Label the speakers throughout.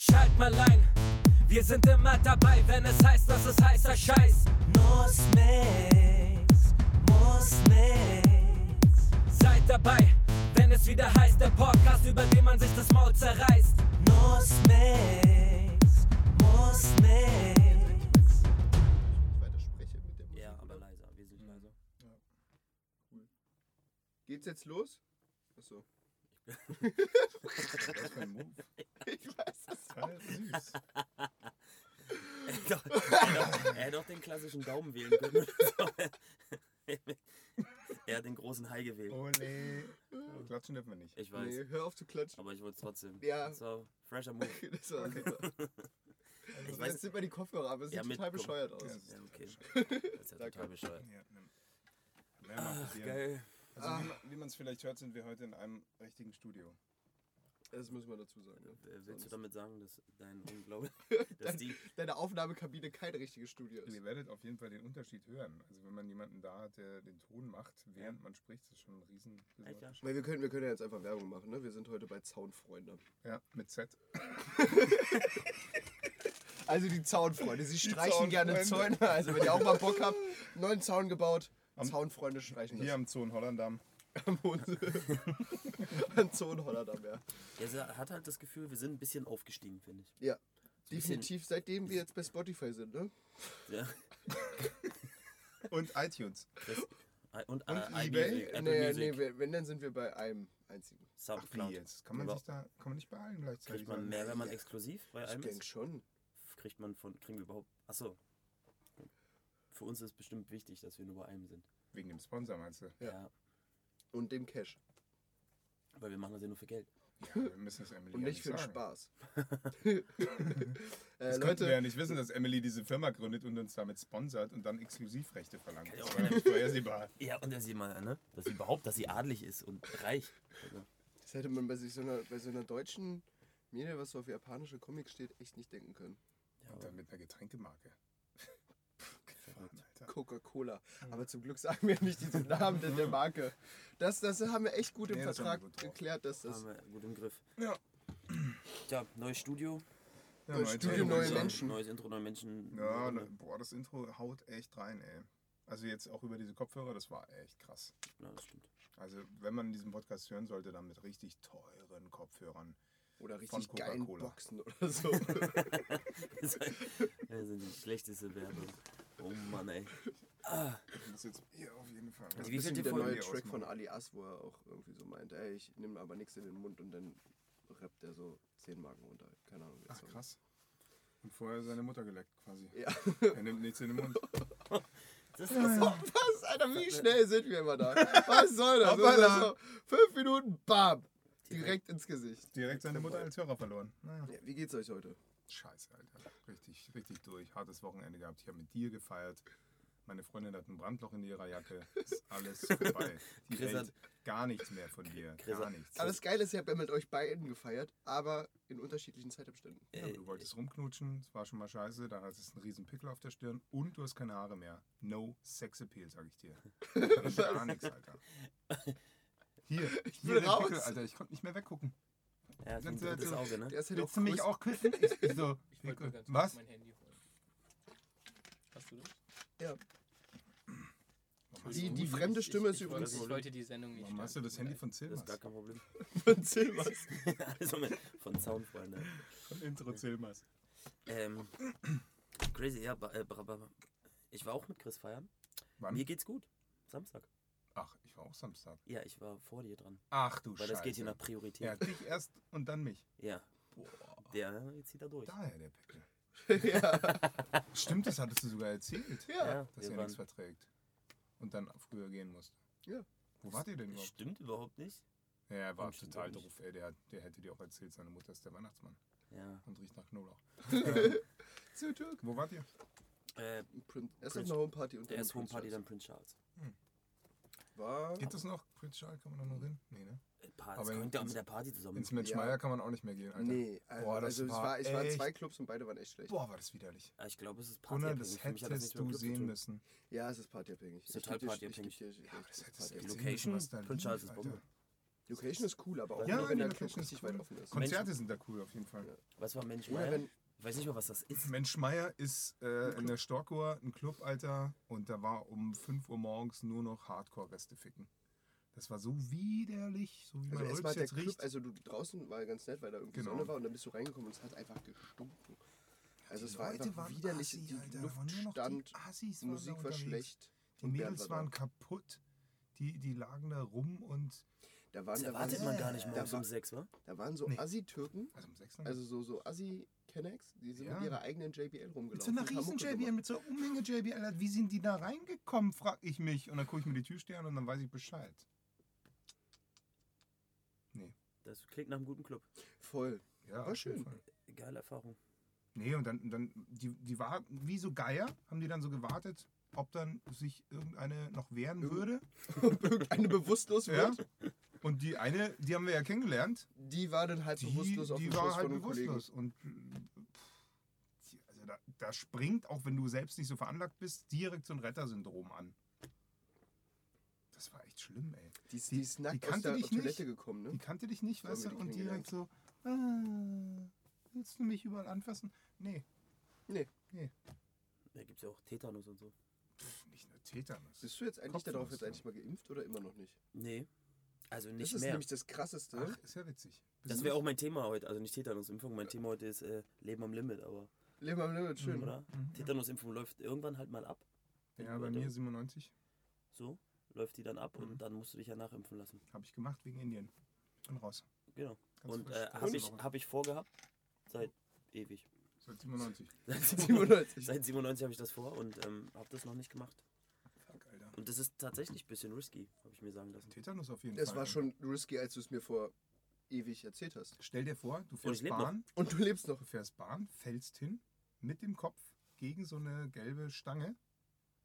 Speaker 1: Schalt mal ein, wir sind immer dabei, wenn es heißt, dass es heißer Scheiß.
Speaker 2: Muss nix, muss nix,
Speaker 1: Seid dabei, wenn es wieder heißt, der Podcast, über den man sich das Maul zerreißt.
Speaker 2: muss nix, muss nix.
Speaker 3: weiter spreche mit der Musik. oder?
Speaker 1: leiser, wesentlich leiser.
Speaker 3: Geht's jetzt los? Achso.
Speaker 4: Was für ein Move?
Speaker 3: Ich weiß es.
Speaker 4: Geil, süß.
Speaker 5: Er hätte auch den klassischen Daumen wählen können. er hat den großen Hai gewählt.
Speaker 4: Ole. Oh, Klatschen dürfen wir nicht.
Speaker 5: Ich weiß.
Speaker 3: Nee, hör auf zu klatschen.
Speaker 5: Aber ich wollte es trotzdem.
Speaker 3: Ja.
Speaker 5: So, fresher Move.
Speaker 3: Das war super.
Speaker 5: Ich
Speaker 3: Jetzt
Speaker 5: weiß.
Speaker 3: sind wir die Kopfhörer ab. Das sieht
Speaker 5: Ja, mit-
Speaker 3: total bescheuert aus.
Speaker 4: Ja.
Speaker 5: Ja, okay. Das ist ja total bescheuert.
Speaker 4: Ja, nimm. Mehr mal probieren. Also, wie, ma- wie man es vielleicht hört, sind wir heute in einem richtigen Studio.
Speaker 3: Das müssen wir dazu sagen. ne?
Speaker 5: Äh, Willst du
Speaker 3: Sonst-
Speaker 5: damit sagen, dass dein Unglaube, dass
Speaker 3: Dein-
Speaker 5: die
Speaker 3: Deine Aufnahmekabine kein richtiges Studio ist.
Speaker 4: Ihr werdet auf jeden Fall den Unterschied hören. Also, wenn man jemanden da hat, der den Ton macht, während man spricht, ist das schon ein riesen
Speaker 5: Echt, ja?
Speaker 3: Weil wir können, wir können ja jetzt einfach Werbung machen, ne? Wir sind heute bei Zaunfreunde.
Speaker 4: Ja, mit Z.
Speaker 3: Also die Zaunfreunde, sie streichen
Speaker 4: Zaunfreunde.
Speaker 3: gerne Zäune. Also wenn ihr auch mal Bock habt, neuen Zaun gebaut, Zaunfreunde streichen
Speaker 4: Hier am Zoo in Hollandam.
Speaker 3: das. Am Hose. An Zaunholler am Meer.
Speaker 5: Ja, sie hat halt das Gefühl, wir sind ein bisschen aufgestiegen, finde ich.
Speaker 3: Ja.
Speaker 5: bisschen-
Speaker 3: Definitiv, seitdem wir jetzt bei Spotify sind, ne?
Speaker 5: Ja.
Speaker 4: Und iTunes.
Speaker 5: Das, und äh,
Speaker 4: Und
Speaker 5: iMusic,
Speaker 4: eBay?
Speaker 5: Apple
Speaker 3: nee,
Speaker 5: Music,
Speaker 3: nee, wenn, wenn, dann sind wir bei einem einzigen.
Speaker 4: Ach, wie
Speaker 5: Soundcloud.
Speaker 4: jetzt? Kann man
Speaker 5: Über-
Speaker 4: sich da, kann man nicht bei allen gleichzeitig
Speaker 5: kriegt man
Speaker 4: sein?
Speaker 5: mehr, wenn man exklusiv bei einem
Speaker 3: Ich denke
Speaker 5: ist?
Speaker 3: schon.
Speaker 5: Kriegt man von, kriegen wir überhaupt, achso. Für uns ist bestimmt wichtig, dass wir nur bei einem sind.
Speaker 4: Wegen dem Sponsor, meinst du?
Speaker 3: Ja.
Speaker 5: Ja.
Speaker 3: Und dem Cash.
Speaker 5: Weil wir machen das ja nur für Geld.
Speaker 4: Ja, wir müssen es Emily
Speaker 3: Und
Speaker 4: ja
Speaker 3: nicht für den
Speaker 4: sagen.
Speaker 3: Spaß. äh,
Speaker 4: Das könnten wir ja
Speaker 3: Leute,
Speaker 4: nicht wissen, dass Emily diese Firma gründet und uns damit sponsert und dann Exklusivrechte verlangt.
Speaker 5: ja
Speaker 4: Das
Speaker 5: auch
Speaker 4: war ja nicht vorhersehbar.
Speaker 5: Ja, und dass sie mal, ne? Dass sie überhaupt, dass sie adelig ist und reich. Also,
Speaker 3: das hätte man bei, sich so einer, bei so einer deutschen Medie, was so auf japanische Comics steht, echt nicht denken können.
Speaker 5: ja,
Speaker 4: Und dann mit einer Getränkemarke. Verrückt, Alter.
Speaker 3: Coca-Cola.
Speaker 4: Mhm.
Speaker 3: Aber zum Glück sagen wir nicht diesen Namen der- der Marke. Das, das haben wir echt gut im
Speaker 4: Nee, das haben wir
Speaker 3: Vertrag
Speaker 4: gut drauf.
Speaker 3: geklärt, dass
Speaker 5: das
Speaker 3: das
Speaker 5: haben wir gut im Griff.
Speaker 4: Ja.
Speaker 5: Tja, neues Studio.
Speaker 4: Ja,
Speaker 3: Neues
Speaker 4: Leute,
Speaker 3: Studio,
Speaker 4: ich
Speaker 3: neue
Speaker 4: würd sagen,
Speaker 3: Menschen.
Speaker 5: Neues Intro, neue Menschen.
Speaker 4: Ja, ne, boah, das Intro haut echt rein, ey. Also jetzt auch über diese Kopfhörer, das war echt krass.
Speaker 5: Ja, das stimmt.
Speaker 4: Also wenn man diesen Podcast hören sollte, dann mit richtig teuren Kopfhörern.
Speaker 3: oder
Speaker 4: von
Speaker 3: richtig geilen
Speaker 4: Coca-Cola.
Speaker 3: Boxen oder so.
Speaker 5: Das sind die schlechteste Werbung. Oh Mann, ey.
Speaker 4: Ich muss jetzt hier auf jeden Fall.
Speaker 3: Das
Speaker 5: Wie
Speaker 3: ist
Speaker 5: viel die
Speaker 3: der
Speaker 5: Folge
Speaker 3: neue
Speaker 4: hier
Speaker 3: Track von
Speaker 4: ausmachen?
Speaker 3: Ali As, wo er auch irgendwie so meint, ey, ich nehme aber nichts in den Mund und dann rappt er so 10 Marken runter. Keine Ahnung.
Speaker 4: Ach
Speaker 3: so.
Speaker 4: krass. Und vorher seine Mutter geleckt quasi.
Speaker 3: Ja.
Speaker 4: Er nimmt nichts in den Mund.
Speaker 5: Das, das,
Speaker 3: Was, Alter, wie schnell sind wir immer da? Was soll das?
Speaker 4: Hoppala.
Speaker 3: das ist so, fünf Minuten, bam! Direkt ins Gesicht.
Speaker 4: Direkt seine Mutter als Hörer verloren. Naja.
Speaker 3: Ja, wie geht's euch heute?
Speaker 4: Scheiße, Alter. Richtig, richtig durch. Hartes Wochenende gehabt. Ich habe mit dir gefeiert. Meine Freundin hat ein Brandloch in ihrer Jacke. Ist alles vorbei. Die
Speaker 5: Chris
Speaker 4: hält gar nichts mehr von dir.
Speaker 5: Chris
Speaker 4: Gar
Speaker 5: hat-
Speaker 4: nichts.
Speaker 3: Aber das Geile ist, ich habe mit euch beiden gefeiert, aber in unterschiedlichen Zeitabständen.
Speaker 4: Ja, aber du wolltest rumknutschen, das war schon mal scheiße, dann hattest du einen riesen Pickel auf der Stirn und du hast keine Haare mehr. No Sex Appeal, sag ich dir. Gar nichts, Alter. Hier, ich
Speaker 3: will
Speaker 4: hier der
Speaker 3: raus.
Speaker 4: Pickel, Alter, ich konnte nicht mehr weggucken.
Speaker 5: ja, das ist ein drittes Auge, ne?
Speaker 3: Der ist halt
Speaker 4: Willst du mich
Speaker 3: größer-
Speaker 4: auch küssen? Ich bin so, Pickel.
Speaker 6: Ich wollte nur ganz kurz
Speaker 4: Was?
Speaker 6: mein Handy holen. Hast du das?
Speaker 3: Ja.
Speaker 4: Warum hast
Speaker 3: Die,
Speaker 4: du-
Speaker 3: die fremde
Speaker 6: Ich-
Speaker 3: Stimme ist
Speaker 6: ich,
Speaker 3: übrigens
Speaker 6: Wollte, ich wollte die Sendung nicht.
Speaker 4: Warum hast du
Speaker 6: stören.
Speaker 4: das Handy von
Speaker 5: Das
Speaker 4: Silmas?
Speaker 5: ist gar kein Problem.
Speaker 3: von Silvers.
Speaker 5: also mit, von Soundfreunde.
Speaker 4: Von Intro Silmas.
Speaker 5: Ähm, crazy, ja. ba- äh, ba- ba- ba- Ich war auch mit Chris feiern. Mir
Speaker 4: Wann?
Speaker 5: geht's gut. Samstag.
Speaker 4: Ach, ich war auch Samstag.
Speaker 5: Ja, ich war vor dir dran.
Speaker 4: Ach du
Speaker 5: Weil
Speaker 4: Oh, Scheiße.
Speaker 5: das geht hier nach
Speaker 4: Ja,
Speaker 5: Priorität.
Speaker 4: dich erst und dann mich.
Speaker 5: Ja. Der jetzt zieht er durch.
Speaker 4: Daher der Pickel.
Speaker 3: ja.
Speaker 4: Stimmt, das hattest du sogar erzählt.
Speaker 3: ja.
Speaker 4: dass
Speaker 5: wir
Speaker 4: ihr
Speaker 5: waren-
Speaker 4: nichts verträgt. Und dann früher gehen musst.
Speaker 3: Ja.
Speaker 4: Wo wart ihr denn überhaupt?
Speaker 5: Stimmt überhaupt nicht.
Speaker 4: Ja, er war
Speaker 5: Stimmt
Speaker 4: total
Speaker 5: wirklich.
Speaker 4: doof. Ey, der, hat- der hätte dir auch erzählt, seine Mutter ist der Weihnachtsmann
Speaker 5: Ja.
Speaker 4: und riecht nach Knoblauch. äh,
Speaker 3: Zu Türk.
Speaker 4: wo wart ihr?
Speaker 5: Äh,
Speaker 3: Prin- Erst auf einer Homeparty und
Speaker 5: der ist
Speaker 3: Prinz
Speaker 5: Homeparty,
Speaker 3: Charles.
Speaker 5: dann Prince Charles.
Speaker 3: War.
Speaker 4: Geht das noch? Prinz Charles kann man da noch hin? Nee, ne?
Speaker 5: Äh, Paar, das
Speaker 4: Aber
Speaker 5: kommt ja auch
Speaker 4: ins-
Speaker 5: mit der Party zusammen.
Speaker 4: Ins Mensch
Speaker 3: Ja.
Speaker 4: Meier kann man auch nicht mehr gehen, Alter.
Speaker 3: Nee, also,
Speaker 4: Boah, das
Speaker 3: also es
Speaker 4: war
Speaker 3: war, ich war in
Speaker 4: echt-
Speaker 3: zwei Clubs und beide waren echt schlecht.
Speaker 4: Boah, war das widerlich.
Speaker 5: Ah, Ich glaube, es ist Party.
Speaker 4: Gunnar, das hättest du sehen müssen.
Speaker 3: Ja, es ist partyabhängig.
Speaker 5: Ist total
Speaker 3: Ich geb dir-
Speaker 5: partyabhängig.
Speaker 3: Ich geb dir, ich geb dir,
Speaker 4: das hättest du
Speaker 3: partyabhängig.
Speaker 4: sehen
Speaker 5: Location,
Speaker 4: müssen, was da
Speaker 5: Prinz Charles
Speaker 4: lief,
Speaker 5: ist Bombe.
Speaker 4: Alter.
Speaker 3: Location ist cool, aber auch
Speaker 4: Ja,
Speaker 3: nur, wenn
Speaker 4: die
Speaker 3: der
Speaker 4: Location
Speaker 3: Club richtig
Speaker 4: ist cool.
Speaker 3: weit offen ist. Also
Speaker 4: Konzerte sind da cool auf jeden Fall.
Speaker 3: Ja.
Speaker 5: Was war Mensch
Speaker 3: Oder
Speaker 5: Meier?
Speaker 3: wenn-
Speaker 5: Ich weiß nicht mal, was das ist.
Speaker 4: Mensch Meier ist äh, in der Storkower ein Club, Alter, und da war um 5 Uhr morgens nur noch Hardcore-Reste ficken. Das war so widerlich, so wie
Speaker 3: Also erstmal
Speaker 4: man Holz
Speaker 3: hat der
Speaker 4: jetzt
Speaker 3: Club,
Speaker 4: riecht.
Speaker 3: also du draußen war ganz nett, weil da irgendwie
Speaker 4: Genau.
Speaker 3: Sonne war und dann bist du reingekommen und es hat einfach gestunken. Also es war
Speaker 4: Leute
Speaker 3: einfach
Speaker 4: waren
Speaker 3: widerlich,
Speaker 4: assi,
Speaker 3: die
Speaker 4: Alter, da waren
Speaker 3: Luft
Speaker 4: nur noch die
Speaker 3: stand,
Speaker 4: Assis
Speaker 3: die
Speaker 4: waren da
Speaker 3: Musik war
Speaker 4: unterwegs.
Speaker 3: schlecht.
Speaker 4: Die
Speaker 3: und
Speaker 4: Mädels
Speaker 3: Bernd war
Speaker 4: waren
Speaker 3: da.
Speaker 4: kaputt, die, die lagen da rum und.
Speaker 3: Da waren,
Speaker 5: Das
Speaker 3: da waren,
Speaker 5: erwartet
Speaker 3: so-
Speaker 5: man gar nicht
Speaker 3: da
Speaker 5: morgens
Speaker 3: war-
Speaker 5: um sechs, wa?
Speaker 3: Da waren so
Speaker 4: Nee.
Speaker 3: Assi-Türken,
Speaker 4: Also um 6 Uhr.
Speaker 3: also so, so Assi-Kennex, die sind
Speaker 4: Ja.
Speaker 3: mit ihrer eigenen JBL
Speaker 4: mit
Speaker 3: rumgelaufen.
Speaker 4: so einer
Speaker 3: und haben
Speaker 4: riesen
Speaker 3: Mucke
Speaker 4: JBL,
Speaker 3: gemacht.
Speaker 4: mit so einer Umhänge JBL, Alter, wie sind die da reingekommen, frag ich mich. Und dann gucke ich mir die Türsteher an und dann weiß ich Bescheid.
Speaker 5: Das klingt nach einem guten Club.
Speaker 3: Voll.
Speaker 4: Ja,
Speaker 3: War
Speaker 4: auf jeden
Speaker 3: schön.
Speaker 4: Fall.
Speaker 5: Geile Erfahrung.
Speaker 4: Nee, und dann, dann die, die war wie so Geier, haben die dann so gewartet, ob dann sich irgendeine noch wehren
Speaker 3: Irgend-
Speaker 4: würde.
Speaker 3: Ob irgendeine bewusstlos
Speaker 4: Ja.
Speaker 3: wird,
Speaker 4: Und die eine, die haben wir ja kennengelernt,
Speaker 3: die war dann halt
Speaker 4: die,
Speaker 3: bewusstlos auf
Speaker 4: die
Speaker 3: dem
Speaker 4: war
Speaker 3: Schoß
Speaker 4: halt
Speaker 3: von einem Kollegen.
Speaker 4: bewusstlos. Und pff, die- also da, da springt, auch wenn du selbst nicht so veranlagt bist, direkt so ein Rettersyndrom an. Das war echt schlimm, ey.
Speaker 3: Die, ist- die ist nackt aus
Speaker 4: kannte
Speaker 3: der
Speaker 4: dich
Speaker 3: Toilette
Speaker 4: nicht.
Speaker 3: gekommen,
Speaker 4: Die
Speaker 3: ne?
Speaker 4: kannte dich nicht,
Speaker 3: So
Speaker 4: weißt du,
Speaker 3: haben wir die
Speaker 4: und direkt so, ah, willst du mich überall anfassen? Nee,
Speaker 5: Da gibt es ja auch Tetanus und so.
Speaker 4: pff, nicht nur Tetanus.
Speaker 3: Bist du jetzt eigentlich
Speaker 4: Kopfnuss,
Speaker 3: darauf jetzt
Speaker 4: ja.
Speaker 3: eigentlich mal geimpft oder immer noch nicht?
Speaker 5: Nee. Also nicht
Speaker 3: das ist
Speaker 5: mehr.
Speaker 3: nämlich das Krasseste.
Speaker 4: Ach, ist ja witzig. Bist
Speaker 5: das
Speaker 4: du-
Speaker 5: wäre auch mein Thema heute. Also nicht Tetanusimpfung. Mein Thema heute ist äh, Leben am Limit, aber.
Speaker 3: Leben am Limit, schön.
Speaker 5: Hm, Oder?
Speaker 4: Mhm.
Speaker 5: Tetanusimpfung läuft irgendwann halt mal ab. Wenn
Speaker 4: Ja,
Speaker 5: du
Speaker 4: bei
Speaker 5: dann-
Speaker 4: mir 97.
Speaker 5: So, läuft die dann ab
Speaker 4: Mhm.
Speaker 5: und dann musst du dich ja nachimpfen lassen.
Speaker 4: Habe ich gemacht wegen Indien. Und raus.
Speaker 5: Genau.
Speaker 4: Ganz
Speaker 5: und
Speaker 4: frisch,
Speaker 5: äh,
Speaker 4: letzte
Speaker 5: habe ich,
Speaker 4: Woche.
Speaker 5: hab ich vorgehabt. Seit ewig.
Speaker 4: Seit 97.
Speaker 5: Seit 97,
Speaker 3: 97.
Speaker 5: seit 97 habe ich das vor und ähm, habe das noch nicht gemacht.
Speaker 4: Fuck, Alter.
Speaker 5: Und das ist tatsächlich ein bisschen risky, habe ich mir sagen lassen.
Speaker 4: Tetanus auf jeden
Speaker 3: Das
Speaker 4: Fall. ne?
Speaker 3: war schon risky, als du es mir vor ewig erzählt hast.
Speaker 4: Stell dir vor, du fährst
Speaker 5: leb noch.
Speaker 4: Bahn,
Speaker 3: Und du lebst noch.
Speaker 4: du fährst Bahn, fällst hin mit dem Kopf gegen so eine gelbe Stange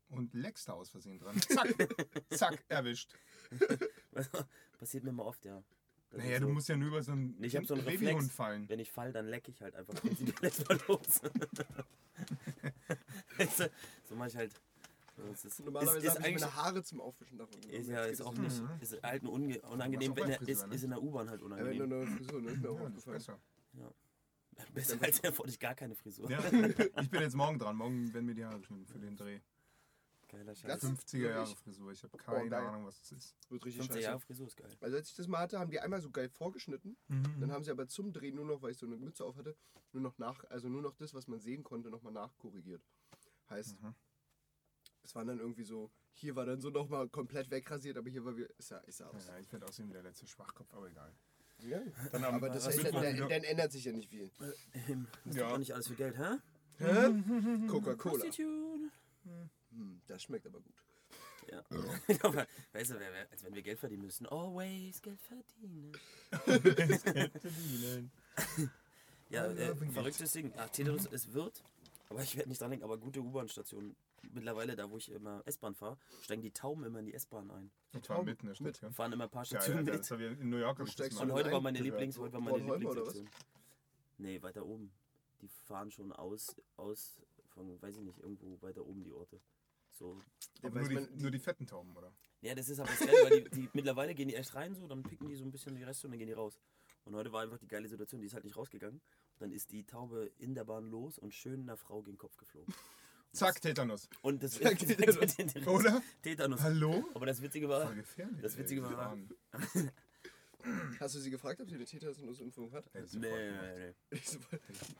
Speaker 4: und leckst da aus Versehen dran. Zack, zack, erwischt.
Speaker 5: Passiert mir mal oft, ja. Das
Speaker 4: Naja,
Speaker 5: ist
Speaker 4: du
Speaker 5: so,
Speaker 4: musst ja nur über so einen
Speaker 5: Ich hab so einen
Speaker 4: Babyhund
Speaker 5: Reflex.
Speaker 4: fallen.
Speaker 5: Wenn ich fall, dann leck ich halt einfach prinzipiell erstmal los. Weißt du, so mache ich halt. So, es ist, ist,
Speaker 3: Normalerweise habe
Speaker 5: ist
Speaker 3: ich
Speaker 5: eigentlich.
Speaker 3: meine Haare zum Aufwischen davon genommen.
Speaker 5: Ist ja
Speaker 3: Jetzt
Speaker 5: ist
Speaker 3: geht
Speaker 5: auch
Speaker 3: es
Speaker 5: nicht.
Speaker 4: Mhm.
Speaker 5: Ist halt ein unge unangenehm, wenn
Speaker 4: warst auch bei
Speaker 5: er,
Speaker 4: Friseur,
Speaker 5: ist,
Speaker 4: ne?
Speaker 5: ist in der U-Bahn halt
Speaker 3: Ja, wenn
Speaker 5: unangenehm.
Speaker 3: du eine neue Frisur, ne? Ist mir auch
Speaker 4: Ja, ist
Speaker 3: aufgefallen.
Speaker 4: besser.
Speaker 5: Besser als er wollte ich gar keine Frisur.
Speaker 4: Ja. Ich bin jetzt morgen dran. Morgen werden mir die Haare geschnitten für den Dreh.
Speaker 5: Geiler Scheiß.
Speaker 3: Glatze?
Speaker 4: 50er Jahre
Speaker 3: Wirklich?
Speaker 4: Frisur.
Speaker 5: Oh,
Speaker 4: Ich habe keine
Speaker 3: geil.
Speaker 4: Ahnung, was das ist.
Speaker 3: Wird richtig
Speaker 5: 50
Speaker 3: scheiße.
Speaker 5: Jahre Frisur ist geil.
Speaker 3: Also als ich das mal hatte, haben die einmal so geil vorgeschnitten.
Speaker 4: Mhm.
Speaker 3: Dann haben sie aber zum Dreh nur noch, weil ich so eine Mütze auf hatte, nur noch nach, also nur noch das, was man sehen konnte, nochmal nachkorrigiert. Heißt,
Speaker 4: Mhm.
Speaker 3: es waren dann irgendwie so, hier war dann so nochmal komplett wegrasiert, aber hier war wie, ist ja, ist ja aus.
Speaker 4: Ja, ich werde aussehen wie der letzte Schwachkopf, aber egal.
Speaker 3: Ja.
Speaker 4: Dann
Speaker 3: Aber das ist,
Speaker 4: wird
Speaker 3: dann,
Speaker 4: man
Speaker 3: dann,
Speaker 4: wieder-
Speaker 3: dann ändert sich ja nicht viel.
Speaker 5: Ähm, Das
Speaker 4: Ja.
Speaker 5: ja. auch nicht alles für Geld, hä?
Speaker 3: Coca-Cola.
Speaker 5: Prostitute.
Speaker 3: Hm, das schmeckt aber gut.
Speaker 5: Ja. Aber, weißt du, wer- wer- als wenn wir Geld verdienen müssen. Always Geld verdienen. Ja,
Speaker 4: I'm
Speaker 5: äh,
Speaker 4: loving it.
Speaker 5: verrücktes Ding. Ach, Tetanus, es wird. Aber ich werde nicht dran denken, aber gute U-Bahn-Stationen. Mittlerweile, da wo ich immer S-Bahn fahre, steigen die Tauben immer in die S-Bahn ein.
Speaker 4: Ich war mitten in der Stadt, ja.
Speaker 5: Fahren immer ein paar
Speaker 4: Ja,
Speaker 5: Stationen
Speaker 4: ja,
Speaker 5: mit.
Speaker 4: das hab ich in New York hab ich das
Speaker 3: steigst
Speaker 4: mal
Speaker 3: du
Speaker 5: Und heute
Speaker 3: Nein,
Speaker 5: war meine
Speaker 4: gehört.
Speaker 5: Lieblings, heute war meine
Speaker 3: Bornholm oder was?
Speaker 5: Lieblingsstation. Nee, weiter oben. Die fahren schon aus, aus von, weiß ich nicht, irgendwo weiter oben die Orte. So.
Speaker 4: Aber
Speaker 3: weiß
Speaker 4: Nur die,
Speaker 3: man-
Speaker 4: nur die fetten Tauben, oder?
Speaker 5: Ja, das ist aber das Geile, weil die, die mittlerweile gehen die erst rein so, dann picken die so ein bisschen die Reste und dann gehen die raus. Und heute war einfach die geile Situation, die ist halt nicht rausgegangen. Und dann ist die Taube in der Bahn los und schön einer Frau gegen den Kopf geflogen.
Speaker 4: Zack, Tetanus.
Speaker 5: Und das
Speaker 3: Zack, Tetanus.
Speaker 4: Oder?
Speaker 5: Tetanus.
Speaker 4: Hallo?
Speaker 5: Aber das Witzige war,
Speaker 4: Voll gefährlich.
Speaker 5: das
Speaker 4: ey,
Speaker 5: Witzige
Speaker 4: diese
Speaker 5: war-
Speaker 4: Ahnen.
Speaker 3: Hast du sie gefragt, ob sie eine Tetanusimpfung hat?
Speaker 4: Hätte ich
Speaker 5: nee,
Speaker 4: sofort
Speaker 5: nee,
Speaker 4: gemacht.
Speaker 5: nee, nee.
Speaker 3: Ich so,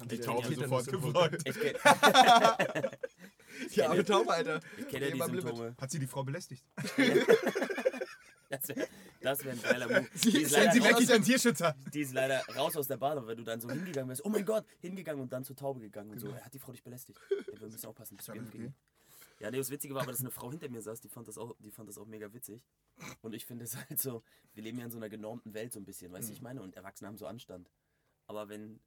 Speaker 4: Die
Speaker 5: Ja,
Speaker 4: Taube
Speaker 5: Tetanus
Speaker 4: sofort gefreut.
Speaker 5: Ich kenne
Speaker 3: Ja, aber Taube, Alter.
Speaker 5: kenn ja die
Speaker 3: Leben am Limit.
Speaker 5: Symptome.
Speaker 4: Hat sie die Frau belästigt?
Speaker 5: Das wäre das wär ein geiler Move. Die ist,
Speaker 4: Seien
Speaker 5: leider
Speaker 4: Sie weg,
Speaker 5: raus,
Speaker 4: ich bin Tierschützer.
Speaker 5: die ist leider raus aus der Bahn, aber wenn du dann so hingegangen wärst, oh mein Gott, hingegangen und dann zur Taube gegangen und so, er hat die Frau dich belästigt. Ja, wir müssen aufpassen, bis wir
Speaker 4: Genau. alles
Speaker 5: gehen. Ja, nee, das Witzige war aber, dass eine Frau hinter mir saß, die fand das auch, die fand das auch mega witzig. Und ich finde es halt so, wir leben ja in so einer genormten Welt so ein bisschen, weißt du, ich
Speaker 4: Mhm.
Speaker 5: meine? Und Erwachsene haben so Anstand. Aber wenn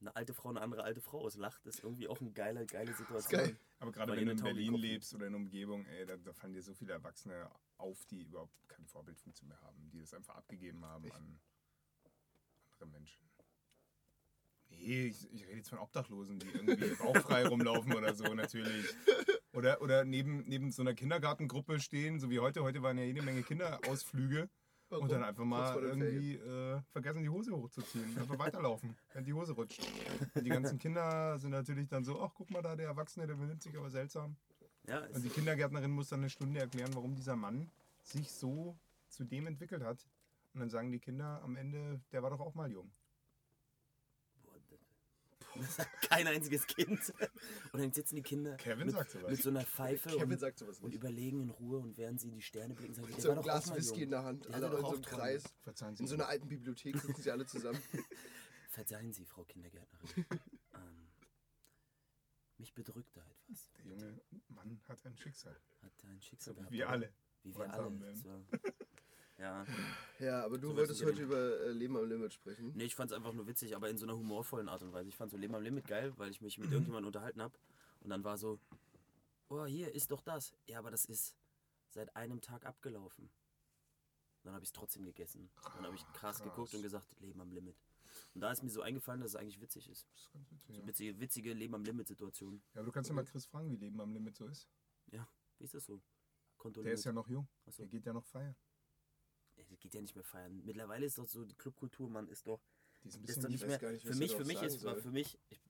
Speaker 5: eine alte Frau eine andere alte Frau auslacht, ist irgendwie auch eine geile, geile Situation.
Speaker 3: geil.
Speaker 4: Aber gerade
Speaker 5: Weil
Speaker 4: wenn
Speaker 5: die
Speaker 4: du in
Speaker 5: eine Taube
Speaker 4: Berlin
Speaker 5: kochen.
Speaker 4: lebst oder in der Umgebung, ey, da, da fallen dir so viele Erwachsene auf, die überhaupt keine Vorbildfunktion mehr haben, die das einfach abgegeben haben an andere Menschen. Nee, ich, ich rede jetzt von Obdachlosen, die irgendwie bauchfrei rumlaufen oder so, natürlich. Oder, oder neben, neben so einer Kindergartengruppe stehen, so wie heute. Heute waren ja jede Menge Kinderausflüge.
Speaker 3: Warum?
Speaker 4: Und dann einfach mal
Speaker 3: vor den
Speaker 4: irgendwie äh, vergessen, die Hose hochzuziehen. Einfach weiterlaufen, wenn die Hose rutscht. Und die ganzen Kinder sind natürlich dann so, ach guck mal da, der Erwachsene, der benimmt sich aber seltsam.
Speaker 5: Ja, ist
Speaker 4: Und die Kindergärtnerin muss dann eine Stunde erklären, warum dieser Mann sich so zu dem entwickelt hat. Und dann sagen die Kinder am Ende, der war doch auch mal jung.
Speaker 5: Boah, das- das hat kein einziges Kind. Und dann sitzen die Kinder
Speaker 4: Kevin
Speaker 5: mit,
Speaker 4: sagt sowas.
Speaker 5: mit so einer Pfeife
Speaker 3: Kevin
Speaker 5: und,
Speaker 3: sagt sowas
Speaker 5: und
Speaker 3: nicht.
Speaker 5: überlegen in Ruhe und während sie in die Sterne blicken, sagen sie,
Speaker 3: So
Speaker 5: der
Speaker 3: ein
Speaker 5: war doch auch
Speaker 3: Glas
Speaker 5: mal
Speaker 3: Whisky in
Speaker 5: jung.
Speaker 3: der Hand,
Speaker 5: Der hatte
Speaker 3: alle in so
Speaker 5: doch
Speaker 3: einem
Speaker 5: Auftrag.
Speaker 3: Kreis.
Speaker 4: Verzeihen Sie.
Speaker 3: In so einer alten Bibliothek sitzen sie alle zusammen.
Speaker 5: Verzeihen Sie, Frau Kindergärtnerin. ähm, mich bedrückt da etwas.
Speaker 4: der junge Mann hat ein Schicksal.
Speaker 5: Hat da ein Schicksal
Speaker 4: So wie
Speaker 5: gehabt.
Speaker 4: wir
Speaker 5: aber-
Speaker 4: alle.
Speaker 5: Wie wir
Speaker 4: Wollen
Speaker 5: alle.
Speaker 4: haben wir.
Speaker 5: das
Speaker 3: ne?
Speaker 5: war- Ja.
Speaker 3: Ja, aber du
Speaker 5: So
Speaker 3: wolltest
Speaker 5: wissen wir
Speaker 3: heute über äh, Leben am Limit sprechen.
Speaker 5: Nee, ich fand's einfach nur witzig, aber in so einer humorvollen Art und Weise. Ich fand so Leben am Limit geil, weil ich mich mit irgendjemandem unterhalten hab Und dann war so, oh, hier ist doch das. Ja, aber das ist seit einem Tag abgelaufen. Und dann hab ich's trotzdem gegessen. Und dann hab ich krass,
Speaker 4: Krass.
Speaker 5: geguckt und gesagt, Leben am Limit. Und da ist mir so eingefallen, dass es eigentlich witzig ist.
Speaker 4: Das ist ganz witzig,
Speaker 5: So
Speaker 4: ja.
Speaker 5: witzige, witzige Leben am Limit-Situation.
Speaker 4: ja, aber du kannst ja mal Chris fragen, wie Leben am Limit so ist.
Speaker 5: Wie ist das so? Konto
Speaker 4: Der ist ja noch jung.
Speaker 5: Achso.
Speaker 4: Der geht ja noch feiern.
Speaker 5: Ey, das geht ja nicht mehr feiern. Mittlerweile ist doch so, die Clubkultur, man ist doch,
Speaker 4: Die ist ein
Speaker 5: ist
Speaker 4: bisschen
Speaker 5: doch nicht
Speaker 3: weiß
Speaker 5: mehr.
Speaker 3: gar nicht,
Speaker 5: für
Speaker 3: was ich
Speaker 5: mich,
Speaker 3: darauf
Speaker 5: für mich
Speaker 3: sagen
Speaker 5: ist,
Speaker 3: soll.
Speaker 5: für mich ich,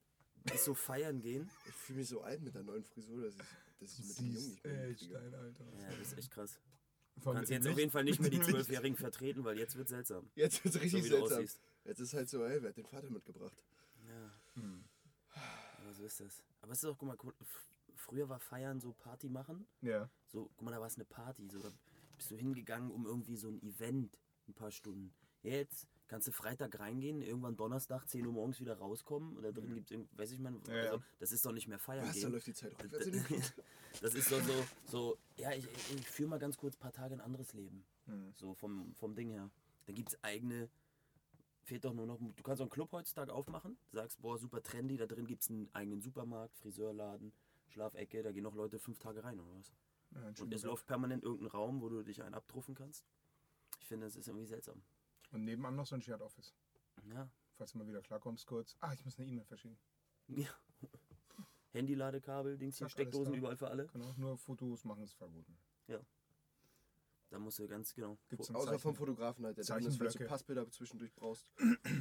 Speaker 5: ist so feiern gehen.
Speaker 3: Ich fühle mich so alt mit der neuen Frisur, dass ich, dass ich mit dem Jungen
Speaker 4: Siehst
Speaker 3: nicht mehr
Speaker 4: echt
Speaker 3: mitkriege.
Speaker 4: dein Alter.
Speaker 5: Ja, das ist echt krass.
Speaker 4: Vor
Speaker 5: Du kannst
Speaker 4: allem mit
Speaker 5: jetzt
Speaker 4: dem
Speaker 5: auf jeden Fall nicht mehr
Speaker 4: Licht.
Speaker 5: die
Speaker 4: Mit dem Licht.
Speaker 5: Zwölfjährigen vertreten, weil jetzt wird seltsam.
Speaker 3: Jetzt wird's
Speaker 5: So
Speaker 3: richtig
Speaker 5: wie du
Speaker 3: seltsam.
Speaker 5: aussiehst.
Speaker 3: Jetzt ist halt so, ey, wer hat den Vater mitgebracht?
Speaker 5: Ja,
Speaker 4: Hm.
Speaker 5: aber so ist das. Aber es ist auch, guck mal, guck- f- früher war Feiern so Party machen.
Speaker 4: Ja.
Speaker 5: So, guck mal, da war es eine Party. So, da bist du hingegangen, um irgendwie so ein Event ein paar Stunden. Jetzt kannst du Freitag reingehen, irgendwann Donnerstag, 10 Uhr morgens wieder rauskommen. Und da drin gibt's irgend, weiß ich mal,
Speaker 4: Ja,
Speaker 5: also,
Speaker 4: ja.
Speaker 5: das ist doch nicht mehr Feiern
Speaker 3: Was, da
Speaker 5: gehen.
Speaker 3: läuft die Zeit
Speaker 5: D-
Speaker 3: rückwärts in
Speaker 5: d-
Speaker 3: den Kopf?
Speaker 5: Das ist so, so, so ja, ich, ich, ich führe mal ganz kurz ein paar Tage ein anderes Leben.
Speaker 4: Hm.
Speaker 5: So vom, vom Ding her. Dann gibt es eigene, fehlt doch nur noch, du kannst auch einen Club heutzutage aufmachen, sagst, boah, super trendy, da drin gibt es einen eigenen Supermarkt, Friseurladen, Schlafecke, da gehen noch Leute fünf Tage rein oder was.
Speaker 4: Ja,
Speaker 5: Und
Speaker 4: Entschuldigung.
Speaker 5: es läuft permanent irgendein Raum, wo du dich einen abtruffen kannst. Ich finde, das ist irgendwie seltsam.
Speaker 4: Und nebenan noch so ein Shared Office.
Speaker 5: Ja.
Speaker 4: Falls du mal wieder klarkommst, kurz. Ah, ich muss eine E-Mail verschicken.
Speaker 5: ja. Handyladekabel, Dings hier,
Speaker 4: Zack, alles
Speaker 5: Steckdosen
Speaker 4: da.
Speaker 5: überall für alle.
Speaker 4: Kann auch Genau, nur Fotos machen, ist verboten.
Speaker 5: Da musst du ganz genau.
Speaker 4: Gibt's ein
Speaker 3: Außer
Speaker 4: Zeichen?
Speaker 3: vom Fotografen halt, der dann ist, falls du
Speaker 4: Zeichenblöcke.
Speaker 3: Passbilder zwischendurch brauchst,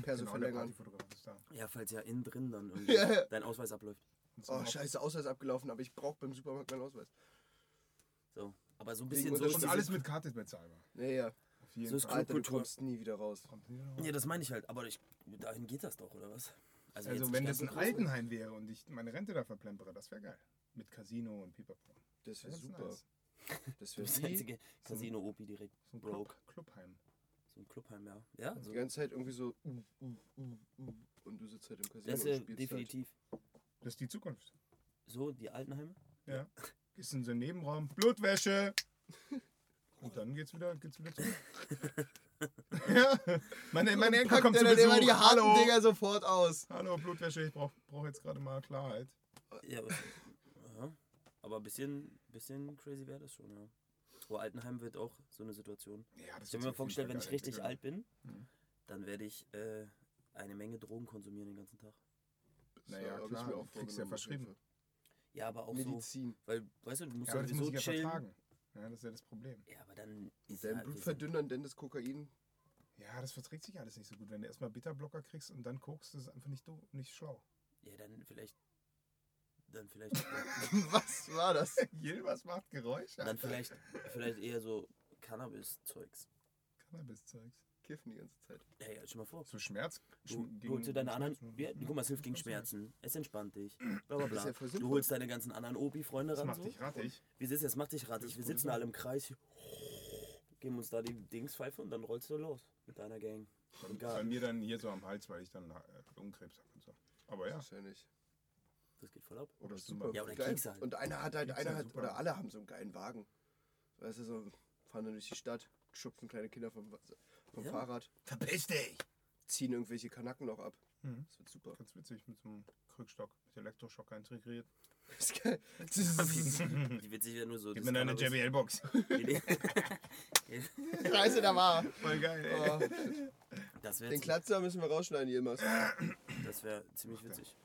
Speaker 3: Perso
Speaker 4: genau,
Speaker 3: verlängern.
Speaker 4: Der Partyfotograf ist da.
Speaker 5: Ja, falls ja innen drin dann irgendwie
Speaker 3: Ja, ja.
Speaker 5: dein Ausweis abläuft.
Speaker 4: Und zum
Speaker 3: Oh,
Speaker 4: Haupt-
Speaker 3: scheiße, Ausweis abgelaufen, aber ich brauch beim Supermarkt meinen Ausweis.
Speaker 5: So. Aber so ein
Speaker 3: Wegen
Speaker 5: bisschen so
Speaker 3: Unterschied-
Speaker 4: Und
Speaker 3: diese-
Speaker 4: alles mit Karte bezahlbar.
Speaker 3: Naja,
Speaker 4: Auf jeden
Speaker 5: So ist
Speaker 4: Fall.
Speaker 3: Alter, du
Speaker 5: Clubkultur.
Speaker 3: kommst nie wieder raus.
Speaker 4: Kommt hier noch was?
Speaker 5: Ja, das meine ich halt, aber ich, dahin geht das doch, oder was? jetzt
Speaker 4: also,
Speaker 5: nicht
Speaker 4: wenn
Speaker 5: ganz
Speaker 4: das ein
Speaker 5: so groß mit-
Speaker 4: Altenheim wäre und ich meine Rente da verplempere, das wäre geil. Mit Casino und Pipapo.
Speaker 3: Das
Speaker 4: Das
Speaker 3: wäre
Speaker 4: ist
Speaker 3: super.
Speaker 4: nice.
Speaker 3: Das
Speaker 5: Du
Speaker 3: wäre
Speaker 5: bist der
Speaker 3: die
Speaker 5: einzige Casino-Opi direkt.
Speaker 4: So ein
Speaker 5: Broke.
Speaker 4: Club, Clubheim.
Speaker 5: So ein Clubheim, ja. Ja, so.
Speaker 3: ganze Zeit irgendwie so uh, uh, uh, uh, und du sitzt halt im Casino
Speaker 5: das ist
Speaker 3: und
Speaker 5: ja
Speaker 3: spielst
Speaker 5: definitiv.
Speaker 4: Das ist die Zukunft.
Speaker 5: So, die Altenheime?
Speaker 4: Ja. Gehst in so einen Nebenraum. Blutwäsche! Und dann geht's wieder, geht's wieder zurück. ja. Meine, meine
Speaker 3: Halt.
Speaker 4: Enkel
Speaker 3: Packt
Speaker 4: kommen zu
Speaker 3: der dann immer
Speaker 4: Besuch.
Speaker 3: die harten
Speaker 4: Hallo.
Speaker 3: Dinger sofort aus.
Speaker 4: Hallo, Blutwäsche, ich brauch, brauch jetzt gerade mal Klarheit. Äh.
Speaker 5: Ja, aber, ja. aber ein bisschen, bisschen crazy wäre das schon, ja. Aber Altenheim wird auch so eine Situation.
Speaker 4: Ja, das
Speaker 5: Ich habe
Speaker 4: wird
Speaker 5: mir
Speaker 4: sich auf jeden
Speaker 5: vorgestellt, wenn ich
Speaker 4: Fall
Speaker 5: richtig
Speaker 4: geil
Speaker 5: alt bin,
Speaker 4: Mhm.
Speaker 5: dann werde ich äh, eine Menge Drogen konsumieren den ganzen Tag.
Speaker 4: Naja,
Speaker 3: hab ich
Speaker 4: klar,
Speaker 3: mir auch vorgenommen, auf
Speaker 4: kriegst ja
Speaker 3: jeden
Speaker 4: verschrieben.
Speaker 3: Fall.
Speaker 5: Ja, aber auch so,
Speaker 3: Medizin.
Speaker 5: weil, weißt du, du musst
Speaker 4: Ja,
Speaker 5: ja,
Speaker 4: aber das
Speaker 5: sowieso
Speaker 4: muss ich ja
Speaker 5: chillen.
Speaker 4: vertragen. Ja, das ist ja das Problem.
Speaker 5: Ja, aber dann
Speaker 3: Mit
Speaker 5: ja
Speaker 3: deinem
Speaker 5: halt-
Speaker 3: Blutverdünnern, denn das Kokain.
Speaker 4: Ja, das verträgt sich alles nicht so gut. Wenn du erstmal Bitterblocker kriegst und dann guckst, das ist einfach nicht, do- nicht schlau.
Speaker 5: Ja, dann vielleicht. Dann vielleicht.
Speaker 3: Was war das?
Speaker 4: Jilbers macht Geräusche.
Speaker 5: dann vielleicht, vielleicht eher so Cannabis-Zeugs.
Speaker 4: Cannabis-Zeugs.
Speaker 3: Kiffen die ganze Zeit.
Speaker 5: Ja, ja, stell mal vor.
Speaker 4: So Schmerz.
Speaker 5: Du,
Speaker 4: Schm-
Speaker 5: du holst dir deine anderen.
Speaker 4: Schmerzen.
Speaker 5: Ja, guck mal, es hilft gegen
Speaker 4: Schmerzen.
Speaker 5: Schmerzen. Es entspannt dich. Bla bla bla.
Speaker 3: Das ist ja voll
Speaker 5: Du
Speaker 3: sinnvoll.
Speaker 5: holst deine ganzen anderen Obi-Freunde
Speaker 4: Das
Speaker 5: ran.
Speaker 4: macht
Speaker 5: So.
Speaker 4: dich rattig.
Speaker 5: Wir sitzen jetzt, mach dich ratig.
Speaker 4: ist
Speaker 5: Wir
Speaker 4: gute
Speaker 5: sitzen alle im Kreis. hier, Geben uns da die Dingspfeife und dann rollst du los mit deiner Gang.
Speaker 4: Bei,
Speaker 5: Und gar-
Speaker 4: bei mir dann hier so am Hals, weil ich dann äh, Lungenkrebs habe und so. Aber ja.
Speaker 3: Wahrscheinlich.
Speaker 5: Das geht voll ab.
Speaker 4: Oder
Speaker 3: Super.
Speaker 5: Ja, oder
Speaker 3: geil.
Speaker 5: Keks halt.
Speaker 3: Und einer hat halt,
Speaker 4: Keks
Speaker 3: einer
Speaker 4: halt
Speaker 3: hat,
Speaker 4: super.
Speaker 3: oder alle haben so einen geilen Wagen. Weißt du, so fahren dann durch die Stadt, schupfen kleine Kinder vom, vom
Speaker 5: Ja.
Speaker 3: Fahrrad,
Speaker 4: Verpiss dich!
Speaker 3: ziehen irgendwelche Kanacken noch ab.
Speaker 4: Mhm.
Speaker 3: Das wird super.
Speaker 4: Ganz witzig, mit so einem Krückstock, mit Elektroschocker integriert.
Speaker 3: Das ist geil. Das ist-
Speaker 5: Die witzig wäre nur so.
Speaker 4: Gib
Speaker 5: genau das
Speaker 4: mir deine
Speaker 5: Cannabis-
Speaker 4: JBL-Box.
Speaker 3: Scheiße, da war.
Speaker 4: Voll geil, ey.
Speaker 3: Oh,
Speaker 5: Das
Speaker 3: den
Speaker 5: wäre
Speaker 3: Klatzer müssen wir rausschneiden, Jilmas.
Speaker 5: wär ziemlich witzig.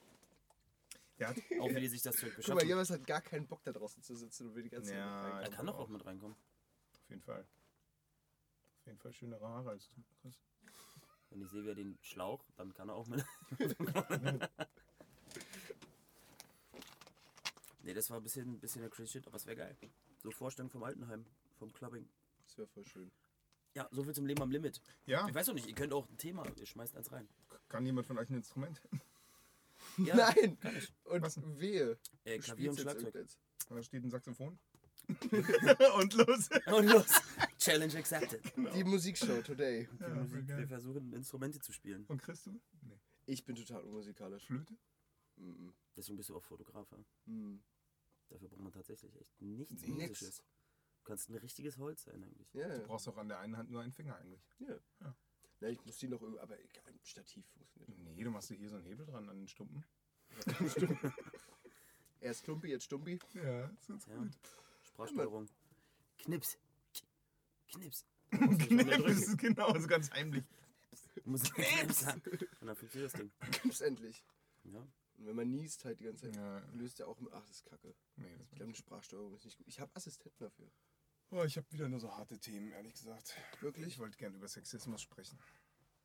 Speaker 4: Der hat,
Speaker 5: Auch wie die sich das Zeug
Speaker 3: Guck mal,
Speaker 5: beschaffen.
Speaker 3: Jilmas hat gar keinen Bock da draußen zu sitzen und will die ganze Zeit.
Speaker 4: Ja.
Speaker 3: Ja.
Speaker 5: Er kann doch auch mit reinkommen.
Speaker 4: Auf jeden Fall. Auf jeden Fall schönere Haare als du, Chris.
Speaker 5: Wenn ich sehe, wie er den Schlauch, dann kann er auch mit. nee, das war ein bisschen, ein bisschen der crazy shit, aber es wäre geil. So Vorstellung vom Altenheim, vom Clubbing.
Speaker 3: Das wäre voll schön.
Speaker 5: Ja, so viel zum Leben am Limit.
Speaker 4: Ja,
Speaker 5: Ich weiß auch nicht, ihr könnt auch ein Thema, ihr schmeißt eins rein.
Speaker 4: kann jemand von euch ein Instrument?
Speaker 5: Ja,
Speaker 3: Nein!
Speaker 5: kann ich.
Speaker 3: Und
Speaker 4: Was?
Speaker 3: wehe.
Speaker 5: Äh,
Speaker 3: du
Speaker 5: Klavier und
Speaker 3: spielst jetzt
Speaker 5: Schlagzeug.
Speaker 3: irgendwas.
Speaker 4: Da steht ein Saxophon. Und los.
Speaker 5: Und los. Challenge accepted.
Speaker 3: Die
Speaker 4: Genau.
Speaker 3: Musikshow today.
Speaker 4: Ja,
Speaker 5: Die
Speaker 4: voll
Speaker 5: Musik,
Speaker 4: geil.
Speaker 5: wir versuchen Instrumente zu spielen.
Speaker 4: Und Chris, du? Nee.
Speaker 3: Ich bin total unmusikalisch.
Speaker 4: Flöte?
Speaker 3: Mhm.
Speaker 5: Deswegen bist du auch Fotograf. Ja?
Speaker 3: Mhm.
Speaker 5: Dafür braucht man tatsächlich echt nichts
Speaker 3: Nix.
Speaker 5: Musisches. Du kannst ein richtiges Holz sein eigentlich.
Speaker 3: Ja,
Speaker 4: Du
Speaker 3: ja.
Speaker 4: brauchst auch an der einen Hand nur einen Finger eigentlich.
Speaker 3: Na, ich muss die noch irgendwie, aber egal, ein Stativ funktioniert.
Speaker 4: Nee, du machst dir hier so einen Hebel dran an den Stumpen.
Speaker 3: Erst Stumpi, jetzt Stumpi.
Speaker 4: Ja, ist ganz
Speaker 5: Ja.
Speaker 4: gut.
Speaker 5: Sprachsteuerung. Knips. Knips.
Speaker 4: Das ist genau, so ganz heimlich.
Speaker 5: Du musst Knips haben. Und dann funktioniert das Ding.
Speaker 3: Gibt's endlich.
Speaker 5: Ja.
Speaker 3: Und wenn man niest halt die ganze Zeit,
Speaker 4: Ja,
Speaker 3: löst er auch mit. Ach, das ist kacke.
Speaker 4: nee, das
Speaker 3: Ich glaube, eine Sprachsteuerung ist nicht gut. Ich habe Assistenten dafür.
Speaker 4: Oh, ich habe wieder nur so harte Themen, ehrlich gesagt. Ich
Speaker 3: Wirklich?
Speaker 4: wollte gern über Sexismus sprechen.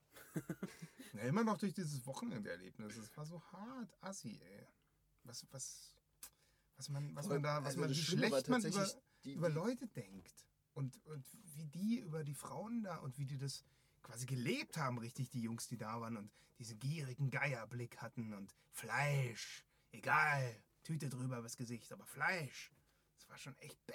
Speaker 4: Na, immer noch durch dieses Wochenenderlebnis. Es war so hart, assi, ey. Was, was, was man, was
Speaker 3: Aber,
Speaker 4: man da, was
Speaker 3: also
Speaker 4: man, wie
Speaker 3: das Schlimme war
Speaker 4: schlecht man über,
Speaker 3: tatsächlich die-
Speaker 4: über
Speaker 3: die-
Speaker 4: Leute denkt. Und, und wie die über die Frauen da und wie die das quasi gelebt haben, richtig, die Jungs, die da waren und diesen gierigen Geierblick hatten und Fleisch, egal, Tüte drüber übers Gesicht, aber Fleisch. Das war schon echt bäh.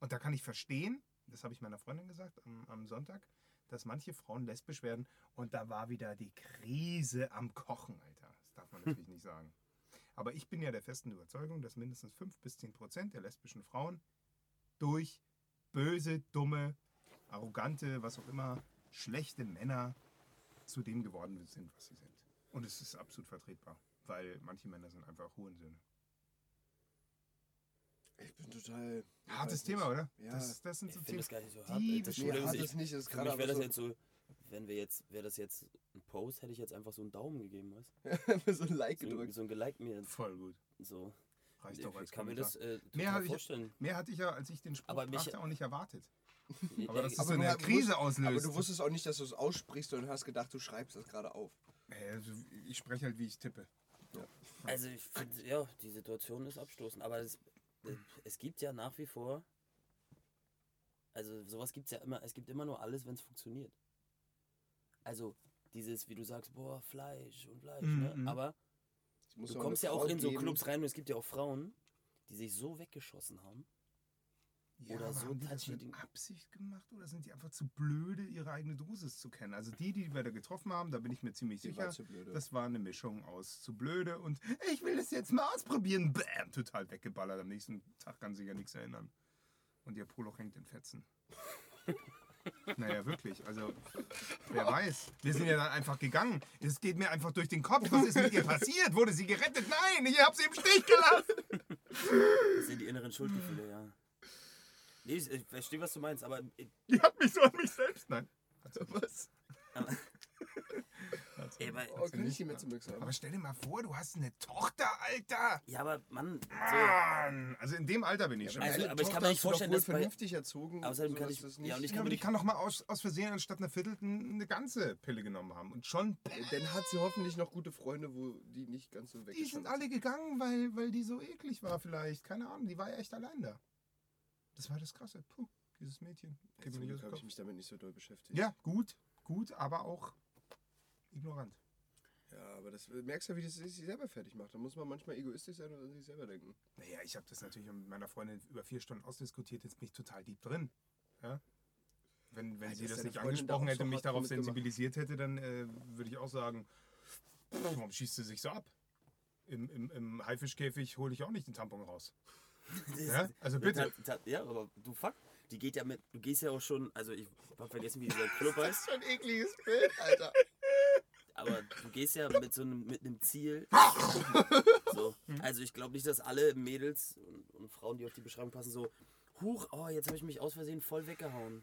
Speaker 4: Und da kann ich verstehen, das habe ich meiner Freundin gesagt am, am Sonntag, dass manche Frauen lesbisch werden. Und da war wieder die Krise am Kochen, Alter. Das darf man natürlich nicht sagen. Aber ich bin ja der festen Überzeugung, dass mindestens 5 bis 10 Prozent der lesbischen Frauen durch böse, dumme, arrogante, was auch immer, schlechte Männer zu dem geworden sind, was sie sind. Und es ist absolut vertretbar, weil manche Männer sind einfach Hurensöhne.
Speaker 3: Ich bin total. ich weiß
Speaker 4: Hartes
Speaker 3: nicht.
Speaker 4: Thema, oder?
Speaker 3: Ja.
Speaker 4: Das, das sind
Speaker 5: Ich
Speaker 4: so
Speaker 5: finde das gar nicht so hart.
Speaker 4: die
Speaker 5: Das
Speaker 3: Nee,
Speaker 5: Schule
Speaker 3: hat
Speaker 5: ist
Speaker 3: es
Speaker 5: ich.
Speaker 3: nicht. Ist
Speaker 5: Für
Speaker 3: gerade
Speaker 5: mich
Speaker 3: aber
Speaker 5: wäre das
Speaker 3: so,
Speaker 5: jetzt so, wenn wir jetzt, wäre das jetzt ein Post, hätte ich jetzt einfach so einen Daumen gegeben, weißt du?
Speaker 3: so ein Like
Speaker 5: So, ein-
Speaker 3: gedrückt.
Speaker 5: so ein Geliked mir jetzt.
Speaker 4: Voll gut.
Speaker 5: So.
Speaker 4: Reicht
Speaker 5: Ich
Speaker 4: doch als
Speaker 5: kann mir
Speaker 4: Kommentar.
Speaker 5: das äh,
Speaker 4: Mehr
Speaker 5: total
Speaker 4: habe ich-
Speaker 5: vorstellen.
Speaker 4: Mehr hatte ich ja, als ich den Spruch
Speaker 5: Aber mich-
Speaker 4: brachte, auch nicht erwartet.
Speaker 5: Nee,
Speaker 4: Aber
Speaker 5: der-
Speaker 4: das ist
Speaker 3: Aber
Speaker 4: so
Speaker 3: du
Speaker 4: eine
Speaker 3: hast-
Speaker 4: Krise
Speaker 3: Aber
Speaker 4: auslöst.
Speaker 3: du wusstest auch nicht, dass du es aussprichst und hast gedacht, du schreibst das gerade auf.
Speaker 4: Äh, also ich spreche halt, wie ich tippe.
Speaker 5: Also ich finde, ja, die Situation ist abstoßend, aber es, äh, es gibt ja nach wie vor, also sowas gibt es ja immer, es gibt immer nur alles, wenn es funktioniert. Also dieses, wie du sagst, boah, Fleisch und Fleisch,
Speaker 4: Mhm.
Speaker 5: ne? aber
Speaker 3: Es muss
Speaker 5: du
Speaker 3: auch eine
Speaker 5: kommst ja
Speaker 3: Frau
Speaker 5: auch in so
Speaker 3: geben.
Speaker 5: Clubs rein und es gibt ja auch Frauen, die sich so weggeschossen haben.
Speaker 4: Ja,
Speaker 5: Oder
Speaker 4: aber
Speaker 5: so
Speaker 4: haben die das
Speaker 5: touchy
Speaker 4: mit
Speaker 5: Ding-
Speaker 4: Absicht gemacht oder sind die einfach zu blöde, ihre eigene Dosis zu kennen? Also die, die wir da getroffen haben, da bin ich mir ziemlich
Speaker 3: Die
Speaker 4: sicher,
Speaker 3: war zu blöde.
Speaker 4: das war eine Mischung aus zu blöde und ich will das jetzt mal ausprobieren. Bam, total weggeballert. Am nächsten Tag kann sich ja nichts erinnern. Und ihr Poloch hängt in Fetzen. naja, wirklich. Also, wer weiß. Wir sind ja dann einfach gegangen. Es geht mir einfach durch den Kopf. Was ist mit ihr passiert? Wurde sie gerettet? Nein, ich hab sie im Stich gelassen.
Speaker 5: Das sind die inneren Schuldgefühle, ja. Nee, ich, ich verstehe, was du meinst, aber äh,
Speaker 4: Die hat mich so an mich selbst. Nein.
Speaker 3: Was?
Speaker 5: ey, aber,
Speaker 3: Oh, kann ich die mehr zum Glück sagen?
Speaker 4: Aber stell dir mal vor, du hast eine Tochter, Alter.
Speaker 5: ja, aber Mann, so,
Speaker 4: Mann. Also in dem Alter bin ich schon.
Speaker 5: Also,
Speaker 3: Deine
Speaker 5: aber ich kann
Speaker 3: Tochter
Speaker 5: mir
Speaker 3: hast
Speaker 5: nicht
Speaker 3: du doch
Speaker 5: vorstellen,
Speaker 3: wohl
Speaker 5: dass bei-
Speaker 3: vernünftig erzogen.
Speaker 5: Außerdem
Speaker 3: so
Speaker 5: kann
Speaker 3: dass
Speaker 5: ich-
Speaker 3: das
Speaker 5: ja,
Speaker 3: nicht.
Speaker 5: und ich
Speaker 4: Ja,
Speaker 5: kann
Speaker 4: aber
Speaker 5: mir
Speaker 4: die
Speaker 5: nicht-
Speaker 4: kann doch mal aus, aus Versehen anstatt einer Viertel eine ganze Pille genommen haben. Und schon,
Speaker 3: Dann hat sie hoffentlich noch gute Freunde, wo die nicht ganz so weg
Speaker 4: die sind alle gegangen, weil, weil die so eklig war vielleicht. Keine Ahnung, die war ja echt allein da. Das war das Krasse. Puh, dieses Mädchen. Geht mir
Speaker 3: Zum
Speaker 4: nicht
Speaker 3: Glück
Speaker 4: aus dem
Speaker 3: habe
Speaker 4: Kopf.
Speaker 3: ich mich damit nicht so doll beschäftigt.
Speaker 4: Ja, gut, gut, aber auch ignorant.
Speaker 3: Ja, aber das merkst du, wie das sich selber fertig macht. Da muss man manchmal egoistisch sein und an sich selber denken.
Speaker 4: Naja, ich habe das natürlich mit meiner Freundin über vier Stunden ausdiskutiert, jetzt bin ich total deep drin. Ja? Wenn, wenn
Speaker 3: Alter,
Speaker 4: sie
Speaker 3: ist
Speaker 4: das
Speaker 3: Ah, deine
Speaker 4: nicht
Speaker 3: Freundin
Speaker 4: angesprochen
Speaker 3: da auch
Speaker 4: hätte,
Speaker 3: so
Speaker 4: mich
Speaker 3: hart
Speaker 4: darauf
Speaker 3: mitgemacht?
Speaker 4: sensibilisiert hätte, dann äh, würde ich auch sagen, warum schießt sie sich so ab? Im, im, im Haifischkäfig hole ich auch nicht den Tampon raus. Ja? Also bitte.
Speaker 5: Ta- ta- ja, aber du fuck. Die geht ja mit, du gehst ja auch schon, also ich hab vergessen, wie dieser Club heißt,
Speaker 3: Schon ein ekliges Bild, Alter.
Speaker 5: aber du gehst ja mit so einem, mit einem Ziel. So. Also ich glaube nicht, dass alle Mädels und, und Frauen, die auf die Beschreibung passen, so, huch, oh, jetzt habe ich mich aus Versehen voll weggehauen.
Speaker 4: Nein,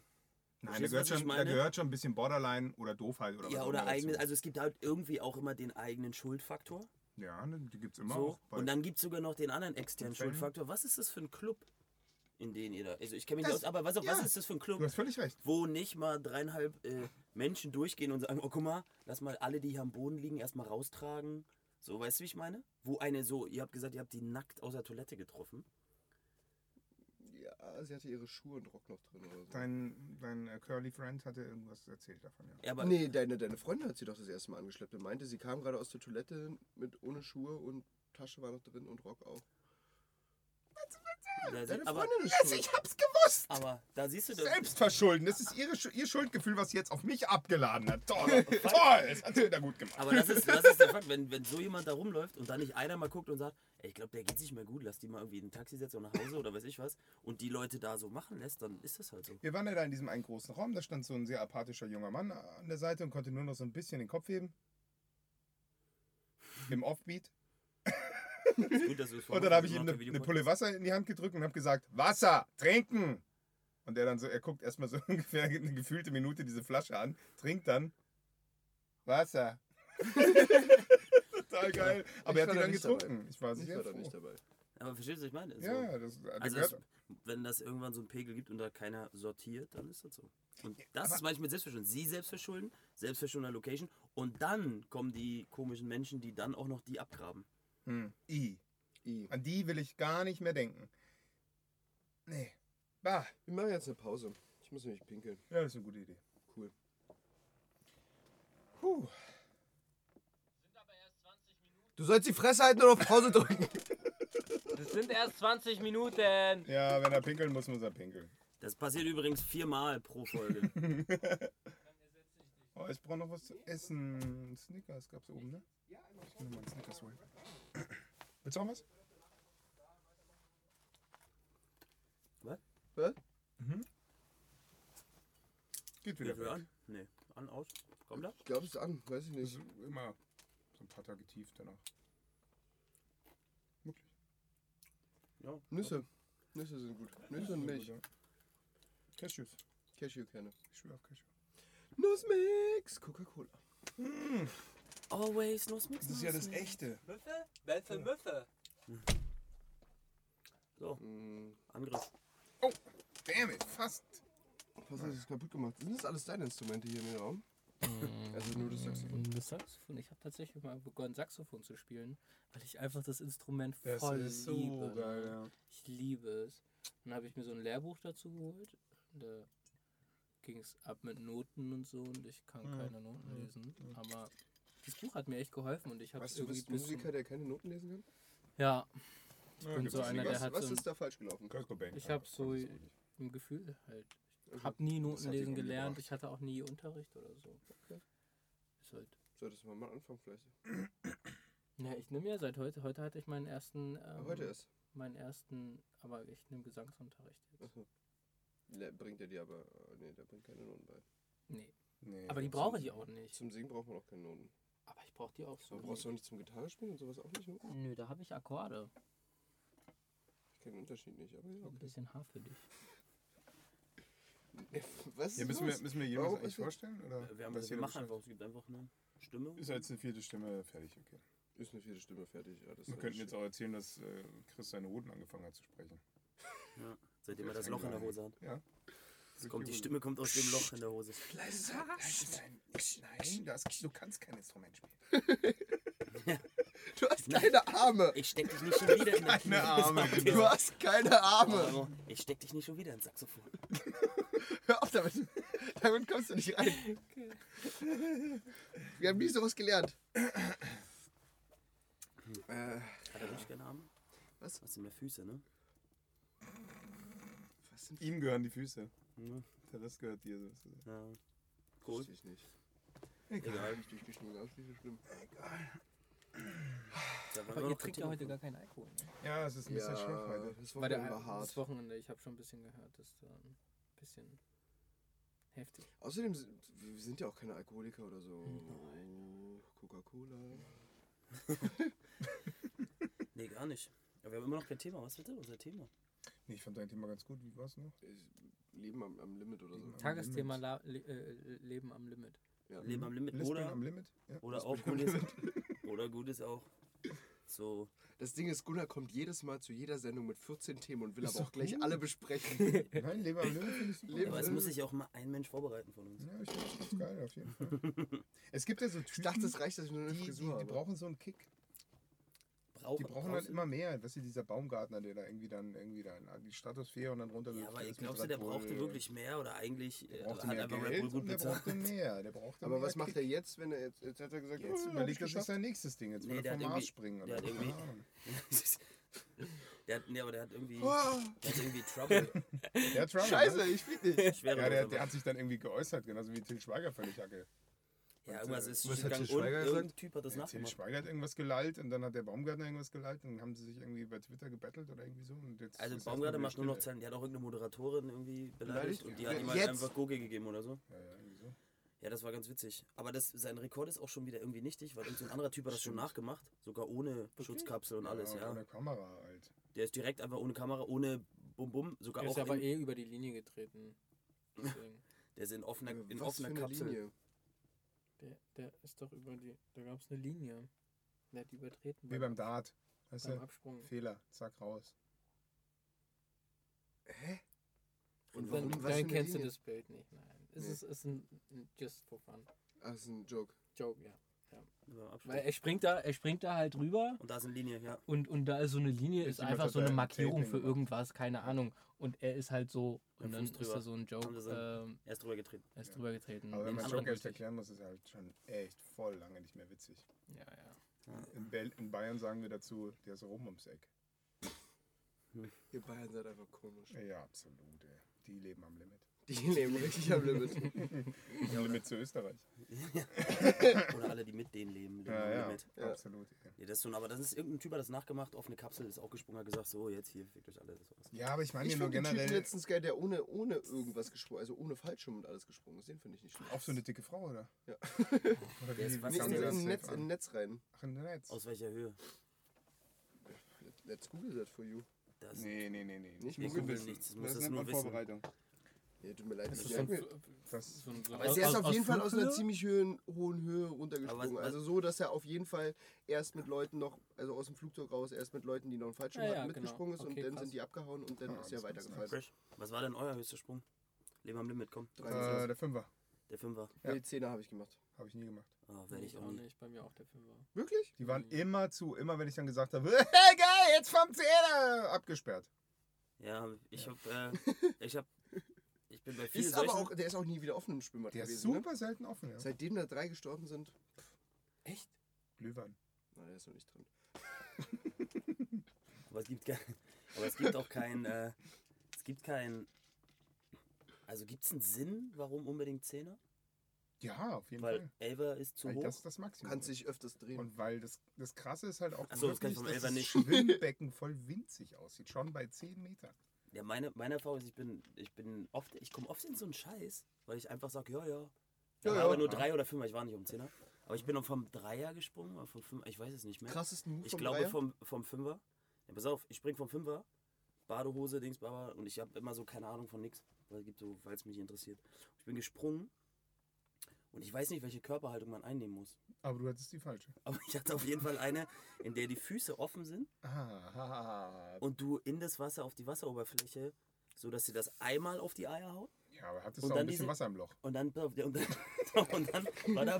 Speaker 4: da
Speaker 5: Verstehst du,
Speaker 4: gehört,
Speaker 5: was ich
Speaker 4: schon, da
Speaker 5: meine?
Speaker 4: gehört schon ein bisschen Borderline oder Doofheit oder
Speaker 5: Ja, oder
Speaker 4: was auch immer dazu.
Speaker 5: eigene, also es gibt halt irgendwie auch immer den eigenen Schuldfaktor.
Speaker 4: Ja, ne, die gibt es immer
Speaker 5: So.
Speaker 4: auch. bei-
Speaker 5: Und dann gibt es sogar noch den anderen externen
Speaker 4: Fällen.
Speaker 5: Schuldfaktor. Was ist das für ein Club, in denen ihr da. Also ich kenne mich
Speaker 4: Das-
Speaker 5: nicht aus, aber was,
Speaker 4: ja.
Speaker 5: was ist das für ein Club?
Speaker 4: Du hast völlig recht.
Speaker 5: wo nicht mal dreieinhalb äh, Menschen durchgehen und sagen, oh guck mal, lass mal alle, die hier am Boden liegen, erstmal raustragen. So, weißt du, wie ich meine? Wo eine so, ihr habt gesagt, ihr habt die nackt aus der Toilette getroffen.
Speaker 3: Ja, sie hatte ihre Schuhe und Rock noch drin oder so.
Speaker 4: Dein, dein äh, Curly Friend hatte irgendwas erzählt davon, ja.
Speaker 5: Ja, aber
Speaker 3: nee, deine, deine Freundin hat sie doch das erste Mal angeschleppt und meinte, sie kam gerade aus der Toilette mit ohne Schuhe und Tasche war noch drin und Rock auch.
Speaker 5: da, sie,
Speaker 3: Deine
Speaker 5: aber,
Speaker 3: Freundin ist schuld.
Speaker 4: hab's gewusst!
Speaker 5: aber da siehst du das.
Speaker 4: Selbstverschulden. Das ist ihre, Schu- ihr Schuldgefühl, was sie jetzt auf mich abgeladen hat. Toll, toll. Das hat sie wieder gut gemacht.
Speaker 5: Aber das ist, das ist der Fakt, wenn, wenn so jemand da rumläuft und dann nicht einer mal guckt und sagt, ey, ich glaube, der geht sich mal gut, lass die mal irgendwie in ein Taxi setzen und nach Hause oder weiß ich was und die Leute da so machen lässt, dann ist das halt so.
Speaker 4: Wir waren ja da in diesem einen großen Raum. Da stand so ein sehr apathischer junger Mann an der Seite und konnte nur noch so ein bisschen den Kopf heben. Im Offbeat.
Speaker 5: Ist gut, dass du es
Speaker 4: Und dann habe ich ihm eine, eine Pulle Wasser in die Hand gedrückt und habe gesagt, Wasser, trinken. Und er dann so, er guckt erstmal so ungefähr eine gefühlte Minute diese Flasche an, trinkt dann Wasser. Total geil. Aber er
Speaker 3: war
Speaker 4: hat die
Speaker 3: da
Speaker 4: dann
Speaker 3: nicht dabei.
Speaker 4: getrunken. Ich war
Speaker 3: Ich
Speaker 4: sehr
Speaker 3: war da
Speaker 4: froh.
Speaker 3: nicht dabei.
Speaker 5: Aber verstehst du, was ich meine? So.
Speaker 4: Ja, das, das
Speaker 5: Also
Speaker 4: gehört,
Speaker 5: das, wenn das irgendwann so einen Pegel gibt und da keiner sortiert, dann ist das so. Und das ist manchmal selbstverschulden. Sie selbst verschulden, selbst verschulden an Location und dann kommen die komischen Menschen, die dann auch noch die abgraben.
Speaker 4: Hm. I.
Speaker 3: I.
Speaker 4: An die will ich gar nicht mehr denken. Nee. Bah.
Speaker 3: Wir machen jetzt eine Pause. Ich muss nämlich pinkeln.
Speaker 4: Ja, das ist eine gute Idee.
Speaker 3: Cool.
Speaker 4: Puh.
Speaker 3: Du sollst die Fresse halten und auf Pause drücken.
Speaker 6: Das sind erst 20 Minuten.
Speaker 4: Ja, wenn er pinkeln muss, muss er pinkeln.
Speaker 5: Das passiert übrigens viermal pro Folge.
Speaker 4: Oh, ich brauche noch was zu essen. Snickers gab's oben, ne? Ich will mal einen Snickers holen. Willst du auch was?
Speaker 3: Was?
Speaker 4: Geht wieder.
Speaker 5: Geht wieder
Speaker 4: weg.
Speaker 5: an? Nee. An, aus. Kommt da?
Speaker 3: Ich glaube, es ist an. Weiß ich
Speaker 4: Das
Speaker 3: nicht.
Speaker 4: ist immer so ein paar Tage tief danach. Wirklich.
Speaker 5: Ja.
Speaker 3: Nüsse. Nüsse sind gut. Nüsse und Milch.
Speaker 4: Cashews.
Speaker 3: Cashewkerne.
Speaker 4: Ich schwöre auf Cashew.
Speaker 3: Nussmix. Coca-Cola.
Speaker 5: Always no mix.
Speaker 4: Das ist ja das echte.
Speaker 6: Müffe? Welche Müffe?
Speaker 5: So,
Speaker 3: Mm,
Speaker 5: Angriff.
Speaker 4: Oh, damn it, fast.
Speaker 3: was hast du das kaputt gemacht? Sind das alles deine Instrumente hier im Raum? also nur das Saxophon.
Speaker 6: Das Saxophon. Ich habe tatsächlich mal begonnen, Saxophon zu spielen, weil ich einfach das Instrument
Speaker 4: Das
Speaker 6: voll
Speaker 4: ist so
Speaker 6: liebe.
Speaker 4: geil, ja.
Speaker 6: Ich liebe es. Dann habe ich mir so ein Lehrbuch dazu geholt. Da ging es ab mit Noten und so und ich kann keine Noten lesen. Aber das Buch hat mir echt geholfen und ich habe
Speaker 3: Was, du
Speaker 6: irgendwie
Speaker 3: bist
Speaker 6: bis zum-
Speaker 3: Musiker, der keine Noten lesen kann?
Speaker 6: Ja,
Speaker 4: Ich
Speaker 6: bin so einer, der
Speaker 3: Was,
Speaker 6: hat
Speaker 3: was
Speaker 6: so ein-
Speaker 3: ist da falsch gelaufen?
Speaker 4: Kurt Cobain.
Speaker 6: ich habe so im Gefühl halt. Ich habe nie
Speaker 3: Also, das
Speaker 6: Noten
Speaker 3: hat dich
Speaker 6: lesen gelernt.
Speaker 3: umgebracht.
Speaker 6: Ich hatte auch nie Unterricht oder so.
Speaker 3: Okay.
Speaker 6: Ist halt
Speaker 3: Solltest du mal mal anfangen vielleicht.
Speaker 6: Ja, ich nehme ja seit heute. Heute hatte ich meinen ersten. Ähm,
Speaker 3: Heute ist.
Speaker 6: Meinen ersten, aber ich nehme Gesangsunterricht jetzt.
Speaker 3: Achso. Ne, Bringt er dir aber. Ne, der bringt keine Noten bei.
Speaker 6: Nee.
Speaker 4: Nee,
Speaker 6: Aber die
Speaker 4: das
Speaker 6: brauche
Speaker 4: ist-
Speaker 6: ich auch nicht.
Speaker 3: Zum Singen braucht man auch keine Noten.
Speaker 6: Aber ich brauche die auch so.
Speaker 3: Aber brauchst du auch nicht zum Gitarre spielen und sowas auch nicht? Noten?
Speaker 6: Nö, da habe ich Akkorde.
Speaker 3: Ich kenn den Unterschied nicht, aber ja,
Speaker 6: Ein
Speaker 3: okay.
Speaker 6: bisschen haarfüllig.
Speaker 3: Was ist
Speaker 4: Ja, müssen wir,
Speaker 3: los?
Speaker 4: müssen wir jedem
Speaker 3: Warum
Speaker 4: das eigentlich
Speaker 3: ist jetzt-
Speaker 4: vorstellen? Oder?
Speaker 5: Äh, Wir, haben,
Speaker 4: Dass
Speaker 5: wir
Speaker 4: jeder
Speaker 5: machen
Speaker 4: Bescheid-
Speaker 5: einfach, es gibt einfach eine Stimme.
Speaker 4: Ist halt als eine vierte Stimme fertig, okay.
Speaker 3: Ist eine vierte Stimme fertig. Ja, das
Speaker 4: Wir
Speaker 3: ist
Speaker 4: könnten jetzt
Speaker 3: shit.
Speaker 4: auch erzählen, dass äh, Chris seine Hoden angefangen hat zu sprechen.
Speaker 5: Ja. Seitdem er das Loch in der Hose hat.
Speaker 4: Ja.
Speaker 5: Es kommt, die Stimme kommt aus dem Loch in der Hose.
Speaker 4: Leise, leise sein. Nein, das, du kannst kein Instrument spielen.
Speaker 3: Du hast keine Arme!
Speaker 5: Ich steck dich nicht schon wieder in den Knie.
Speaker 4: Keine Arme, genau.
Speaker 3: Du hast keine Arme!
Speaker 5: Also, ich steck dich nicht schon wieder ins Saxophon.
Speaker 3: Hör auf damit! Damit kommst du nicht rein! Wir haben nie sowas gelernt. Äh,
Speaker 5: Hat er nicht keine Arme?
Speaker 3: Was?
Speaker 5: Was sind mehr Füße, ne?
Speaker 3: was sind
Speaker 4: Ihm gehören die Füße.
Speaker 5: Ja.
Speaker 4: Der Rest gehört dir. Das ist-
Speaker 5: ja.
Speaker 3: Cool. Ich nicht. Egal. Ich durchgeschnitten, das ist nicht so schlimm.
Speaker 5: Da waren
Speaker 6: Aber
Speaker 5: wir
Speaker 6: ihr
Speaker 5: noch
Speaker 6: trinkt ja heute gar keinen Alkohol. Ne?
Speaker 4: Ja, es ist ein bisschen schwach heute.
Speaker 3: das
Speaker 6: War
Speaker 3: war
Speaker 6: der
Speaker 3: immer hart.
Speaker 6: das Wochenende. Ich habe schon ein bisschen gehört, dass da ein bisschen heftig.
Speaker 3: Außerdem, sind- wir sind ja auch keine Alkoholiker oder so. Coca-Cola.
Speaker 5: Nee, gar nicht. Aber wir haben immer noch kein Thema. Was bitte? Unser Thema.
Speaker 4: Nee, ich fand dein Thema ganz gut. Wie war's noch?
Speaker 3: Leben am, am Limit oder so.
Speaker 6: Tagesthema La Le äh, Leben am Limit.
Speaker 3: Ja.
Speaker 5: Leben am Limit
Speaker 4: Lispeln
Speaker 5: oder,
Speaker 4: am Limit? Ja.
Speaker 5: oder auch Gutes. Oder Gutes auch. so.
Speaker 3: Das Ding ist, Gunnar kommt jedes Mal zu jeder Sendung mit 14 Themen und will aber auch gleich alle besprechen.
Speaker 4: Nein, Leber am Mhm. Löwen finde ich super.
Speaker 3: Leber-
Speaker 5: Aber es muss sich auch mal ein Mensch vorbereiten von uns.
Speaker 4: Ja, ich finde das ganz geil auf jeden Fall. Es gibt ja so Typen,
Speaker 3: Ich dachte, es reicht, dass ich nur eine
Speaker 4: die, die,
Speaker 3: Frisur
Speaker 4: die
Speaker 3: habe.
Speaker 4: brauchen so einen Kick.
Speaker 5: Brauch,
Speaker 4: Die brauchen dann immer mehr. Weißt du, dieser Baumgartner, der da irgendwie dann irgendwie dann an die Stratosphäre und dann runter
Speaker 5: Ja, aber ich glaube, der brauchte wirklich mehr oder eigentlich äh,
Speaker 4: brauchte
Speaker 5: hat
Speaker 4: mehr
Speaker 5: einfach Red
Speaker 4: Geld
Speaker 5: Bull gut
Speaker 4: und der
Speaker 5: bezahlt.
Speaker 4: brauchte mehr. Der brauchte
Speaker 3: Aber
Speaker 4: mehr
Speaker 3: was macht
Speaker 4: Kick.
Speaker 3: er jetzt, wenn er jetzt, jetzt hat er gesagt,
Speaker 4: Jetzt
Speaker 3: oh, hab ich
Speaker 4: überlegt er sich
Speaker 3: geschafft.
Speaker 4: sein nächstes Ding. Jetzt
Speaker 5: Nee,
Speaker 4: will
Speaker 5: der
Speaker 4: er vom
Speaker 5: hat
Speaker 4: Mars
Speaker 5: irgendwie-
Speaker 4: springen
Speaker 5: der
Speaker 4: oder
Speaker 5: hat
Speaker 4: keine
Speaker 5: irgendwie-
Speaker 4: Ahnung.
Speaker 5: der hat, nee, aber der hat irgendwie,
Speaker 3: Ah,
Speaker 5: der hat irgendwie Trouble.
Speaker 4: Der hat Trouble,
Speaker 3: Scheiße,
Speaker 4: ne?
Speaker 3: ich flieg nicht.
Speaker 5: Schwere
Speaker 4: Ja, der,
Speaker 5: Dose,
Speaker 4: der
Speaker 5: aber-
Speaker 4: hat sich dann irgendwie geäußert, genauso wie Till Schweiger völlig hacke.
Speaker 5: Ja, irgendwas ist
Speaker 7: Was hat
Speaker 5: schiefgegangen
Speaker 7: Til
Speaker 5: und
Speaker 7: Schweiger
Speaker 5: irgendein
Speaker 7: gesagt?
Speaker 5: Typ hat das
Speaker 4: Ja, Till
Speaker 5: nachgemacht.
Speaker 4: Schweiger hat irgendwas gelallt und dann hat der Baumgartner irgendwas gelallt und dann haben sie sich irgendwie bei Twitter gebettelt oder irgendwie so. Und jetzt
Speaker 5: Also
Speaker 4: ist erstmal
Speaker 5: Baumgartner
Speaker 4: wieder
Speaker 5: macht nur noch
Speaker 4: Stille.
Speaker 5: Zellen. Die hat auch irgendeine Moderatorin irgendwie beleidigt
Speaker 3: Beleidigt?
Speaker 5: und die hat
Speaker 3: Ja,
Speaker 5: ihm halt
Speaker 3: jetzt?
Speaker 5: einfach Gurke gegeben oder so.
Speaker 4: Ja, ja, irgendwie so.
Speaker 5: Ja, das war ganz witzig. Aber das, sein Rekord ist auch schon wieder irgendwie nichtig, weil irgendein so ein anderer Typ hat das schon nachgemacht. Sogar ohne Schutzkapsel und alles,
Speaker 4: und
Speaker 5: ja.
Speaker 4: Ohne Kamera halt.
Speaker 5: Der ist direkt einfach ohne Kamera, ohne Bum Bum, sogar
Speaker 6: Der ist
Speaker 5: auch
Speaker 6: aber
Speaker 5: in,
Speaker 6: eh über die Linie getreten. Deswegen.
Speaker 5: der ist in offener, in
Speaker 3: Also, Was für
Speaker 5: offener
Speaker 3: eine
Speaker 5: Kapsel.
Speaker 3: Linie?
Speaker 6: Der, der ist doch über die. Da gab es eine Linie. Der hat die übertreten.
Speaker 4: Wie beim Dart. Weißt
Speaker 6: beim
Speaker 4: du?
Speaker 6: Absprung.
Speaker 4: Fehler, zack raus.
Speaker 3: Und
Speaker 6: Dann,
Speaker 3: warum?
Speaker 6: dann
Speaker 3: was für eine
Speaker 6: kennst du
Speaker 3: Linie?
Speaker 6: das Bild nicht. Nein. Es
Speaker 3: Nee.
Speaker 6: ist, ist ein. ein- Just for fun.
Speaker 3: Ah, das ist ein Joke.
Speaker 6: Joke, ja.
Speaker 5: Über Abstand.
Speaker 6: Weil er springt da, er springt da halt rüber
Speaker 5: Und da ist eine Linie, ja.
Speaker 6: und, und da ist so eine Linie,
Speaker 4: Ist
Speaker 6: ist
Speaker 4: jemand
Speaker 6: einfach
Speaker 4: hat
Speaker 6: so
Speaker 4: da
Speaker 6: eine
Speaker 4: ein
Speaker 6: Markierung
Speaker 4: Taping
Speaker 6: für
Speaker 4: gemacht.
Speaker 6: irgendwas, keine Ahnung. Und er ist halt so,
Speaker 5: Mit
Speaker 6: und
Speaker 5: dem
Speaker 6: dann
Speaker 5: Fuß
Speaker 6: ist
Speaker 5: drüber.
Speaker 6: da so ein Joke,
Speaker 5: Haben sie so-
Speaker 6: ähm,
Speaker 5: Er ist drüber getreten.
Speaker 6: er ist
Speaker 4: Ja.
Speaker 6: drüber getreten.
Speaker 4: Aber wenn
Speaker 5: Den
Speaker 4: man
Speaker 5: anderen
Speaker 4: Joker echt
Speaker 5: Mhm. richtig.
Speaker 4: erklären muss, ist er halt schon echt voll lange nicht mehr witzig.
Speaker 6: Ja, ja.
Speaker 4: In, Bel in Bayern sagen wir dazu, der ist rum ums Eck.
Speaker 3: Ihr Bayern seid einfach komisch.
Speaker 4: Ja, absolut, ey. Die leben am Limit.
Speaker 3: Die leben richtig am Limit.
Speaker 4: Am Limit zu Österreich.
Speaker 5: Oder alle, die mit denen leben, leben
Speaker 4: Ja,
Speaker 5: am
Speaker 4: ja,
Speaker 5: Limit.
Speaker 3: Ja.
Speaker 4: absolut. ey.
Speaker 5: Ja, das schon, aber das ist irgendein Typ, hat das nachgemacht, offene Kapsel, ist auch gesprungen, hat gesagt, so, jetzt hier, fickt euch alle, das war's.
Speaker 4: Ja, aber ich meine
Speaker 3: Ich
Speaker 4: ja nur
Speaker 3: fand den Typen
Speaker 4: generell
Speaker 3: letztens geil, der ohne, ohne irgendwas gesprungen, also ohne Fallschirm und alles gesprungen ist. Den finde ich nicht schlimm.
Speaker 4: auch so eine dicke Frau, oder?
Speaker 3: Ja.
Speaker 4: Oder
Speaker 5: Der ist- was
Speaker 3: Nee,
Speaker 5: ist
Speaker 4: fangen
Speaker 5: der
Speaker 3: in,
Speaker 4: sie das
Speaker 3: in,
Speaker 4: safe
Speaker 3: Netz,
Speaker 4: an?
Speaker 3: in Netz rein.
Speaker 4: Ach, in Netz.
Speaker 5: Aus welcher Höhe?
Speaker 3: Let's Google that for you.
Speaker 5: Das
Speaker 4: Nee, nee, nee, nee.
Speaker 3: Nicht
Speaker 5: Wir
Speaker 3: googeln
Speaker 5: googeln nichts, das muss das nur wissen.
Speaker 4: Vorbereitung.
Speaker 3: Ja, tut mir leid.
Speaker 6: Das
Speaker 3: ich
Speaker 6: ist so
Speaker 3: merk
Speaker 6: ein,
Speaker 3: mir-
Speaker 4: Das,
Speaker 6: so ein, so
Speaker 5: Aber
Speaker 3: Aber
Speaker 5: Aus-
Speaker 3: der ist
Speaker 5: aus-
Speaker 3: auf jeden Fall aus einer
Speaker 6: Flughöhe?
Speaker 3: ziemlich höhen, hohen Höhe runtergesprungen.
Speaker 5: Aber was-
Speaker 3: also so, dass er auf jeden Fall erst mit Leuten noch, also aus dem Flugzeug raus, erst mit Leuten, die noch einen Fallschirm
Speaker 6: Ja,
Speaker 3: hatten,
Speaker 6: ja, genau.
Speaker 3: mitgesprungen ist
Speaker 6: Okay,
Speaker 3: und dann
Speaker 6: krass.
Speaker 3: sind die abgehauen und dann
Speaker 4: Ah,
Speaker 3: ist er
Speaker 4: das ist
Speaker 3: weitergefallen.
Speaker 5: Fresh. Was war denn euer höchster Sprung? Leben am Limit, komm.
Speaker 4: äh, der Fünfer.
Speaker 5: Der Fünfer.
Speaker 4: Ja.
Speaker 3: Die Zähne habe ich gemacht.
Speaker 4: Habe ich nie gemacht.
Speaker 5: Oh,
Speaker 6: Nee,
Speaker 5: werde
Speaker 6: ich
Speaker 5: ich auch nie.
Speaker 6: nicht, bei mir auch der Fünfer.
Speaker 3: Wirklich?
Speaker 4: Die waren immer zu, immer wenn ich dann gesagt habe, hey, geil, jetzt vom Zähler, abgesperrt.
Speaker 5: Ja, ich hab, äh, ich hab, ich bin bei vielen
Speaker 3: Ist aber
Speaker 5: solchen,
Speaker 3: auch, der ist auch nie wieder offen im Schwimmbad
Speaker 4: Der ist
Speaker 3: gewesen.
Speaker 4: super selten offen, ja.
Speaker 3: Ne? Seitdem da drei gestorben sind,
Speaker 6: Echt?
Speaker 4: Glühwein.
Speaker 3: na, der ist noch nicht drin.
Speaker 5: aber es gibt kein, aber es gibt auch kein, äh, es gibt kein, also gibt's einen Sinn, warum unbedingt Zehner?
Speaker 4: Ja, auf jeden
Speaker 5: Weil
Speaker 4: Fall.
Speaker 5: Elfer ist zu
Speaker 4: Weil
Speaker 5: hoch.
Speaker 4: das ist das Maximum.
Speaker 3: Kannst dich öfters drehen.
Speaker 4: Und weil das, das Krasse ist halt auch,
Speaker 5: Ach so, das kann ich vom
Speaker 4: dass
Speaker 5: Elfer
Speaker 4: das
Speaker 5: nicht.
Speaker 4: Schwimmbecken voll winzig aussieht. Schon bei 10 Metern.
Speaker 5: Ja, meine, meine Erfahrung ist, ich bin, ich bin oft, ich komme oft in so einen Scheiß, weil ich einfach sage, ja, ja. Ich
Speaker 3: Ja,
Speaker 5: war
Speaker 3: ja.
Speaker 5: aber nur drei oder fünf, ich war nicht um Zehner. Aber ich bin auch vom Dreier gesprungen, oder vom Fünfer, ich weiß es nicht mehr.
Speaker 3: Krassesten Move
Speaker 5: Ich
Speaker 3: vom
Speaker 5: glaube
Speaker 3: Dreier?
Speaker 5: vom, vom Fünfer. Ja, pass auf, ich spring vom Fünfer. Badehose, Dings, Baba. Und ich habe immer so keine Ahnung von nix, weil es gibt so, weil es mich interessiert. Ich bin gesprungen und ich weiß nicht, welche Körperhaltung man einnehmen muss.
Speaker 4: Aber du hattest die falsche.
Speaker 5: Aber ich hatte auf jeden Fall eine, in der die Füße offen sind
Speaker 4: Ah,
Speaker 5: und du in das Wasser auf die Wasseroberfläche, so dass sie das einmal auf die Eier haut
Speaker 4: ja, aber hattest
Speaker 5: Und
Speaker 4: du auch ein
Speaker 5: dann
Speaker 4: bisschen
Speaker 5: diese-
Speaker 4: Wasser im Loch.
Speaker 5: und dann und dann, und dann war da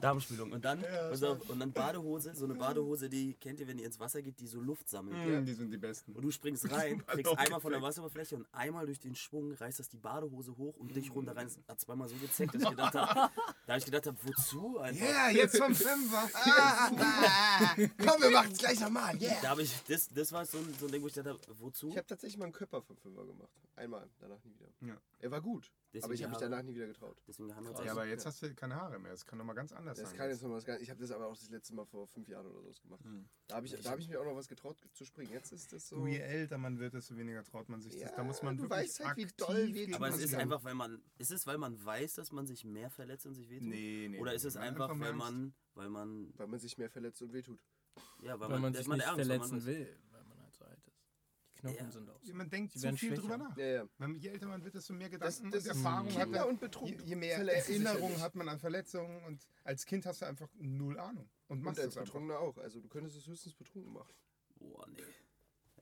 Speaker 5: Darmspülung und dann pass auf, und dann Badehose, so eine Badehose, die kennt ihr, wenn ihr ins Wasser geht, die so Luft sammelt.
Speaker 4: Ja, Hm, die sind die besten.
Speaker 5: Und du springst rein, kriegst
Speaker 4: auch
Speaker 5: einmal von der
Speaker 4: geflext.
Speaker 5: Wasseroberfläche und einmal durch den Schwung reißt das die Badehose hoch und dich runter rein. Das
Speaker 4: Mhm.
Speaker 5: hat zweimal so gezeckt, dass ich gedacht habe, da ich gedacht habe, wozu einfach?
Speaker 4: Ja, jetzt vom Fünfer. Ah, ah, komm, wir machen es gleich nochmal. Yeah.
Speaker 5: Da habe ich, das, das war so ein, so ein Ding, wo ich gedacht habe, wozu?
Speaker 3: Ich habe tatsächlich mal einen Körper vom Fünfer gemacht. Einmal, danach nie wieder.
Speaker 4: Ja.
Speaker 3: Er war gut,
Speaker 5: Deswegen
Speaker 3: aber ich habe mich
Speaker 5: die Haare.
Speaker 3: danach nie wieder getraut.
Speaker 5: Deswegen haben wir uns
Speaker 4: Ja,
Speaker 5: auch-
Speaker 4: aber jetzt hast du keine Haare mehr. Das kann nochmal ganz anders
Speaker 3: Das
Speaker 4: sein.
Speaker 3: kann jetzt noch was ganz, ich habe das aber auch das letzte Mal vor fünf Jahren oder so gemacht.
Speaker 5: Hm.
Speaker 3: Da habe ich, da hab ich mir auch noch was getraut zu springen. Jetzt ist das so.
Speaker 4: Du, Oh, je älter man wird, desto weniger traut man sich das. Da
Speaker 3: Ja,
Speaker 4: muss man
Speaker 3: du
Speaker 4: wirklich
Speaker 3: weißt halt, wie
Speaker 4: aktiv
Speaker 3: doll weh
Speaker 4: gegen
Speaker 5: aber es
Speaker 4: das
Speaker 5: ist
Speaker 4: gehen.
Speaker 5: einfach, weil man, ist es, weil man weiß, dass man sich mehr verletzt und sich wehtut?
Speaker 4: Nee, nee.
Speaker 5: Oder
Speaker 4: nee,
Speaker 5: ist es
Speaker 4: man hat
Speaker 5: einfach, weil
Speaker 4: mehr Angst.
Speaker 5: man, weil man,
Speaker 3: Weil man sich mehr verletzt und wehtut.
Speaker 5: ja, weil,
Speaker 6: Weil man
Speaker 5: dass
Speaker 6: sich nicht
Speaker 5: der Angst, weil man
Speaker 6: verletzen
Speaker 5: weiß-
Speaker 6: will, weil man halt so alt ist. Die Knochen
Speaker 5: Ja.
Speaker 6: sind aus.
Speaker 4: Man denkt
Speaker 6: Sie
Speaker 4: zu
Speaker 6: werden
Speaker 4: viel
Speaker 6: schwächer.
Speaker 4: drüber nach.
Speaker 3: Ja, ja.
Speaker 4: Wenn man- je älter man wird, desto mehr
Speaker 3: Das,
Speaker 4: Gedanken
Speaker 3: das ist
Speaker 4: und Erfahrung hat
Speaker 3: Kinder
Speaker 4: man.
Speaker 3: und Betrug.
Speaker 4: Je, je mehr
Speaker 3: verletzt sich
Speaker 4: Erinnerungen
Speaker 3: ja
Speaker 4: hat man an Verletzungen und als Kind hast du einfach null Ahnung
Speaker 3: nicht.
Speaker 4: und
Speaker 3: Und
Speaker 4: machst
Speaker 3: als
Speaker 4: es einfach.
Speaker 3: Betrunkener auch. Also du könntest es höchstens betrunken machen.
Speaker 5: Boah, nee.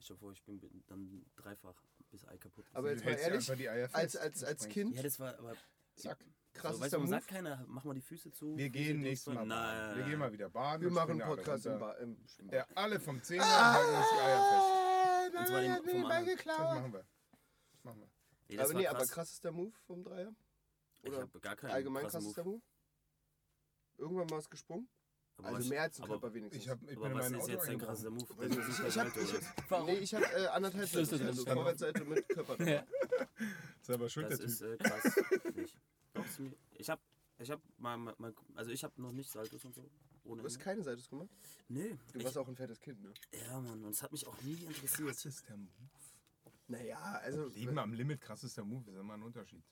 Speaker 5: Ich stell dir vor, ich bin dann dreifach bis Ei kaputt. ist.
Speaker 3: Aber
Speaker 4: Du
Speaker 3: jetzt mal
Speaker 4: hältst dir
Speaker 3: ehrlich,
Speaker 4: einfach die Eier
Speaker 3: als,
Speaker 4: fest
Speaker 3: als,
Speaker 4: und
Speaker 3: als
Speaker 4: springst.
Speaker 3: Kind,
Speaker 5: ja, das war aber.
Speaker 4: Zack.
Speaker 5: so,
Speaker 3: krasser
Speaker 5: weißt du, man
Speaker 3: Move.
Speaker 5: sagt keiner, mach mal die Füße zu.
Speaker 4: Wir
Speaker 5: Füße
Speaker 4: gehen
Speaker 5: durch,
Speaker 4: nächstes Mal.
Speaker 5: Freunde.
Speaker 4: baden. Wir gehen mal wieder baden.
Speaker 3: Wir
Speaker 4: und
Speaker 3: machen
Speaker 4: springen alle
Speaker 3: Podcast im,
Speaker 4: runter.
Speaker 3: Bar, im Schwimmbad.
Speaker 4: Ja, alle vom Zehner halten uns die Eier fest.
Speaker 5: Und zwar den, vom anderen.
Speaker 4: Das machen wir. Das machen wir.
Speaker 5: Nee, das
Speaker 3: Aber
Speaker 5: war
Speaker 3: nee, aber
Speaker 5: krass.
Speaker 3: krassester Move vom Dreier?
Speaker 5: ich
Speaker 3: Oder
Speaker 5: habe gar keinen
Speaker 3: allgemein
Speaker 5: krassen Move.
Speaker 3: krassester Move? Irgendwann mal ist gesprungen?
Speaker 5: Aber
Speaker 3: Also
Speaker 5: was-
Speaker 3: mehr als ein
Speaker 5: aber-
Speaker 3: Körper wenigstens.
Speaker 4: Ich, hab, ich bin
Speaker 5: Aber
Speaker 4: in
Speaker 5: was
Speaker 4: meinen
Speaker 5: ist
Speaker 4: Auto
Speaker 5: jetzt dein
Speaker 4: eingebrochen.
Speaker 5: krasser Move? Das ist
Speaker 3: ich hab-
Speaker 5: Supersalto
Speaker 3: ich
Speaker 5: oder
Speaker 3: hab-
Speaker 5: was?
Speaker 3: Nee, ich hatte äh, anderthalb
Speaker 6: Schlüssel
Speaker 3: Seiten,
Speaker 6: drin
Speaker 3: also
Speaker 6: stand.
Speaker 3: Vorwärtsseite mit Körper.
Speaker 6: Ja.
Speaker 4: Selber schuld,
Speaker 5: Das
Speaker 4: der Typ.
Speaker 5: ist äh, krass. Nicht. Glaubst du mir? Ich hab, ich hab mal, mal, mal also ich hab noch nicht Saltos und so. Ohne.
Speaker 3: Du hast
Speaker 5: Ende.
Speaker 3: keine Seite gemacht?
Speaker 5: Nee.
Speaker 3: Du warst auch ein fettes Kind, ne?
Speaker 5: Ich, ja, Mann, und es hat mich auch nie interessiert.
Speaker 4: Das ist der Move.
Speaker 3: Naja, also...
Speaker 4: Leben am Limit, krassester Move, ist immer ein Unterschied.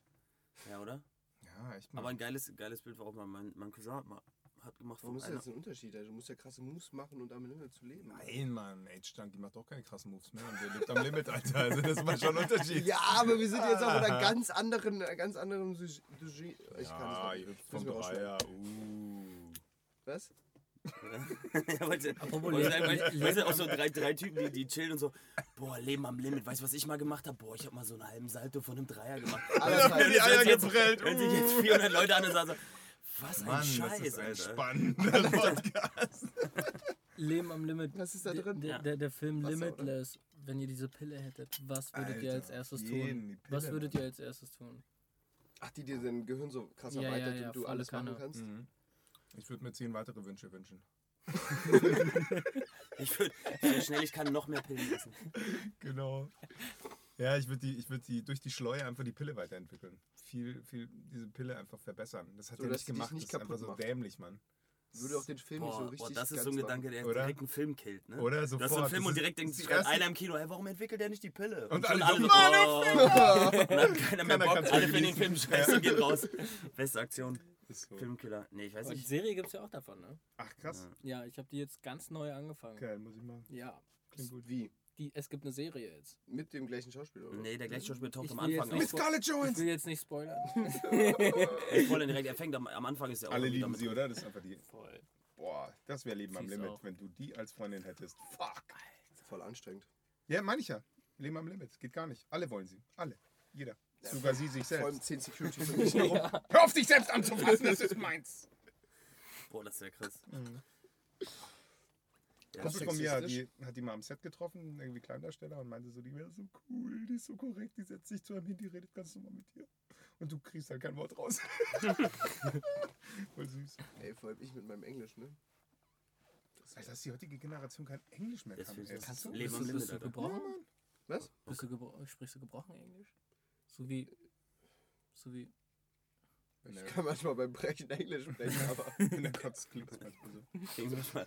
Speaker 5: Ja, oder?
Speaker 4: Ja, echt mal.
Speaker 5: Aber ein geiles, geiles Bild war auch mal, mein, mein Cousin hat mal- hat gemacht
Speaker 3: Warum
Speaker 5: von
Speaker 3: ist
Speaker 5: einer.
Speaker 3: jetzt ein Unterschied? Also, du musst ja krasse Moves machen und am Himmel zu leben.
Speaker 4: Nein, Mann, Age Tank, die macht doch keine krassen Moves mehr. Und der lebt am Limit, Alter. Also das war schon ein Unterschied.
Speaker 3: Ja, aber wir sind jetzt auch in einer ganz anderen, äh, ganz anderen Sujet. Sujet- Ich
Speaker 4: ja,
Speaker 3: kann
Speaker 4: ihr
Speaker 3: es
Speaker 4: hüpft
Speaker 3: nicht.
Speaker 4: vom
Speaker 3: Müssen wir rausschneiden.
Speaker 4: Dreier. Uh.
Speaker 3: Was?
Speaker 5: ja, wollte,
Speaker 6: Apropos
Speaker 5: wollte,
Speaker 6: Leben-
Speaker 5: wollte, wollte auch so drei, drei Typen, die, die chillen und so. Boah, Leben am Limit. Weißt du, was ich mal gemacht habe? Boah, ich hab mal so einen halben Salto von einem Dreier gemacht.
Speaker 3: Anderthalb.
Speaker 4: die Eier
Speaker 5: Hört sich jetzt-
Speaker 4: geprellt.
Speaker 5: Hört sich jetzt 400 Leute an und sagen so, was ein
Speaker 4: Mann,
Speaker 5: Scheiß,
Speaker 4: das ist ein
Speaker 5: Alter.
Speaker 4: spannender Podcast.
Speaker 6: Leben am Limit.
Speaker 3: Was ist da
Speaker 6: Der-
Speaker 3: drin?
Speaker 6: Der,
Speaker 5: Ja.
Speaker 6: der, der Film
Speaker 3: Wasser,
Speaker 6: Limitless. Wenn ihr diese Pille hättet, was würdet ihr
Speaker 4: Alter,
Speaker 6: als erstes
Speaker 4: auf jeden, die
Speaker 6: tun? Was
Speaker 4: Pille,
Speaker 6: würdet ihr als erstes tun?
Speaker 3: Ach, die dir dein Gehirn so krass
Speaker 6: Ja, ja,
Speaker 3: erweitert
Speaker 6: ja,
Speaker 3: und du
Speaker 6: volle
Speaker 3: alles machen
Speaker 6: Kanne.
Speaker 3: kannst.
Speaker 4: Mhm. Ich würde mir zehn weitere Wünsche wünschen.
Speaker 5: Ich würde, so schnell ich kann, noch mehr Pillen essen.
Speaker 4: Genau. Ja, ich würde die, ich würd die durch die Schleue einfach die Pille weiterentwickeln. Viel, viel diese Pille einfach verbessern. Das hat
Speaker 3: So,
Speaker 4: er
Speaker 3: dass
Speaker 4: nicht
Speaker 3: die dich
Speaker 4: gemacht.
Speaker 3: nicht
Speaker 4: das ist einfach
Speaker 3: kaputt
Speaker 4: so
Speaker 3: macht.
Speaker 4: dämlich, Mann.
Speaker 3: Würde auch den Film nicht so
Speaker 5: Boah,
Speaker 3: richtig
Speaker 5: boah, das ist
Speaker 3: ganz
Speaker 5: so ein
Speaker 3: machen.
Speaker 5: Gedanke, der
Speaker 4: oder?
Speaker 5: direkt einen Film killt, ne?
Speaker 4: Oder
Speaker 5: Das ist ein
Speaker 4: sofort.
Speaker 5: Film
Speaker 4: Das
Speaker 5: und
Speaker 4: ist
Speaker 5: direkt denkt
Speaker 4: das
Speaker 5: sich
Speaker 4: erste-
Speaker 5: einer im Kino, hey, warum entwickelt der nicht die Pille?
Speaker 4: Und alle so,
Speaker 5: so, oh. Und dann hat keiner mehr
Speaker 4: Keiner
Speaker 5: Bock,
Speaker 4: kann's
Speaker 5: alle
Speaker 4: mehr
Speaker 5: finden den Film
Speaker 4: genießen.
Speaker 5: scheiße und gehen raus. Beste Aktion.
Speaker 4: Ist so.
Speaker 5: Filmkiller. Nee, ich weiß
Speaker 6: Aber die
Speaker 5: nicht.
Speaker 6: Serie gibt es ja auch davon, ne?
Speaker 4: Ach krass.
Speaker 6: Ja, ich habe die jetzt ganz neu angefangen.
Speaker 4: Geil, muss ich mal.
Speaker 6: Ja,
Speaker 4: Klingt gut.
Speaker 3: Wie?
Speaker 6: die, es gibt eine Serie jetzt.
Speaker 3: Mit dem gleichen Schauspieler, oder?
Speaker 5: Nee, der gleiche Schauspieler taucht
Speaker 6: Ich
Speaker 5: am
Speaker 6: will jetzt
Speaker 5: Anfang
Speaker 6: nicht
Speaker 5: auf.
Speaker 4: Mit Scarlett
Speaker 6: Ich will
Speaker 4: Johansson!
Speaker 6: jetzt nicht spoilern.
Speaker 5: Ich wollte ihn direkt, er fängt am, am Anfang ist er auch
Speaker 4: Alle
Speaker 5: wieder
Speaker 4: lieben
Speaker 5: mit-
Speaker 4: sie, oder? Das ist einfach die.
Speaker 6: Voll.
Speaker 4: Boah, das wäre Leben am
Speaker 6: Sie ist
Speaker 4: Limit,
Speaker 6: auch.
Speaker 4: wenn du die als Freundin hättest. Fuck.
Speaker 3: Voll anstrengend.
Speaker 4: Ja, meine ich ja. Leben am Limit. Geht gar nicht. Alle wollen sie. Alle. Jeder. Sogar sie sich
Speaker 3: Vor allem
Speaker 4: selbst.
Speaker 3: 10 Security für mich.
Speaker 4: Hör auf, dich selbst anzufassen, das ist meins.
Speaker 5: Boah, das ist ja krass.
Speaker 4: Das ist von mir hat die,
Speaker 3: sexistisch.
Speaker 4: hat die mal am Set getroffen, irgendwie Kleindarsteller, und meinte so, die wäre so cool, die ist so korrekt, die setzt sich zu einem hin, die redet ganz normal mit dir. Und du kriegst halt kein Wort raus. Voll süß.
Speaker 3: Ey, vor allem ich mit meinem Englisch, ne?
Speaker 4: Alter, dass die heutige Generation kein Englisch mehr
Speaker 5: Das
Speaker 4: kann.
Speaker 5: ist-
Speaker 4: ey, das ist so-
Speaker 5: Leben am
Speaker 6: Bist du,
Speaker 5: Limit,
Speaker 6: bist du
Speaker 5: Alter.
Speaker 6: gebrochen?
Speaker 3: Was?
Speaker 6: Bist du gebro sprichst du gebrochen Englisch? So wie. So wie.
Speaker 3: Ich kann manchmal beim Brechen Englisch sprechen, aber.
Speaker 4: In der Kotz klingt das manchmal so.
Speaker 5: Klingt so manchmal.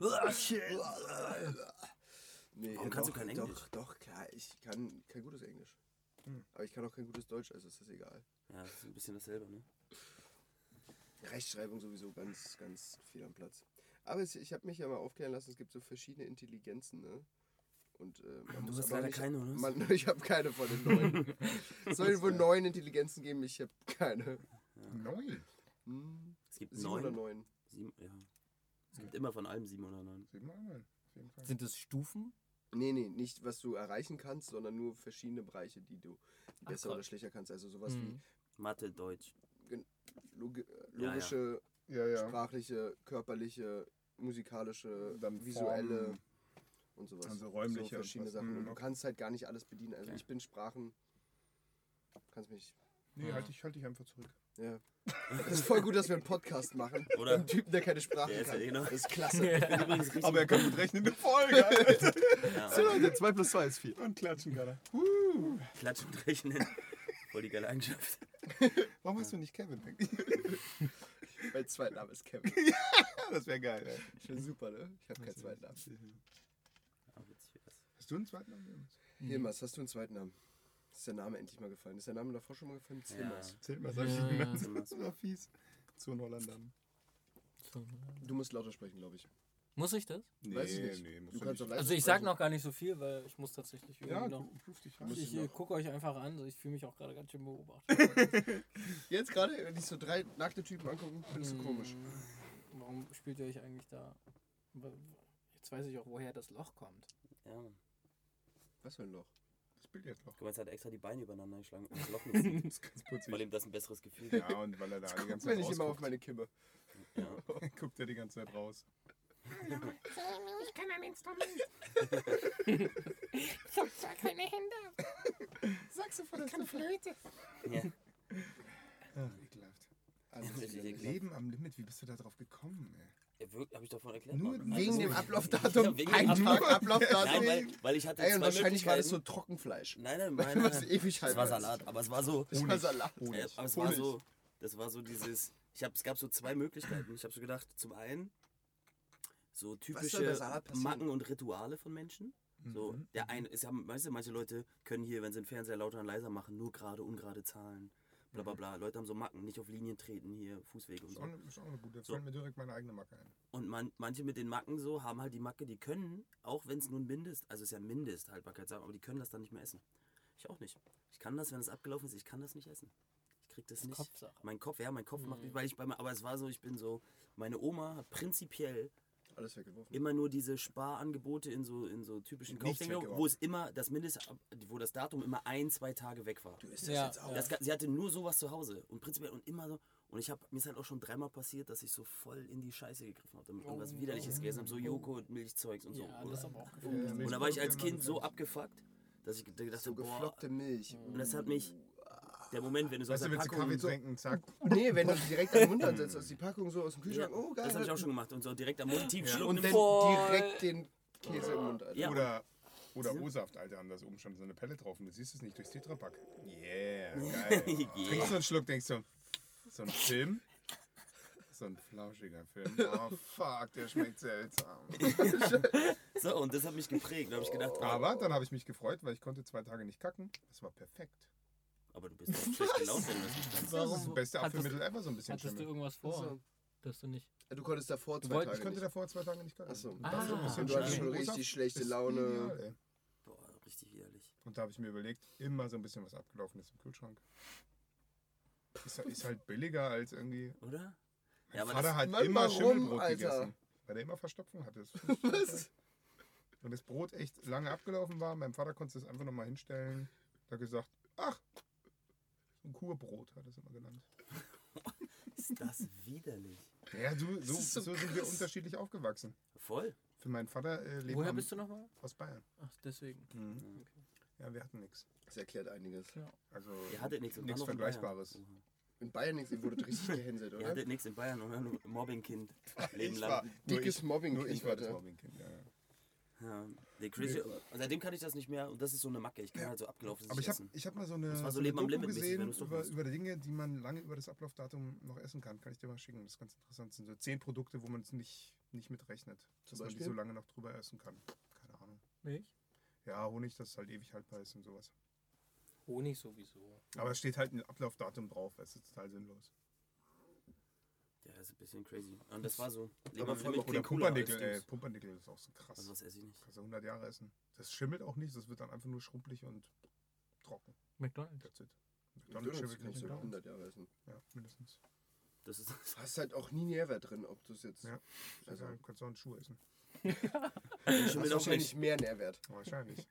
Speaker 5: Oh, shit.
Speaker 3: Nee,
Speaker 5: Warum kannst du
Speaker 3: doch,
Speaker 5: kein Englisch?
Speaker 3: Doch, doch, klar. Ich kann kein gutes Englisch. Aber ich kann auch kein gutes Deutsch, also ist das egal.
Speaker 5: Ja, das ist ein bisschen dasselbe, ne?
Speaker 3: Rechtschreibung sowieso ganz, ganz viel am Platz. Aber es, ich habe mich ja mal aufklären lassen, es gibt so verschiedene Intelligenzen, ne? Und äh, man
Speaker 5: Du
Speaker 3: muss
Speaker 5: hast
Speaker 3: aber
Speaker 5: leider
Speaker 3: nicht,
Speaker 5: keine, oder? was?
Speaker 3: Man, ich habe keine von den neun. es soll wohl neun Intelligenzen geben, ich habe keine.
Speaker 4: Neun.
Speaker 3: Hm,
Speaker 5: Es gibt
Speaker 3: sieben oder
Speaker 5: neun.
Speaker 3: neun?
Speaker 5: Sieben, ja. Es gibt immer von allem sieben oder neun.
Speaker 4: Sieben mal neun. Auf jeden Fall.
Speaker 6: Sind es Stufen?
Speaker 3: Nee, nee, nicht was du erreichen kannst, sondern nur verschiedene Bereiche, die du besser
Speaker 6: krass.
Speaker 3: oder schlechter kannst. Also sowas
Speaker 6: Mhm.
Speaker 5: Mathe, Deutsch.
Speaker 3: wie logi
Speaker 5: Hm.
Speaker 3: äh,
Speaker 5: Ja, ja.
Speaker 3: logische
Speaker 4: Ja, ja.
Speaker 3: sprachliche, körperliche, musikalische,
Speaker 4: Dann
Speaker 3: visuelle
Speaker 4: Formen.
Speaker 3: und sowas.
Speaker 4: Also räumliche
Speaker 3: So
Speaker 4: und
Speaker 3: verschiedene
Speaker 4: was.
Speaker 3: Sachen. Und
Speaker 4: Mhm,
Speaker 3: du
Speaker 4: okay.
Speaker 3: kannst halt gar nicht alles bedienen. Also
Speaker 5: Okay.
Speaker 3: ich bin Sprachen. Kannst mich. Hm.
Speaker 4: Nee, halt dich, halt dich einfach zurück.
Speaker 3: Ja. Es ist voll gut, dass wir einen Podcast machen.
Speaker 5: Oder?
Speaker 3: Ein Typen, der keine Sprache
Speaker 5: Der ist ja
Speaker 3: kann.
Speaker 5: eh noch-
Speaker 3: Das ist klasse.
Speaker 5: Übrigens richtig.
Speaker 4: Aber er kann gut rechnen, eine Folge. Alter.
Speaker 3: So Leute, 2 plus 2 ist 4.
Speaker 4: und klatschen gerade.
Speaker 5: Klatschen und Rechnen. Voll die geile Eigenschaft.
Speaker 4: Warum hast du nicht Kevin?
Speaker 3: Mein zweiter Name ist Kevin.
Speaker 4: das wäre geil. Ey.
Speaker 3: Ich bin super, ne? Ich habe keinen zweiten Namen.
Speaker 5: Ah, witzig wär's.
Speaker 4: Hast du einen zweiten Namen?
Speaker 6: Mhm.
Speaker 3: Hilmers, hast du einen zweiten Namen? Ist der Name endlich mal gefallen? Ist der Name davor schon mal gefallen?
Speaker 5: Ja.
Speaker 3: Hilmers.
Speaker 4: Zählt mal, sag ich
Speaker 6: Ja,
Speaker 4: nicht
Speaker 6: ja.
Speaker 4: mehr. Das war fies. Zu Hollandern.
Speaker 6: So, ne?
Speaker 3: Du musst lauter sprechen, glaube ich.
Speaker 6: Muss ich das?
Speaker 4: Nee,
Speaker 3: Weiß ich nicht.
Speaker 4: nee, musst
Speaker 3: Du
Speaker 4: du
Speaker 3: kannst
Speaker 4: nicht.
Speaker 3: allein-
Speaker 6: Also ich sag noch gar nicht so viel, weil ich muss tatsächlich irgendwie
Speaker 4: Ja,
Speaker 6: noch.
Speaker 3: ne?
Speaker 4: du ruf dich
Speaker 3: Muss
Speaker 4: rein.
Speaker 3: ich
Speaker 6: Ich äh,
Speaker 3: noch.
Speaker 6: gucke euch einfach an, so ich fühle mich auch gerade ganz schön beobachtet.
Speaker 3: Jetzt gerade, wenn ich so drei nackte Typen angucken, findest
Speaker 6: Mhm.
Speaker 3: du komisch.
Speaker 6: Hm. Warum spielt ihr euch eigentlich da? Jetzt weiß ich auch, woher das Loch kommt.
Speaker 5: Ja. Guck
Speaker 3: Was für ein Loch?
Speaker 4: Das Bild jetzt noch.
Speaker 5: mal, jetzt hat er extra die Beine übereinander geschlagen, um das Loch nicht zu
Speaker 4: Das ist ganz putzig.
Speaker 5: Weil ihm das ein besseres Gefühl gibt.
Speaker 4: Ja, und weil er da die ganze
Speaker 3: Wenn
Speaker 4: Zeit
Speaker 3: ich immer auf
Speaker 4: rausguckt,
Speaker 3: meine Kimme.
Speaker 5: Ja.
Speaker 4: guckt er die ganze Zeit raus.
Speaker 7: Ich kann ein Instrument. Ich hab zwar keine Hände, aber ich kann Flöte.
Speaker 5: ja.
Speaker 4: Ach, ekelhaft.
Speaker 3: Also,
Speaker 4: Alles
Speaker 5: Richtig
Speaker 4: wieder
Speaker 5: ekelhaft.
Speaker 4: Leben am Limit, wie bist du da drauf gekommen, ey?
Speaker 5: Er wirkt, habe ich davon erklärt.
Speaker 4: Nur
Speaker 5: Mann.
Speaker 3: Wegen
Speaker 5: Also-
Speaker 3: dem Ablaufdatum.
Speaker 5: Ja, wegen dem
Speaker 3: Ein Tag
Speaker 5: Ablauf-
Speaker 3: Ablaufdatum.
Speaker 5: Nein, weil, weil ich hatte
Speaker 3: Ey,
Speaker 5: zwei
Speaker 3: und wahrscheinlich war das so
Speaker 5: Möglichkeiten.
Speaker 3: Trockenfleisch.
Speaker 5: Nein, nein, nein. nein,
Speaker 3: was
Speaker 5: nein.
Speaker 3: ewig
Speaker 5: Das
Speaker 3: haltbar
Speaker 5: war
Speaker 3: ist.
Speaker 5: Salat, aber es war so.
Speaker 3: Das war Salat.
Speaker 5: Äh, aber es war
Speaker 3: Honig.
Speaker 5: so, das war so dieses, ich hab, es gab so zwei Möglichkeiten. Ich habe so gedacht, zum einen so typische
Speaker 3: Salat passieren? Mhm.
Speaker 5: Macken und Rituale von Menschen. So,
Speaker 4: Mhm.
Speaker 5: der eine, es haben, weißt du, manche Leute können hier, wenn sie einen Fernseher lauter und leiser machen, nur gerade, ungerade Zahlen, bla bla bla. Leute haben so Macken, nicht auf Linien treten hier, Fußwege und
Speaker 4: Ist
Speaker 5: so.
Speaker 4: auch, eine, ist auch eine gute. Da
Speaker 5: So.
Speaker 4: fällt mir direkt meine eigene Macke ein.
Speaker 5: Und man, manche mit den Macken so haben halt die Macke, die können, auch wenn es nun Mindest, also ist ja Mindesthaltbarkeitssache, aber die können das dann nicht mehr essen. Ich auch nicht. Ich kann das, wenn es abgelaufen ist, ich kann das nicht essen. Ich krieg das nicht.
Speaker 6: Kopfsache.
Speaker 5: Mein Kopf, Hm. ja, mein Kopf macht mich, weil ich bei mir, aber es war so, ich bin so, meine Oma hat prinzipiell
Speaker 3: Alles weggeworfen.
Speaker 5: immer nur diese Sparangebote in so, in so typischen
Speaker 4: Nichts
Speaker 5: Kaufdingern, wo
Speaker 4: weggeworfen.
Speaker 5: es immer das Mindest, wo das Datum immer ein, zwei Tage weg war.
Speaker 3: Ist
Speaker 6: Ja,
Speaker 5: Das, ga- sie hatte nur sowas zu Hause und prinzipiell und immer so. Und ich habe mir ist halt auch schon dreimal passiert, dass ich so voll in die Scheiße gegriffen habe,
Speaker 6: Oh,
Speaker 5: damit irgendwas widerliches gegessen habe, so Joghurt, Milchzeugs und so.
Speaker 6: Ja,
Speaker 5: oder?
Speaker 6: das ist aber auch
Speaker 4: Äh,
Speaker 6: gefährlich.
Speaker 5: und da war ich als Kind so abgefuckt, dass ich gedacht habe,
Speaker 3: So
Speaker 5: boah,
Speaker 3: geflockte Milch.
Speaker 5: und das hat mich der Moment, wenn du so aus
Speaker 4: Weißt
Speaker 5: der
Speaker 4: du, willst du
Speaker 5: Packung
Speaker 4: Kaffee
Speaker 5: so,
Speaker 4: trinken, zack.
Speaker 3: Nee, wenn du sie direkt an den Mund ansetzt, aus die Packung so aus dem
Speaker 5: ja,
Speaker 3: Kühlschrank. Oh, geil.
Speaker 5: das habe ich auch schon gemacht und so direkt am Mund tief schlucken.
Speaker 3: Und dann
Speaker 6: Voll.
Speaker 3: direkt den Käse im Mund, Alter.
Speaker 5: Ja.
Speaker 4: Oder, oder O-Saft, Alter, haben das oben schon so eine Pelle drauf und du siehst es nicht durchs Tetrapack. Yeah, geil. Trinkst du einen Schluck, denkst du, so ein Film? So ein flauschiger Film. Oh, fuck, der schmeckt seltsam.
Speaker 5: So, und das hat mich geprägt. Da habe ich gedacht, oh, aber,
Speaker 4: Aber dann habe ich mich gefreut, weil ich konnte zwei Tage nicht kacken. Das war perfekt.
Speaker 5: aber du bist doch schlecht gelaunt, wenn du das nicht kannst.
Speaker 4: Das ist das beste
Speaker 6: Hattest-
Speaker 4: Apfelmittel ever, so ein bisschen
Speaker 6: Hattest du
Speaker 4: Schimmel.
Speaker 6: irgendwas vor?
Speaker 3: Also-
Speaker 6: Dass du nicht.
Speaker 3: Du konntest davor zwei
Speaker 6: wolltest-
Speaker 3: Tage
Speaker 4: Ich konnte
Speaker 3: nicht.
Speaker 4: davor zwei Tage nicht kacken.
Speaker 3: Ach so.
Speaker 4: Und dann so ein
Speaker 6: Ah.
Speaker 4: bisschen
Speaker 3: Du hattest
Speaker 4: Schimmel.
Speaker 3: schon richtig
Speaker 4: O-Saft
Speaker 3: schlechte
Speaker 4: ist
Speaker 3: Laune.
Speaker 4: Ideal, ey.
Speaker 5: Boah, richtig widerlich.
Speaker 4: Und da habe ich mir überlegt, immer so ein bisschen was abgelaufenes im Kühlschrank. Ist, ist halt billiger als irgendwie.
Speaker 5: Oder?
Speaker 4: Mein
Speaker 5: Ja, aber
Speaker 4: Vater
Speaker 5: das-
Speaker 4: hat
Speaker 3: Mann,
Speaker 4: immer
Speaker 3: warum,
Speaker 4: Schimmelbrot
Speaker 3: Alter?
Speaker 4: gegessen. Weil er immer Verstopfung hatte. Das finde ich schon krass. Wenn das Brot echt lange abgelaufen war, meinem Vater konnte es einfach nochmal hinstellen. Da gesagt, ach, ein Kurbrot hat er es immer genannt.
Speaker 5: Ist das widerlich?
Speaker 4: Ja, so, so,
Speaker 3: ist
Speaker 4: so,
Speaker 3: so
Speaker 4: sind wir unterschiedlich aufgewachsen.
Speaker 5: Voll.
Speaker 4: Für meinen Vater äh, lebt
Speaker 6: Woher
Speaker 4: am-
Speaker 6: bist du nochmal?
Speaker 4: aus Bayern. Mhm.
Speaker 6: Ach, deswegen.
Speaker 5: Mhm.
Speaker 4: Ja, wir hatten nichts.
Speaker 3: Das erklärt einiges.
Speaker 4: Also
Speaker 5: Ah, Ihr hattet nichts und
Speaker 4: nichts
Speaker 5: dann noch in
Speaker 4: Vergleichbares.
Speaker 5: Bayern. Oh. Oha.
Speaker 3: In Bayern nichts, ihr wurdet richtig gehänselt,
Speaker 5: Ihr
Speaker 3: oder?
Speaker 5: hattet nichts in Bayern und dann Mobbingkind. Leben
Speaker 4: Ich war,
Speaker 5: lang.
Speaker 4: nur
Speaker 3: Dickes
Speaker 4: ich,
Speaker 3: Mobbing,
Speaker 4: nur ich war das
Speaker 3: Alter.
Speaker 4: Mobbingkind. Ja, ja.
Speaker 5: Ja, der crazy, seitdem kann ich das nicht mehr und das ist so eine Macke. Ich kann halt so abgelaufen
Speaker 4: Aber ich habe
Speaker 5: essen.
Speaker 4: ich hab mal so eine,
Speaker 5: war so
Speaker 4: eine
Speaker 5: Leben am Limit mäßig, wenn
Speaker 4: gesehen
Speaker 5: du's doch
Speaker 4: über,
Speaker 5: machst.
Speaker 4: über die Dinge, die man lange über das Ablaufdatum noch essen kann. Kann ich dir mal schicken. Das ist ganz interessant. Das sind so zehn Produkte, wo man es nicht, nicht mitrechnet. Dass man die
Speaker 3: Beispiel?
Speaker 4: so lange noch drüber essen kann. Keine Ahnung.
Speaker 6: Milch?
Speaker 4: Ja, Honig, das ist halt ewig haltbar ist und sowas.
Speaker 6: Honig sowieso.
Speaker 4: Aber es steht halt ein Ablaufdatum drauf. Das ist total sinnlos.
Speaker 5: Ja, das ist ein bisschen crazy. Und das war so. Leben
Speaker 3: vor allem auch
Speaker 4: Oder
Speaker 5: klingt cooler als
Speaker 4: Pumpernickel, ey.
Speaker 5: Dings.
Speaker 4: Pumpernickel ist auch so krass.
Speaker 5: Also was esse ich nicht.
Speaker 4: Kannst du 100 Jahre essen. Das schimmelt auch nicht. Das wird dann einfach nur schrumpelig und trocken.
Speaker 6: McDonalds.
Speaker 4: That's it.
Speaker 3: McDonald's
Speaker 4: schimmelt
Speaker 3: kannst
Speaker 4: nicht.
Speaker 3: du 100 Jahre essen.
Speaker 4: Ja, mindestens.
Speaker 5: Das ist
Speaker 3: Hast halt auch nie Nährwert drin, ob du es jetzt.
Speaker 4: Ja.
Speaker 3: Also-
Speaker 4: Also, kannst du auch einen Schuh essen.
Speaker 5: das
Speaker 3: Hast
Speaker 5: schimmelt auch
Speaker 3: wahrscheinlich
Speaker 5: nicht.
Speaker 3: mehr Nährwert.
Speaker 4: Wahrscheinlich.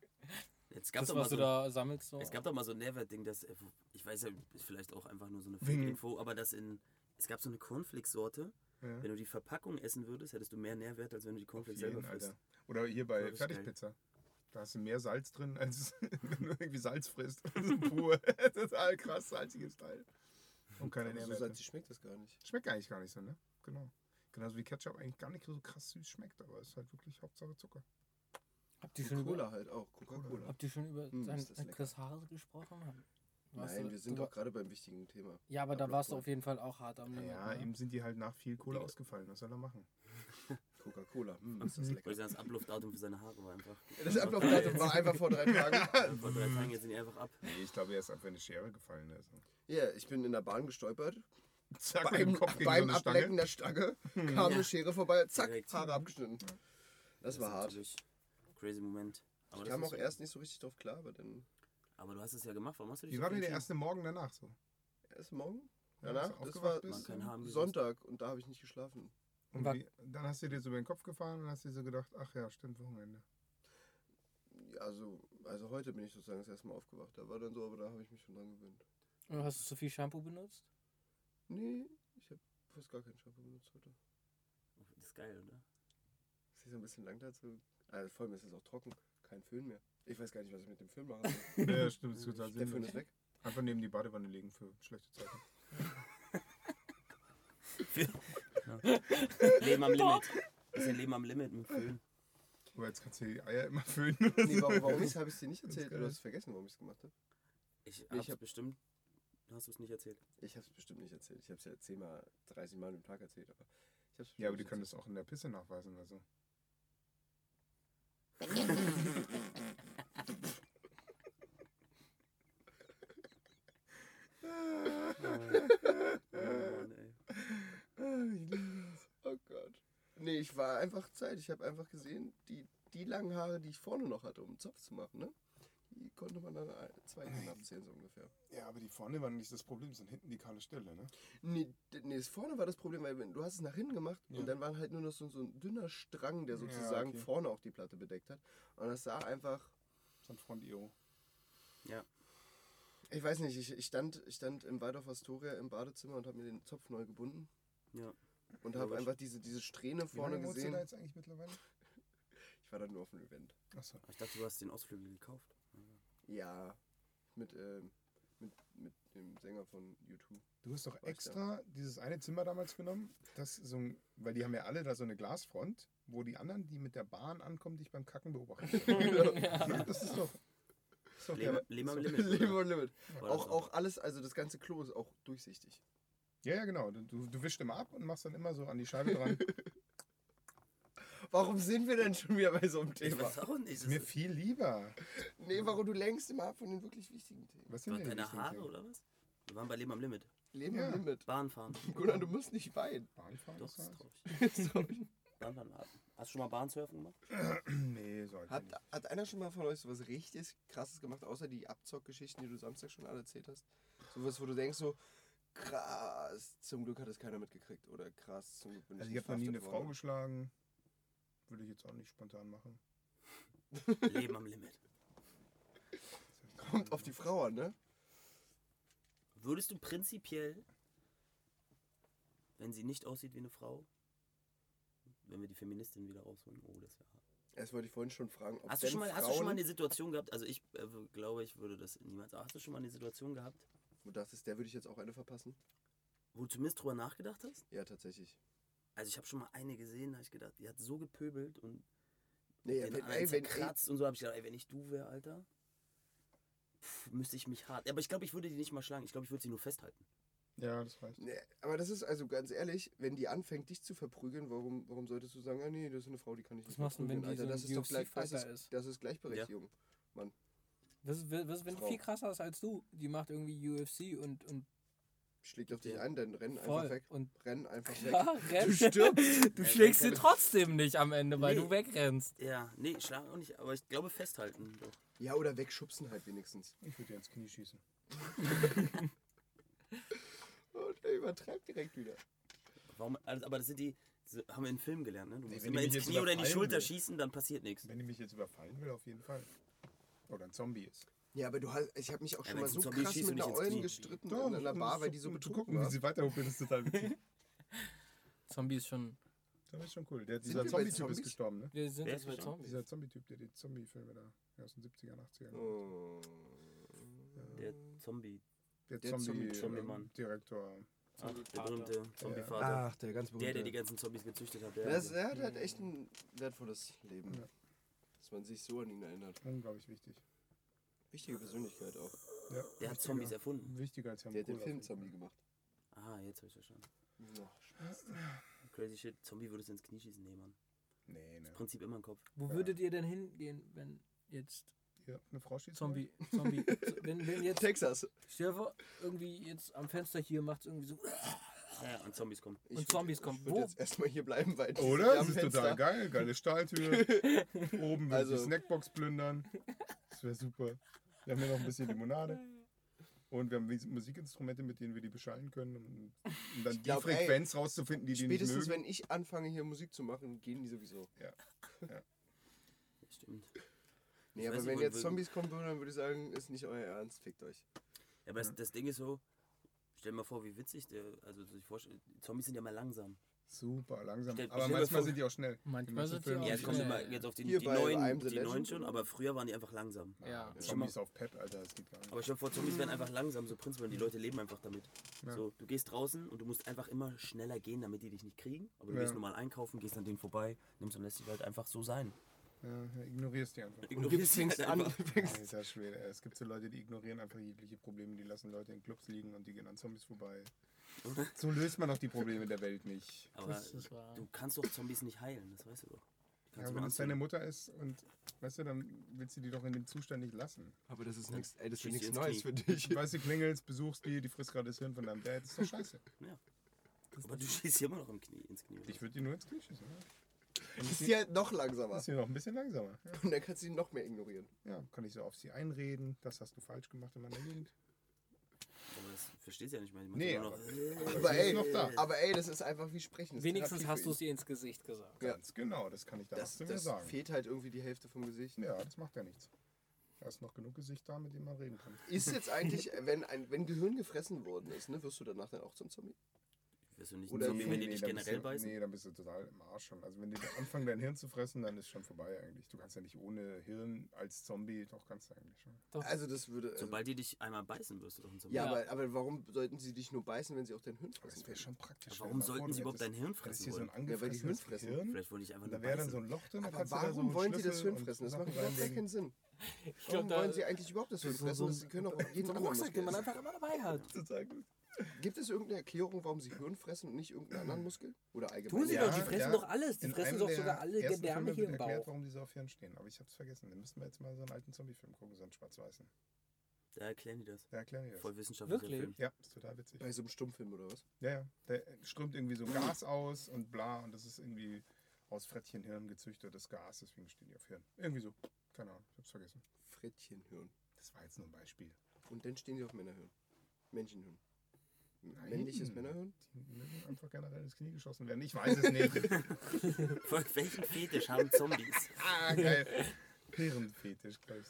Speaker 5: Jetzt gab
Speaker 6: Das,
Speaker 5: doch mal
Speaker 6: was du
Speaker 5: so
Speaker 6: da sammelst. So.
Speaker 5: Es gab doch mal so ein Nährwertding, das, äh, wo- ich weiß ja, ist vielleicht auch einfach nur so eine
Speaker 4: Wegen-
Speaker 5: Info, aber das in, es gab so eine Cornflakes-Sorte,
Speaker 4: Ja.
Speaker 5: wenn du die Verpackung essen würdest, hättest du mehr Nährwert, als wenn du die
Speaker 4: Hm? Auf
Speaker 5: Cornflakes selber
Speaker 4: jeden,
Speaker 5: frisst.
Speaker 4: Alter. Oder hier bei
Speaker 5: Das ist geil.
Speaker 4: Fertigpizza. Da hast du mehr Salz drin, als wenn du irgendwie Salz frisst. Das ist pur. Total krass, salziges Teil. Und
Speaker 3: Aber
Speaker 4: keine
Speaker 3: Also so
Speaker 4: Nährwerte.
Speaker 3: salzig schmeckt das gar nicht.
Speaker 4: Schmeckt eigentlich gar nicht so, ne? Genau. Genauso wie Ketchup eigentlich gar nicht so krass süß schmeckt, aber es ist halt wirklich Hauptsache Zucker.
Speaker 6: Habt ihr schon über,
Speaker 3: Cola halt auch, Coca-Cola.
Speaker 6: habt ihr schon über
Speaker 3: Mm,
Speaker 6: seinen,
Speaker 3: ist das lecker.
Speaker 6: Chris Hase gesprochen? Warst
Speaker 3: Nein,
Speaker 6: du-
Speaker 3: wir sind
Speaker 6: du-
Speaker 3: doch gerade beim wichtigen Thema.
Speaker 6: Ja, aber da
Speaker 3: Ablauf
Speaker 6: warst du
Speaker 3: voll.
Speaker 6: auf jeden Fall auch hart am Limit.
Speaker 4: Ja,
Speaker 6: ne?
Speaker 4: eben sind die halt nach viel Kohle ausgefallen. Was soll er machen?
Speaker 3: Coca-Cola. Hm, ist das
Speaker 5: Weil
Speaker 3: lecker.
Speaker 5: das Abluftdatum für seine Haare war einfach.
Speaker 3: Das Ablaufdatum war einfach vor drei Tagen.
Speaker 4: Hm.
Speaker 5: Ja, Vor drei Tagen jetzt sind die einfach ab.
Speaker 4: Nee, ich glaube, er ist einfach in eine Schere gefallen. Also.
Speaker 3: Ja, ich bin in der Bahn gestolpert
Speaker 4: Zack, mit
Speaker 3: beim,
Speaker 4: dem Kopf gegen
Speaker 3: beim
Speaker 4: so eine
Speaker 3: Ablecken
Speaker 4: Stange.
Speaker 3: der Stange kam eine Schere vorbei, zack,
Speaker 5: Direkt.
Speaker 3: Haare abgeschnitten. Das war hart.
Speaker 5: natürlich ein Crazy Moment. Aber,
Speaker 3: Ich
Speaker 5: das
Speaker 3: kam
Speaker 5: ist-
Speaker 3: auch erst nicht so richtig drauf klar, aber dann
Speaker 5: aber du hast es ja gemacht, warum hast du dich
Speaker 4: Wie
Speaker 5: so
Speaker 4: war denn der
Speaker 5: entschieden?
Speaker 4: erste Morgen danach so?
Speaker 3: erst morgen,
Speaker 4: Ja,
Speaker 3: danach,
Speaker 4: als
Speaker 3: das war
Speaker 4: du aufgewacht bist?
Speaker 5: Man kann haben
Speaker 3: Sonntag und da habe ich nicht geschlafen.
Speaker 4: Und
Speaker 6: War-
Speaker 4: wie, dann hast du dir so über den Kopf gefahren und hast dir so gedacht, ach ja, stimmt, Wochenende.
Speaker 3: Ja, also, also heute bin ich sozusagen das erste Mal aufgewacht. Da war dann so, aber da habe ich mich schon dran gewöhnt.
Speaker 6: Und Hast du zu viel Shampoo benutzt?
Speaker 3: Nee, ich habe fast gar keinen Shampoo benutzt heute.
Speaker 5: Oh, Das ist geil, oder?
Speaker 3: Es ist ein bisschen lang dazu. Also vor allem ist es auch trocken. Kein Föhn mehr. Ich weiß gar nicht, was ich mit dem Föhn mache.
Speaker 4: ja, stimmt, ist also total
Speaker 3: Der Föhn
Speaker 4: sinnlos.
Speaker 3: ist weg.
Speaker 4: Einfach neben die Badewanne legen für schlechte Zeiten.
Speaker 5: Leben am Limit. Bisschen Leben am Limit mit Föhn.
Speaker 4: Aber jetzt kannst du die Eier immer föhnen. oder
Speaker 3: Nee,
Speaker 4: so.
Speaker 3: warum, warum ich habe ich dir nicht erzählt?
Speaker 4: geil.
Speaker 3: Du hast vergessen, warum ich es gemacht habe.
Speaker 5: Ich
Speaker 3: Ich
Speaker 5: hab's
Speaker 3: hab-
Speaker 5: bestimmt. Hast du es nicht erzählt?
Speaker 3: Ich habe es bestimmt nicht erzählt. Ich habe es ja 10 mal, 30 Mal im Tag erzählt. Aber ich hab's
Speaker 4: Ja, aber die
Speaker 3: bestimmt
Speaker 4: können
Speaker 3: nicht
Speaker 4: das auch in der Pisse nachweisen oder so.
Speaker 5: Oh Mann, ey.
Speaker 3: erzählt. Oh Gott. Nee, ich war einfach Zeit. Ich habe einfach gesehen, die, die langen Haare, die ich vorne noch hatte, um einen Zopf zu machen, ne? Die konnte man dann ein- zwei Hände abzählen, so ungefähr.
Speaker 4: Ja, aber die vorne waren nicht das Problem, sondern hinten die kahle Stelle, ne?
Speaker 3: Nee, d- nee, das vorne war das Problem, weil wenn- du hast es nach hinten gemacht
Speaker 4: Ja.
Speaker 3: und dann war halt nur noch so, so ein dünner Strang, der
Speaker 4: Ja,
Speaker 3: sozusagen
Speaker 4: okay.
Speaker 3: vorne auch die Platte bedeckt hat. Und das sah einfach
Speaker 4: So ein Front-Iro.
Speaker 3: Ich weiß nicht, ich, ich, stand, ich stand im Waldorf Astoria im Badezimmer und habe mir den Zopf neu gebunden.
Speaker 5: Ja.
Speaker 3: Und habe
Speaker 5: Logisch.
Speaker 3: einfach diese, diese Strähne
Speaker 4: Wie lange
Speaker 3: vorne
Speaker 4: wohnst du
Speaker 3: gesehen.
Speaker 4: da jetzt eigentlich mittlerweile?
Speaker 3: Ich war dann nur auf dem Event.
Speaker 4: Achso.
Speaker 5: Ich dachte, du hast den Ausflügel gekauft.
Speaker 3: Ja, mit, ähm, mit, mit dem Sänger von YouTube.
Speaker 4: Du hast doch
Speaker 3: ich da.
Speaker 4: extra dieses eine Zimmer damals genommen, das so ein, weil die haben ja alle da so eine Glasfront, wo die anderen, die mit der Bahn ankommen, dich beim Kacken beobachten. ja, das ist doch. Ist doch
Speaker 5: Leben,
Speaker 4: der,
Speaker 5: Leben am Limit.
Speaker 3: Leben
Speaker 5: Oder?
Speaker 3: und Limit.
Speaker 5: War das
Speaker 3: Auch, auch alles, also das ganze Klo ist auch durchsichtig.
Speaker 4: ja, ja, genau. Du, du, du wischst immer ab und machst dann immer so an die Scheibe dran.
Speaker 3: Warum sind wir denn schon wieder bei so einem
Speaker 5: Ich
Speaker 3: Thema?
Speaker 5: weiß auch nicht.
Speaker 4: ist mir
Speaker 5: das-
Speaker 4: viel lieber.
Speaker 3: Nee, warum du längst immer ab von den wirklich wichtigen Themen.
Speaker 4: Was sind
Speaker 5: War
Speaker 4: denn die
Speaker 5: deine
Speaker 4: wichtigen
Speaker 5: Haare
Speaker 4: Themen?
Speaker 5: oder was? Wir waren bei Leben am Limit.
Speaker 3: Leben
Speaker 4: Ja.
Speaker 3: und Limit.
Speaker 5: Bahnfahren.
Speaker 3: Gunnar, du musst nicht weinen.
Speaker 4: Bahnfahren?
Speaker 5: Doch,
Speaker 4: das
Speaker 5: das ist
Speaker 4: war's?
Speaker 5: traurig. Bahnfahren. Hast du schon mal Bahnsurfen gemacht?
Speaker 4: nee, sollte
Speaker 3: Hat,
Speaker 4: nicht.
Speaker 3: hat einer schon mal von euch sowas richtig krasses gemacht, außer die Abzockgeschichten, die du Samstag schon alle erzählt hast? Sowas, wo du denkst so, krass, zum Glück hat es keiner mitgekriegt. Oder krass, zum Glück bin ich
Speaker 4: Also ich
Speaker 3: nicht
Speaker 4: habe noch nie eine
Speaker 3: verhaftet
Speaker 4: Frau
Speaker 3: worden.
Speaker 4: geschlagen. Würde ich jetzt auch nicht spontan machen.
Speaker 5: Leben am Limit.
Speaker 3: Kommt auf die Frau an, ne?
Speaker 5: Würdest du prinzipiell, wenn sie nicht aussieht wie eine Frau, wenn wir die Feministin wieder rausholen, oh, das wäre hart.
Speaker 3: Das wollte ich vorhin schon fragen. Ob
Speaker 5: Hast du,
Speaker 3: denn
Speaker 5: schon mal,
Speaker 3: Frauen,
Speaker 5: hast du schon mal eine Situation gehabt, also ich äh, w- glaube, ich würde das niemals, aber hast du schon mal eine Situation gehabt,
Speaker 3: Du dachtest, der würde ich jetzt auch eine verpassen?
Speaker 5: wo du zumindest drüber nachgedacht hast?
Speaker 3: Ja, tatsächlich.
Speaker 5: Also ich habe schon mal eine gesehen, habe ich gedacht, die hat so gepöbelt und
Speaker 3: Nee,
Speaker 5: den
Speaker 3: wenn,
Speaker 5: anderen
Speaker 3: ey, wenn, ey,
Speaker 5: zerkratzt und so, habe ich gedacht, ey, wenn ich du wäre, Alter, pff, müsste ich mich hart, aber ich glaube, ich würde die nicht mal schlagen, ich glaube, ich würde sie nur festhalten.
Speaker 4: Ja, das reicht.
Speaker 3: nee, aber das ist also ganz ehrlich, wenn die anfängt, dich zu verprügeln, warum, warum solltest du sagen, ah nee, das ist eine Frau, die kann ich
Speaker 6: Was
Speaker 3: nicht
Speaker 6: machst du denn, wenn
Speaker 3: verprügeln?
Speaker 6: die
Speaker 3: Alter,
Speaker 6: so ein
Speaker 3: das ist doch gleich, das
Speaker 6: UFC-Fighter
Speaker 3: ist,
Speaker 6: ist?
Speaker 3: das ist Gleichberechtigung.
Speaker 6: Was, ist- was, ist, wenn die
Speaker 3: Frau.
Speaker 6: viel krasser ist als du? Die macht irgendwie UFC und, und
Speaker 3: schlägt auf dich
Speaker 5: Ja.
Speaker 3: ein, dann renn einfach
Speaker 6: voll.
Speaker 3: weg.
Speaker 6: Und
Speaker 3: Renn einfach weg.
Speaker 6: ja,
Speaker 3: Du
Speaker 6: rennst.
Speaker 3: stirbst.
Speaker 6: Du schlägst sie
Speaker 5: Ja,
Speaker 6: trotzdem nicht am Ende, weil
Speaker 5: Nee.
Speaker 6: du wegrennst.
Speaker 5: Ja, nee, schlagen auch nicht, aber ich glaube, festhalten doch.
Speaker 3: Ja, oder wegschubsen halt wenigstens.
Speaker 4: Ich würde dir ins Knie schießen.
Speaker 3: Und er übertreibt direkt wieder.
Speaker 5: Warum, also, aber das sind die, so- haben wir in Filmen gelernt, ne? Du musst
Speaker 4: wenn
Speaker 5: immer
Speaker 4: die mich
Speaker 5: ins
Speaker 4: jetzt
Speaker 5: Knie oder in die
Speaker 4: überfallen
Speaker 5: Schulter
Speaker 4: will.
Speaker 5: schießen, dann passiert nichts.
Speaker 4: Wenn die mich jetzt überfallen will, auf jeden Fall. Oder ein Zombie ist.
Speaker 3: Ja, aber du hast, ich habe mich auch
Speaker 5: Ja,
Speaker 3: schon
Speaker 5: wenn
Speaker 3: mal
Speaker 5: es
Speaker 3: so
Speaker 5: ein Zombie
Speaker 3: krass
Speaker 5: schießt und nicht
Speaker 3: mit einer
Speaker 5: ins
Speaker 3: Eulen
Speaker 5: Knie.
Speaker 3: gestritten in einer Bar, weil die so
Speaker 4: zu
Speaker 3: betrunken
Speaker 4: gucken, wie
Speaker 3: war.
Speaker 4: sie weiterhuppeln, ist total witzig.
Speaker 6: Zombie ist schon.
Speaker 4: Das ist schon cool. Der,
Speaker 3: Sind wir
Speaker 4: dieser
Speaker 3: bei
Speaker 4: Zombie-Typ ist
Speaker 3: Zombies?
Speaker 4: gestorben, ne?
Speaker 6: Wir sind
Speaker 5: Wer
Speaker 6: jetzt
Speaker 5: ist
Speaker 6: bei
Speaker 5: schon?
Speaker 6: Zombies.
Speaker 4: Dieser Zombie-Typ, der die Zombie-Filme da ja, aus den 70ern, 80ern.
Speaker 3: Oh.
Speaker 5: Der Zombie,
Speaker 4: Der, ähm,
Speaker 3: der Zombie-
Speaker 5: Zombie-Mann.
Speaker 4: Zombie-Direktor.
Speaker 5: ach, der
Speaker 6: Vater.
Speaker 5: berühmte Zombie-Vater.
Speaker 3: Ach, der ganz
Speaker 5: Der, der die
Speaker 3: berühmte.
Speaker 5: ganzen Zombies gezüchtet hat. Der
Speaker 3: Ah, das, er hat halt echt ein wertvolles Leben.
Speaker 4: Ja.
Speaker 3: Dass man sich so an ihn erinnert.
Speaker 4: Unglaublich wichtig.
Speaker 3: Wichtige Persönlichkeit auch.
Speaker 4: Ja,
Speaker 5: der hat
Speaker 4: wichtiger-
Speaker 5: Zombies erfunden.
Speaker 4: Wichtiger als Herr
Speaker 3: Der hat den
Speaker 4: Kohl
Speaker 3: Film
Speaker 4: auf jeden
Speaker 3: Zombie gemacht.
Speaker 5: Ah, jetzt hab ich verstanden.
Speaker 3: Ja.
Speaker 5: Crazy shit, Zombie würdest du ins Knie schießen, nee, Mann.
Speaker 4: Fall. Nee, ne.
Speaker 5: Prinzip immer im Kopf.
Speaker 6: Wo würdet ihr denn hingehen, wenn jetzt
Speaker 4: Ja, eine Frau schießt.
Speaker 6: Zombie. Zombie. wenn, wenn jetzt.
Speaker 3: Texas.
Speaker 6: Stell dir vor, irgendwie jetzt am Fenster hier macht es irgendwie so.
Speaker 5: Ah, Ja, ja, und Zombies kommen.
Speaker 3: Ich
Speaker 6: Und
Speaker 3: würd-
Speaker 6: Zombies kommen.
Speaker 3: Ich würde
Speaker 6: Wo-
Speaker 3: jetzt erstmal hier bleiben, weil die
Speaker 4: Oder?
Speaker 3: am
Speaker 4: Das ist total
Speaker 3: Fenster-
Speaker 4: geil. Geile Stahltür. Oben also.
Speaker 3: Also-
Speaker 4: die Snackbox plündern. Das wäre super. Wir haben ja noch ein bisschen Limonade. Und wir haben Mus- Musikinstrumente, mit denen wir die beschallen können, um, um dann die
Speaker 3: glaub, ey,
Speaker 4: Frequenz rauszufinden, die die nicht
Speaker 3: Spätestens
Speaker 4: mögen.
Speaker 3: wenn ich anfange hier Musik zu machen, gehen die sowieso.
Speaker 5: Stimmt.
Speaker 3: Nee,
Speaker 5: Ich weiß
Speaker 3: aber
Speaker 5: nicht,
Speaker 3: wenn
Speaker 5: wo-
Speaker 3: jetzt
Speaker 5: wo-
Speaker 3: Zombies kommen würden, dann würde ich sagen, ist nicht euer Ernst, fickt euch.
Speaker 5: Ja, aber das, das Ding ist so, stell dir mal vor, wie witzig der, also sich vorstellen, Zombies sind ja mal langsam.
Speaker 4: Super, langsam.
Speaker 5: Stell- stell
Speaker 4: Aber
Speaker 5: dir
Speaker 4: manchmal
Speaker 5: vor-
Speaker 4: sind die auch schnell.
Speaker 6: Manchmal
Speaker 4: In manchen
Speaker 6: sind die
Speaker 4: Filmen
Speaker 5: Ja,
Speaker 6: auch
Speaker 4: sind
Speaker 5: es
Speaker 4: die
Speaker 6: schnell.
Speaker 5: kommt
Speaker 6: Okay.
Speaker 5: immer jetzt auf die,
Speaker 3: Hier
Speaker 5: die
Speaker 3: bei
Speaker 5: neuen,
Speaker 3: I'm the
Speaker 5: die neuen
Speaker 3: Legend.
Speaker 5: schon, aber früher waren die einfach langsam.
Speaker 6: Ja.
Speaker 4: Zombies auf Pep, Alter, das geht gar nicht.
Speaker 5: Aber stell dir vor, Zombies werden einfach langsam, so prinzipiell, die Leute leben einfach damit.
Speaker 4: Ja.
Speaker 5: So, du gehst draußen und du musst einfach immer schneller gehen, damit die dich nicht kriegen. Aber du
Speaker 4: Ja.
Speaker 5: gehst normal einkaufen, gehst an denen vorbei, nimmst und lässt dich halt einfach so sein.
Speaker 4: Ja, ja, ignorierst die einfach.
Speaker 5: Ignorierst
Speaker 3: gibst
Speaker 5: die
Speaker 3: fängst
Speaker 5: halt
Speaker 3: an.
Speaker 5: einfach.
Speaker 4: Alter Schwede, ey. es gibt so Leute, die ignorieren einfach jegliche Probleme, die lassen Leute in Clubs liegen und die gehen an Zombies vorbei. So löst man auch die Probleme der Welt nicht.
Speaker 5: Aber
Speaker 6: Das ist wahr.
Speaker 5: du kannst doch Zombies nicht heilen, das weißt du doch. Die kannst
Speaker 4: Ja,
Speaker 5: du
Speaker 4: wenn
Speaker 5: nur
Speaker 4: es deine
Speaker 5: anzünden.
Speaker 4: Mutter ist und, weißt du, dann willst du die doch in dem Zustand nicht lassen.
Speaker 3: Aber das ist nichts, ey, das ist
Speaker 5: schießt
Speaker 3: nichts
Speaker 5: ins
Speaker 3: Neues für
Speaker 5: Knie.
Speaker 3: dich.
Speaker 4: Weißt du, klingelst, besuchst die, die frisst gerade das Hirn von deinem Dad, ist doch scheiße.
Speaker 5: Aber du schießt hier immer noch im Knie, ins Knie.
Speaker 4: Ich würde die nur ins Knie schießen. Ja.
Speaker 3: Ist die halt noch langsamer.
Speaker 4: Ist hier noch ein bisschen langsamer. Ja.
Speaker 3: Und dann kannst du ihn noch mehr ignorieren.
Speaker 4: ja, kann ich so auf sie einreden, das hast du falsch gemacht in meiner Jugend.
Speaker 5: Aber das verstehst du ja nicht mehr. Die macht
Speaker 4: Nee,
Speaker 5: immer noch,
Speaker 4: aber-
Speaker 3: Aber
Speaker 4: sie
Speaker 3: ey,
Speaker 4: ist noch da.
Speaker 3: aber ey, das ist einfach wie Sprechen. das ist
Speaker 6: Wenigstens
Speaker 3: Therapie
Speaker 6: hast
Speaker 3: für
Speaker 6: du
Speaker 3: ihn.
Speaker 6: es ihr ins Gesicht gesagt.
Speaker 3: Ja.
Speaker 4: Ganz genau, das kann ich da
Speaker 3: Das,
Speaker 4: zu mir
Speaker 3: das
Speaker 4: sagen.
Speaker 3: fehlt halt irgendwie die Hälfte vom Gesicht.
Speaker 4: Ja, das macht ja nichts. Da ist noch genug Gesicht da, mit dem man reden kann.
Speaker 3: Ist jetzt eigentlich, wenn, ein, wenn Gehirn gefressen worden ist, ne, wirst du danach dann auch zum Zombie?
Speaker 5: Wirst du nicht ein
Speaker 3: Oder
Speaker 5: Zombie,
Speaker 3: nee,
Speaker 5: wenn die dich
Speaker 4: dann bist
Speaker 5: generell
Speaker 4: du,
Speaker 5: beißen?
Speaker 4: Nee, dann bist du total im Arsch schon. Also wenn die da anfangen, dein Hirn zu fressen, dann ist schon vorbei eigentlich. Du kannst ja nicht ohne Hirn als Zombie, doch kannst du eigentlich schon.
Speaker 6: Doch.
Speaker 3: Also das
Speaker 4: äh,
Speaker 3: würde... Also,
Speaker 5: Sobald die dich einmal beißen, wirst du doch ein Zombie.
Speaker 3: ja,
Speaker 6: Ja.
Speaker 3: aber, aber warum sollten sie dich nur beißen, wenn sie auch dein Hirn fressen?
Speaker 4: Das wäre schon praktisch.
Speaker 5: Ja, warum
Speaker 4: Stell
Speaker 5: sollten
Speaker 4: dir mal vor,
Speaker 5: sie
Speaker 4: du
Speaker 5: überhaupt
Speaker 4: hättest-
Speaker 5: dein Hirn
Speaker 4: hättest
Speaker 5: fressen
Speaker 4: hier so ein
Speaker 5: wollen?
Speaker 3: Ja, weil die Hirn
Speaker 4: angefressenes
Speaker 3: fressen.
Speaker 4: Hirn.
Speaker 5: Vielleicht wollte ich einfach
Speaker 4: Und
Speaker 5: nur
Speaker 4: da wäre dann so
Speaker 5: beißen.
Speaker 4: ein Loch drin. da
Speaker 3: Aber
Speaker 4: kannst du da so
Speaker 3: warum
Speaker 4: einen
Speaker 3: wollen die das
Speaker 4: Schlüssel
Speaker 3: Hirn
Speaker 4: und
Speaker 3: fressen? Das
Speaker 4: Sachen
Speaker 3: macht überhaupt gar
Speaker 4: reinlegen.
Speaker 3: keinen Sinn.
Speaker 6: ich glaub,
Speaker 3: Warum
Speaker 6: da-
Speaker 3: wollen sie eigentlich überhaupt das Hirn fressen? Das können doch auch jeden
Speaker 6: so ein
Speaker 3: anderen
Speaker 6: Rucksack,
Speaker 3: Muskel
Speaker 6: den man
Speaker 3: essen.
Speaker 6: einfach immer dabei hat.
Speaker 4: Total gut.
Speaker 3: Gibt es irgendeine Erklärung, warum sie Hirn fressen und nicht irgendeinen anderen Muskel? Oder allgemein?
Speaker 6: Tun sie
Speaker 4: Ja,
Speaker 6: doch, die fressen
Speaker 4: ja.
Speaker 6: doch alles. Die
Speaker 4: In
Speaker 6: fressen
Speaker 4: einem
Speaker 6: doch
Speaker 4: der
Speaker 6: sogar alle
Speaker 4: ersten
Speaker 6: Gedärme
Speaker 4: Filme
Speaker 6: hier
Speaker 4: wird
Speaker 6: im
Speaker 4: erklärt,
Speaker 6: Bauch.
Speaker 4: warum die so auf Hirn stehen. Aber ich hab's vergessen. Dann müssen wir jetzt mal so einen alten Zombie-Film gucken, so einen schwarz-weißen.
Speaker 5: Da erklären die das.
Speaker 4: Da erklären die das.
Speaker 5: Voll wissenschaftlicher
Speaker 6: Wirklich?
Speaker 5: Film.
Speaker 4: Ja, ist total witzig.
Speaker 3: Bei so einem Stummfilm oder was?
Speaker 4: Ja, ja. Der strömt irgendwie so Gas aus und bla. Und das ist irgendwie aus Frettchenhirn gezüchtetes Gas. Deswegen stehen die auf Hirn. Irgendwie so. Keine Ahnung. Ich hab's vergessen.
Speaker 3: Frettchenhirn.
Speaker 4: Das war jetzt nur ein Beispiel.
Speaker 3: Und dann stehen sie auf Männerhirn. Menschenhirn. M-
Speaker 4: Nein.
Speaker 3: Männliches Männerhirn?
Speaker 4: Die mögen einfach generell ins Knie geschossen werden. Ich weiß es nicht.
Speaker 5: Voll welchen Fetisch haben Zombies?
Speaker 4: ah, geil. Hirnfetisch, glaub ich.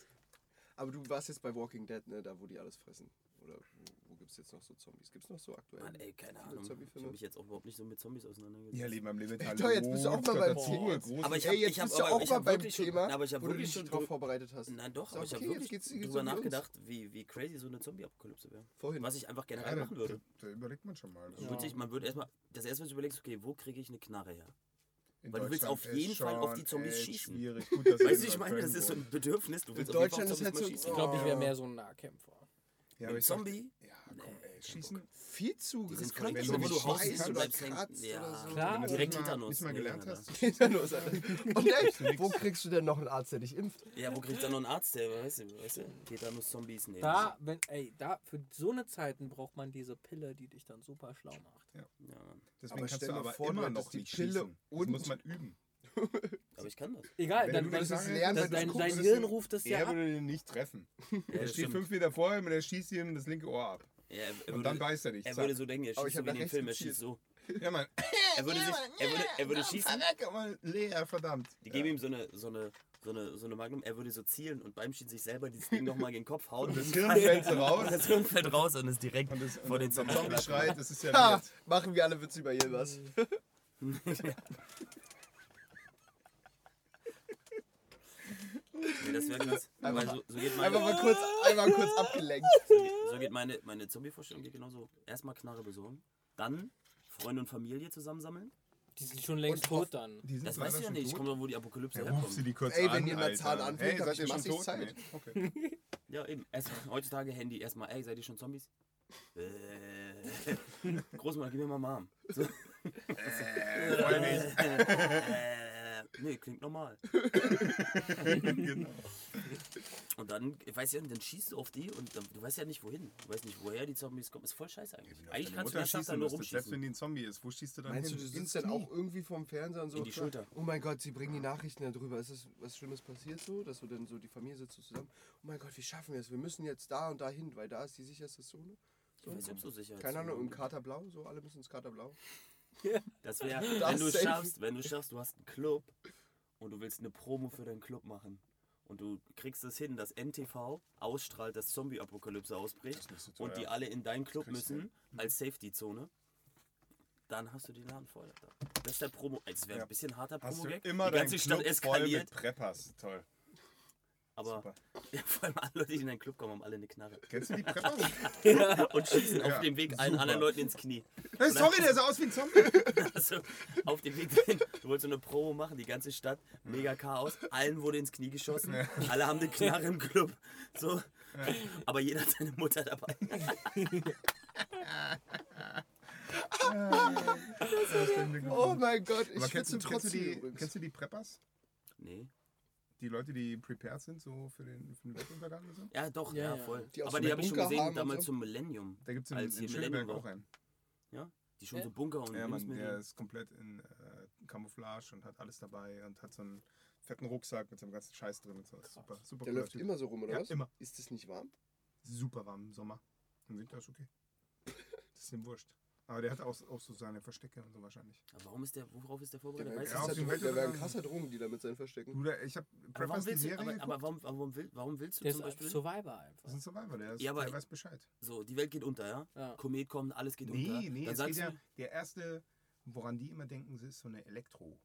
Speaker 3: Aber du warst jetzt bei Walking Dead, ne? Da, wo die alles fressen. Oder wo, wo gibt's jetzt noch so Zombies? Gibt's noch so aktuell?
Speaker 5: Mann, ey, keine
Speaker 3: Viele
Speaker 5: Ahnung. Ich
Speaker 3: Ähm, Zombie-Filme.
Speaker 5: habe mich jetzt auch überhaupt nicht so mit Zombies auseinandergesetzt.
Speaker 4: Ja, Leben am Limit. Hallo.
Speaker 3: Doch, jetzt bist du auch mal beim
Speaker 4: Gott,
Speaker 3: Thema.
Speaker 4: großes-
Speaker 5: Aber ich
Speaker 3: Ey,
Speaker 5: hab-
Speaker 3: jetzt
Speaker 5: hab
Speaker 3: bist du
Speaker 5: aber-
Speaker 3: auch
Speaker 5: ich
Speaker 3: mal
Speaker 5: hab
Speaker 3: beim
Speaker 5: wirklich schon-
Speaker 3: Thema,
Speaker 5: na, aber ich hab
Speaker 3: wo du
Speaker 5: wirklich
Speaker 3: dich
Speaker 5: schon
Speaker 3: drauf
Speaker 5: drü-
Speaker 3: vorbereitet hast.
Speaker 5: Nein, doch,
Speaker 3: Ist
Speaker 5: aber ich habe
Speaker 3: okay, jetzt
Speaker 5: wirklich
Speaker 3: geht's- geht's
Speaker 5: drüber
Speaker 3: um uns.
Speaker 5: nachgedacht, wie, wie crazy so eine Zombie-Apokalypse wäre.
Speaker 3: Vorhin.
Speaker 5: Was ich einfach generell
Speaker 4: Ja, da,
Speaker 5: machen würde.
Speaker 4: da überlegt man schon mal.
Speaker 5: Man würde sich, man würde erstmal, das erste, was du überlegst, okay, wo kriege ich eine Knarre her?
Speaker 4: In
Speaker 5: Weil du willst
Speaker 4: Deutschland
Speaker 5: auf jeden
Speaker 4: ist
Speaker 5: Fall auf die
Speaker 4: schon
Speaker 5: Zombies
Speaker 4: echt
Speaker 5: schießen.
Speaker 4: Schwierig. Gut, dass wir
Speaker 5: Weißt du,
Speaker 4: in
Speaker 5: ich meine, das
Speaker 4: Köln
Speaker 5: ist so
Speaker 4: wohnen.
Speaker 5: ein Bedürfnis. Du willst auf jeden Fall
Speaker 3: Deutschland
Speaker 5: auf
Speaker 3: ist halt
Speaker 5: Zombies mal
Speaker 3: so-
Speaker 5: schießen.
Speaker 6: Ich glaube, ich
Speaker 4: Ja.
Speaker 6: wäre mehr so ein Nahkämpfer.
Speaker 4: Ja, aber
Speaker 5: Ein
Speaker 4: ich sag-
Speaker 5: Zombie?
Speaker 4: Ja, komm, ey, schießen.
Speaker 3: viel zu
Speaker 5: Die sind
Speaker 3: riskant,
Speaker 5: krank,
Speaker 4: wenn
Speaker 5: aber
Speaker 4: du
Speaker 5: du
Speaker 4: nicht
Speaker 5: haust
Speaker 4: schießt
Speaker 5: nicht
Speaker 3: scheißt
Speaker 5: und
Speaker 3: oder
Speaker 5: bleibst hängen.
Speaker 3: kratzt oder
Speaker 5: Ja,
Speaker 3: so.
Speaker 6: Klar,
Speaker 4: Wenn du
Speaker 5: direkt
Speaker 4: das
Speaker 5: hinter
Speaker 4: mal-
Speaker 5: uns.
Speaker 4: nicht mal
Speaker 5: Nee,
Speaker 4: gelernt
Speaker 5: Alter.
Speaker 4: hast.
Speaker 3: Tetanus, Alter. Und ey, wo kriegst du denn noch einen Arzt, der dich impft?
Speaker 5: Ja, wo kriegt dann noch einen Arzt, der, weißt du, weißt du? Tetanus-Zombies, nee.
Speaker 6: Da, wenn, ey, da, für so eine Zeiten braucht man diese Pille, die dich dann super schlau macht.
Speaker 5: Ja, Mann.
Speaker 4: Deswegen
Speaker 3: Aber
Speaker 4: kannst
Speaker 3: stell
Speaker 4: du
Speaker 3: dir
Speaker 4: aber
Speaker 3: vor, du
Speaker 4: immer
Speaker 3: hättest
Speaker 4: noch
Speaker 3: die
Speaker 4: nicht
Speaker 3: Pille
Speaker 4: schießen. Das
Speaker 3: und-
Speaker 4: muss man üben.
Speaker 5: Aber ich kann das.
Speaker 6: Egal,
Speaker 4: Wenn
Speaker 6: dann,
Speaker 4: du
Speaker 6: wenn
Speaker 4: würdest
Speaker 3: das
Speaker 4: sagen,
Speaker 3: lernen,
Speaker 6: dein,
Speaker 3: wenn
Speaker 6: dein,
Speaker 3: du
Speaker 6: dein
Speaker 3: guckst,
Speaker 6: Hirn ruft das ja
Speaker 4: Er
Speaker 6: ab.
Speaker 4: würde den nicht treffen.
Speaker 5: Ja,
Speaker 4: Er
Speaker 5: das
Speaker 4: steht
Speaker 5: stimmt.
Speaker 4: fünf Meter vor ihm und er schießt ihm das linke Ohr ab.
Speaker 5: Ja, er, er
Speaker 4: Und dann
Speaker 5: würde,
Speaker 4: beißt er dich.
Speaker 5: er
Speaker 4: Zack.
Speaker 5: würde so denken, er
Speaker 3: Aber ich
Speaker 5: schießt so
Speaker 3: hab
Speaker 5: wie in
Speaker 3: nach
Speaker 5: dem
Speaker 3: rechts
Speaker 5: Film, er
Speaker 3: gezielt.
Speaker 5: schießt so.
Speaker 4: Ja, Mann.
Speaker 5: Er würde, sich, er würde, er würde schießen,
Speaker 4: Verreck, Mann. Leer, verdammt.
Speaker 5: die geben ihm so eine, so, eine, so, eine, so eine Magnum, er würde so zielen und beim Schießen sich selber dieses Ding nochmal gegen den Kopf hauen. Und
Speaker 4: das Hirn fällt so raus.
Speaker 5: Und das Hirn fällt raus und ist direkt
Speaker 4: Und das,
Speaker 5: vor den
Speaker 4: und der
Speaker 5: Zombie.
Speaker 4: Zombie schreit, das ist ja
Speaker 3: Ha,
Speaker 4: weird.
Speaker 3: machen wir alle Witze über irgendwas.
Speaker 5: Nee, das wäre krass. Weil so, so geht meine,
Speaker 3: Einfach mal kurz, einmal kurz abgelenkt.
Speaker 5: so geht meine, meine Zombie-Vorstellung geht genauso. Erstmal Knarre besorgen, dann Freunde und Familie zusammensammeln.
Speaker 6: Die sind schon längst
Speaker 3: Und auf-
Speaker 6: tot dann.
Speaker 4: Die sind
Speaker 5: Das
Speaker 4: leider
Speaker 5: weißt du ja
Speaker 4: schon
Speaker 5: nicht, ich
Speaker 4: tot.
Speaker 5: komme doch, wo die Apokalypse
Speaker 4: Ja, ruf sie
Speaker 5: herkommt.
Speaker 4: die kurz
Speaker 3: Ey,
Speaker 4: an,
Speaker 3: wenn ihr mal
Speaker 4: Alter.
Speaker 3: Zahn anfängt,
Speaker 4: hey,
Speaker 3: hab
Speaker 4: seid
Speaker 3: ich
Speaker 4: ihr schon
Speaker 3: massig
Speaker 4: tot?
Speaker 3: Zeit.
Speaker 4: Nee. Okay.
Speaker 5: Ja, eben. Erst, heutzutage Handy, erstmal, ey, seid ihr schon Zombies? Äh, Großmutter, gib mir mal einen Arm.
Speaker 4: Äh, Freunde,
Speaker 5: Äh, Nee, klingt normal.
Speaker 4: genau.
Speaker 5: Und dann, ich weiß ja nicht, dann schießt du auf die und dann, du weißt ja nicht wohin. Du weißt nicht, woher die Zombies kommen. Ist voll scheiße
Speaker 4: Ja,
Speaker 5: eigentlich.
Speaker 4: wenn du auf
Speaker 5: eigentlich
Speaker 4: deine
Speaker 5: kannst du
Speaker 4: Mutter
Speaker 5: den Tag
Speaker 4: schießt,
Speaker 5: dann
Speaker 4: dann
Speaker 5: nur
Speaker 4: musst du- Selbst wenn
Speaker 5: rumschießen.
Speaker 4: die ein Zombie ist, wo schießt du dann
Speaker 3: Meinst du,
Speaker 4: hin?
Speaker 3: du
Speaker 4: Ins
Speaker 3: sitzt dann
Speaker 4: Knie.
Speaker 3: auch irgendwie vorm Fernseher und so?
Speaker 5: In die Schulter.
Speaker 3: Oh mein Gott, sie bringen die Nachrichten darüber. Ist das was Schlimmes passiert so? Dass du dann so die Familie sitzt so zusammen. Oh mein Gott, wie schaffen wir es? Wir müssen jetzt da und da hin, weil da ist die sicherste Zone.
Speaker 5: Ich weiß nicht, ob so sicher
Speaker 3: Keine Ahnung, im Katerblau, so alle müssen ins Katerblau.
Speaker 5: Das wäre,
Speaker 3: Das
Speaker 5: wenn du
Speaker 3: safe.
Speaker 5: schaffst, wenn du schaffst, du hast einen Club und du willst eine Promo für deinen Club machen. Und du kriegst es hin, dass NTV ausstrahlt, dass Zombie-Apokalypse ausbricht
Speaker 4: Das ist nicht so
Speaker 5: und die
Speaker 4: teuer.
Speaker 5: alle in deinen Club
Speaker 4: Kriegst du
Speaker 5: müssen, als Safety-Zone. Dann hast du den Laden voll. Alter. Das ist der Promo. also Es wäre
Speaker 4: Ja.
Speaker 5: ein bisschen harter
Speaker 4: Hast du
Speaker 5: Promo-Gag.
Speaker 4: immer
Speaker 5: Die ganze
Speaker 4: deinen
Speaker 5: Stadt
Speaker 4: Club voll mit
Speaker 5: eskaliert.
Speaker 4: Preppers. Toll.
Speaker 5: Aber
Speaker 4: Super.
Speaker 5: ja, vor allem alle Leute, die in deinen Club kommen, haben alle eine Knarre.
Speaker 4: Kennst du die Preppers?
Speaker 5: Und schießen auf
Speaker 4: Ja,
Speaker 5: dem Weg allen
Speaker 4: super.
Speaker 5: anderen Leuten ins Knie.
Speaker 4: Hey, sorry, der sah aus wie ein Zombie.
Speaker 5: Also auf dem Weg dahin, du wolltest so eine Promo machen, die ganze Stadt, mega Chaos, allen wurde ins Knie geschossen, alle haben eine Knarre im Club, so, aber jeder hat seine Mutter dabei.
Speaker 3: Oh mein Gott, ich
Speaker 4: Aber
Speaker 3: schwitze
Speaker 4: kennst du, kennst, du
Speaker 3: trotzdem
Speaker 4: die,
Speaker 3: übrigens.
Speaker 4: kennst du die Preppers?
Speaker 5: Nee.
Speaker 4: Die Leute, die prepared sind, so für den, für den Weltuntergang und so?
Speaker 5: Ja, doch,
Speaker 6: Ja,
Speaker 5: ja,
Speaker 6: ja.
Speaker 5: voll.
Speaker 3: Die aus
Speaker 5: aber
Speaker 3: dem
Speaker 5: die habe ich schon
Speaker 3: Bunker haben
Speaker 5: gesehen,
Speaker 3: und
Speaker 5: damals
Speaker 3: so.
Speaker 5: zum Millennium.
Speaker 4: Da gibt es in,
Speaker 5: Als
Speaker 4: in
Speaker 5: hier
Speaker 4: Schöneberg
Speaker 5: Millennium
Speaker 4: auch
Speaker 5: war.
Speaker 4: einen.
Speaker 5: Die schon
Speaker 6: Ja.
Speaker 5: so Bunker und
Speaker 4: Ja, Mann, der
Speaker 5: Lebensmittel.
Speaker 4: ist komplett in äh, Camouflage und hat alles dabei und hat so einen fetten Rucksack mit seinem ganzen Scheiß drin und so. Super, super
Speaker 3: Der
Speaker 4: cooler
Speaker 3: läuft
Speaker 4: Typ.
Speaker 3: immer so rum, oder
Speaker 4: Ja,
Speaker 3: was?
Speaker 4: immer.
Speaker 3: Ist das nicht warm?
Speaker 4: Super warm im Sommer. Im Winter ist okay. Das ist ihm wurscht. Aber der hat auch, auch so seine Verstecke und so wahrscheinlich.
Speaker 5: Aber warum ist der, worauf ist halt ähm, der
Speaker 3: Der
Speaker 5: vorbereitet? Weiß ich nicht.
Speaker 3: wäre ein krasser
Speaker 4: ja, dem
Speaker 3: Dro- der wäre ein
Speaker 4: Weltuntergang.
Speaker 3: krasser Drogendealer mit seinen Verstecken.
Speaker 4: Bruder, ich hab
Speaker 5: aber warum,
Speaker 4: Preppers die
Speaker 5: willst du,
Speaker 4: Serie
Speaker 5: aber,
Speaker 4: geguckt.
Speaker 5: aber warum, warum, will- warum willst du
Speaker 6: Der
Speaker 5: zum
Speaker 6: ist ein
Speaker 5: Beispiel?
Speaker 6: Survivor
Speaker 4: das
Speaker 6: einfach.
Speaker 4: ist ein Survivor, der, ist,
Speaker 5: Ja, aber-
Speaker 4: der weiß Bescheid.
Speaker 5: so, die Welt geht unter, ja?
Speaker 6: Ja.
Speaker 5: Komet kommt, alles geht unter.
Speaker 4: Nee, nee,
Speaker 5: Dann
Speaker 4: es geht
Speaker 5: sagst
Speaker 4: ja,
Speaker 5: du,
Speaker 4: der erste, woran die immer denken, sie ist so eine Elektro.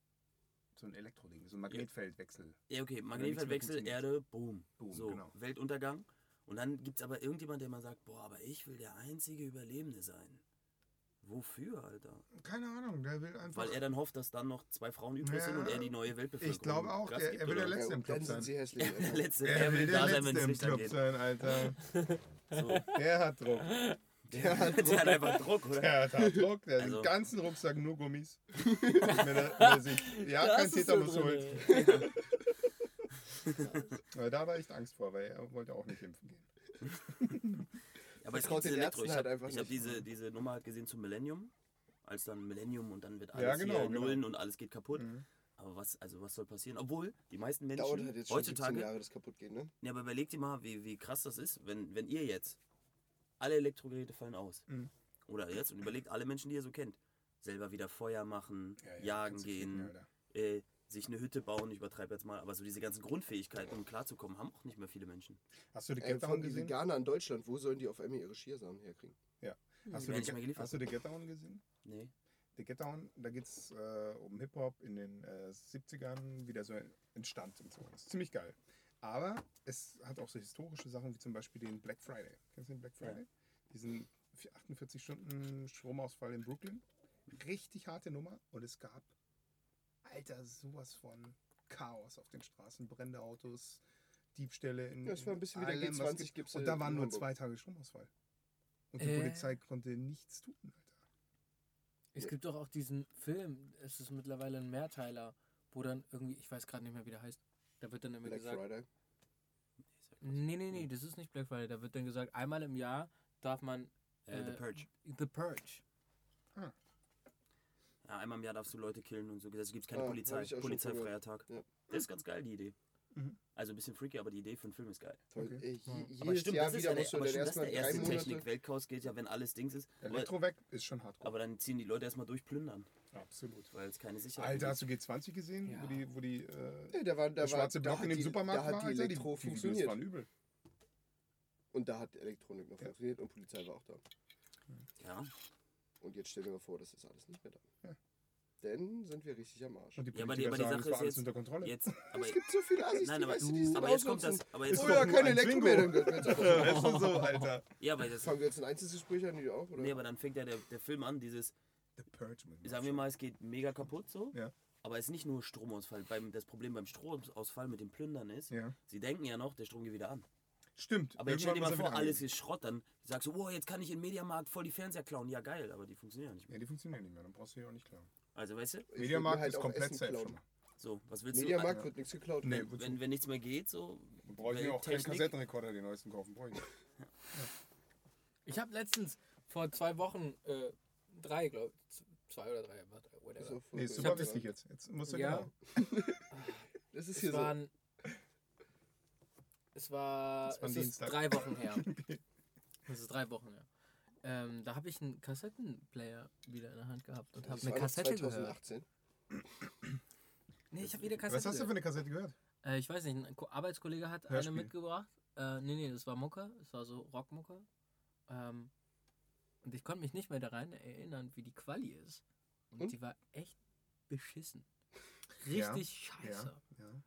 Speaker 4: So ein Elektroding, so ein Magnetfeldwechsel.
Speaker 5: Ja, okay,
Speaker 4: nichts mehr
Speaker 5: Magnetfeldwechsel,
Speaker 4: funktioniert.
Speaker 5: Erde, boom.
Speaker 4: Boom,
Speaker 5: so,
Speaker 4: genau.
Speaker 5: Weltuntergang. Und dann gibt es aber irgendjemand, der mal sagt, boah, aber ich will der einzige Überlebende sein. Wofür, Alter?
Speaker 4: Keine Ahnung, der will einfach.
Speaker 5: Weil er dann hofft, dass dann noch zwei Frauen übrig sind und
Speaker 4: Ja,
Speaker 5: er die neue Weltbevölkerung
Speaker 4: ich glaube auch,
Speaker 5: Gas
Speaker 4: der,
Speaker 5: gibt,
Speaker 4: er will der
Speaker 5: oder?
Speaker 4: Letzte
Speaker 3: Ja,
Speaker 4: im
Speaker 3: und
Speaker 4: Club
Speaker 3: dann sind
Speaker 4: sein.
Speaker 3: sie hässlich.
Speaker 5: Der
Speaker 3: Alter.
Speaker 5: Letzte, er will da sein, wenn es Licht
Speaker 4: Club
Speaker 5: angeht.
Speaker 4: sein, Alter.
Speaker 5: So,
Speaker 4: Der hat Druck.
Speaker 3: Der hat
Speaker 5: der hat einfach Druck, oder?
Speaker 4: Der hat hart Druck. Der hat
Speaker 5: Also-
Speaker 4: den ganzen Rucksack nur Gummis. Wenn er- wenn er sich- ja,
Speaker 6: Da
Speaker 4: kein
Speaker 6: ist es so
Speaker 4: Tetanus
Speaker 6: drin,
Speaker 4: holt.
Speaker 6: ey.
Speaker 4: Weil Da war echt Angst vor, weil er wollte auch nicht impfen gehen.
Speaker 5: Aber es
Speaker 3: Vertraut
Speaker 5: gibt diese
Speaker 3: den
Speaker 5: Elektro.
Speaker 3: Ärzten
Speaker 5: Ich
Speaker 3: halt
Speaker 5: habe
Speaker 3: einfach
Speaker 5: ich hab
Speaker 3: nicht.
Speaker 5: diese, diese Nummer halt gesehen zum Millennium. Als dann Millennium und dann wird
Speaker 4: Ja,
Speaker 5: alles
Speaker 4: genau,
Speaker 5: hier
Speaker 4: genau.
Speaker 5: Nullen und alles geht kaputt.
Speaker 4: Mhm.
Speaker 5: Aber was, also was soll passieren? Obwohl, die meisten Menschen
Speaker 3: Dauert halt jetzt schon 17
Speaker 5: heutzutage
Speaker 3: Jahre, das kaputt geht, ne?
Speaker 5: Ja, aber überleg dir mal, wie, wie krass das ist, wenn, wenn ihr jetzt alle Elektrogeräte fallen aus.
Speaker 4: Mhm.
Speaker 5: Oder jetzt und überlegt alle Menschen, die ihr so kennt. Selber wieder Feuer machen, jagen
Speaker 4: kannst du ficken,
Speaker 5: gehen,
Speaker 4: Alter.
Speaker 5: äh, sich eine Hütte bauen, ich übertreibe jetzt mal, aber so diese ganzen Grundfähigkeiten, um klarzukommen, haben auch nicht mehr viele Menschen.
Speaker 4: Hast du die
Speaker 3: Ey,
Speaker 4: Get
Speaker 3: von
Speaker 4: Down
Speaker 3: die
Speaker 4: gesehen?
Speaker 3: Veganer in Deutschland, wo sollen die auf einmal ihre Schiersamen herkriegen?
Speaker 4: Hast
Speaker 5: Die
Speaker 4: du,
Speaker 5: werden
Speaker 4: die
Speaker 5: nicht mehr
Speaker 4: Get,
Speaker 5: geliefert.
Speaker 4: hast du die Get Down gesehen?
Speaker 5: Nee.
Speaker 4: The Get Down, da geht es äh, um Hip-Hop in den äh, 70ern, wie der so entstand und so. Das ist ziemlich geil. Aber es hat auch so historische Sachen wie zum Beispiel den Black Friday. Kennst du den Black Friday? Diesen 48 Stunden Stromausfall in Brooklyn. Richtig harte Nummer und es gab, Alter, sowas von Chaos auf den Straßen, brennende Autos, Diebställe in.
Speaker 3: Ja, es war ein bisschen wie
Speaker 4: in
Speaker 3: der
Speaker 4: allem, was
Speaker 3: G20
Speaker 4: gibt.
Speaker 3: gibt's
Speaker 4: Und da
Speaker 3: in
Speaker 4: waren nur
Speaker 3: Hamburg.
Speaker 4: zwei Tage Stromausfall. Und die
Speaker 6: Äh.
Speaker 4: Polizei konnte nichts tun, Alter.
Speaker 6: Es gibt doch auch diesen Film, es ist mittlerweile ein Mehrteiler, wo dann irgendwie, ich weiß gerade nicht mehr, wie der heißt, da wird dann immer
Speaker 3: Black
Speaker 6: gesagt,
Speaker 3: Friday.
Speaker 6: nee, nee, nee, das ist nicht Black Friday, da wird dann gesagt, einmal im Jahr darf man
Speaker 5: Äh, The
Speaker 6: Äh,
Speaker 5: Purge.
Speaker 6: The Purge.
Speaker 5: Ja, einmal im Jahr darfst du Leute killen und so. Also Es gibt keine
Speaker 3: Ah, hab
Speaker 5: Polizei.
Speaker 3: ich auch schon
Speaker 5: Polizeifreier Tag.
Speaker 3: Ja.
Speaker 5: Das ist ganz geil, die Idee.
Speaker 4: Mhm.
Speaker 5: Also ein bisschen freaky, aber die Idee für einen Film ist geil.
Speaker 3: Toll.
Speaker 4: Okay.
Speaker 3: Ey, je,
Speaker 4: Ja.
Speaker 3: jedes
Speaker 5: Aber stimmt,
Speaker 3: Jahr
Speaker 5: das ist,
Speaker 3: wieder
Speaker 5: ja der,
Speaker 3: musst du
Speaker 5: aber
Speaker 3: dann
Speaker 5: stimmt, das ist
Speaker 3: erstmal
Speaker 5: der
Speaker 3: drei
Speaker 5: erste
Speaker 3: Monate.
Speaker 5: Technik. Weltchaos geht ja, wenn alles Dings ist. Aber,
Speaker 4: Elektro weg ist schon hardcore.
Speaker 5: aber dann ziehen die Leute erstmal durch Plündern,
Speaker 4: Absolut.
Speaker 5: weil es keine Sicherheit
Speaker 4: Alter,
Speaker 5: gibt.
Speaker 4: hast du G20 gesehen? Wo die, wo die, äh,
Speaker 3: Ja, da war, da
Speaker 4: der
Speaker 3: war,
Speaker 4: schwarze
Speaker 3: da
Speaker 4: Block
Speaker 3: hat
Speaker 4: in dem
Speaker 3: die,
Speaker 4: Supermarkt
Speaker 3: Da hat
Speaker 4: war,
Speaker 3: die
Speaker 4: Alter,
Speaker 3: Elektro
Speaker 4: die, die Videos
Speaker 3: funktioniert.
Speaker 4: waren übel.
Speaker 3: Und da hat Elektronik noch
Speaker 4: Ja.
Speaker 3: funktioniert und Polizei war auch da.
Speaker 5: Ja.
Speaker 3: Und jetzt stellen wir mal vor, das ist alles nicht mehr da.
Speaker 4: Ja.
Speaker 3: Dann sind wir richtig am Arsch.
Speaker 4: Und die
Speaker 5: Ja, aber
Speaker 4: Politiker
Speaker 5: die- aber die
Speaker 4: sagen,
Speaker 5: Sache
Speaker 4: es war
Speaker 5: ist
Speaker 4: alles
Speaker 5: jetzt-
Speaker 4: unter Kontrolle.
Speaker 5: Jetzt, aber,
Speaker 3: Es gibt so viele Assis,
Speaker 5: nein,
Speaker 3: die,
Speaker 5: aber,
Speaker 3: weißt du, die es
Speaker 5: aber
Speaker 3: dann
Speaker 5: jetzt kommt das.
Speaker 3: ausnutzen.
Speaker 5: Aber
Speaker 4: Ist
Speaker 5: jetzt
Speaker 3: Oh
Speaker 4: doch
Speaker 5: kommt,
Speaker 3: ja,
Speaker 4: nur
Speaker 3: keine
Speaker 4: ein
Speaker 3: Elektro
Speaker 4: Twingo.
Speaker 3: mehr, dann gehört mir jetzt auch.
Speaker 4: Das ist so, also, Alter.
Speaker 5: ja, weil das,
Speaker 3: Fangen wir jetzt ein Einzelgespräch an, die auch, oder?
Speaker 5: nee, aber dann fängt ja der, der Film an, dieses,
Speaker 4: The Purge. muss man
Speaker 5: sagen wir
Speaker 4: sagen.
Speaker 5: mal, es geht mega kaputt so.
Speaker 4: Ja.
Speaker 5: Aber es ist nicht nur Stromausfall. Beim, das Problem beim Stromausfall mit dem Plündern ist,
Speaker 4: Ja.
Speaker 5: sie denken ja noch, der Strom geht wieder an.
Speaker 4: Stimmt.
Speaker 5: Aber jetzt stell dir mal
Speaker 4: irgendwann muss er
Speaker 5: vor,
Speaker 4: wieder
Speaker 5: alles
Speaker 4: rein.
Speaker 5: ist Schrott. Dann sagst du, oh, jetzt kann ich im Mediamarkt voll die Fernseher klauen. Ja, geil, aber die funktionieren ja nicht mehr.
Speaker 4: Ja, die funktionieren nicht mehr, dann brauchst du hier auch nicht klar.
Speaker 5: Also, weißt du,
Speaker 3: Ich würd mir
Speaker 4: Mediamarkt
Speaker 3: halt
Speaker 4: ist
Speaker 3: auch
Speaker 4: komplett
Speaker 3: Essen
Speaker 4: safe
Speaker 3: klauen.
Speaker 4: schon mal.
Speaker 5: So, äh, was willst du? Also,
Speaker 3: Mediamarkt wird nichts geklaut. ne?
Speaker 4: Nee, wozu?
Speaker 5: Wenn, wenn nichts mehr geht, so.
Speaker 4: Dann brauche ich mir auch keinen
Speaker 5: Technik.
Speaker 4: Kassettenrekorder, den neuesten kaufen. Brauche ich nicht.
Speaker 6: Ich habe letztens vor zwei Wochen, äh, drei, glaube ich, z- zwei oder drei, aber drei, whatever.
Speaker 3: Ist auch voll
Speaker 4: Nee,
Speaker 3: geil.
Speaker 4: super wichtig jetzt. Jetzt musst du
Speaker 6: Ja.
Speaker 4: genau.
Speaker 3: Das ist
Speaker 6: es
Speaker 3: hier so.
Speaker 6: waren, es war,
Speaker 4: Das war
Speaker 6: es ist
Speaker 4: Dienstag.
Speaker 6: drei Wochen her. Es ist drei Wochen her. Ähm, da habe ich einen Kassettenplayer wieder in der Hand gehabt und habe
Speaker 3: Das
Speaker 6: eine
Speaker 3: war noch
Speaker 6: Kassette gehört.
Speaker 3: 2018.
Speaker 6: Nee, ich habe wieder Kassette
Speaker 4: Was hast du für eine Kassette gehört?
Speaker 6: Äh, ich weiß nicht, ein Ko- Arbeitskollege hat
Speaker 4: Hörspiel.
Speaker 6: eine mitgebracht. Äh, nee, nee, das war Mucke. Es war so Rockmucke. Ähm, und ich konnte mich nicht mehr daran erinnern, wie die Quali ist. Und,
Speaker 3: Und?
Speaker 6: die war echt beschissen.
Speaker 4: Ja,
Speaker 6: Richtig scheiße.
Speaker 4: Ja.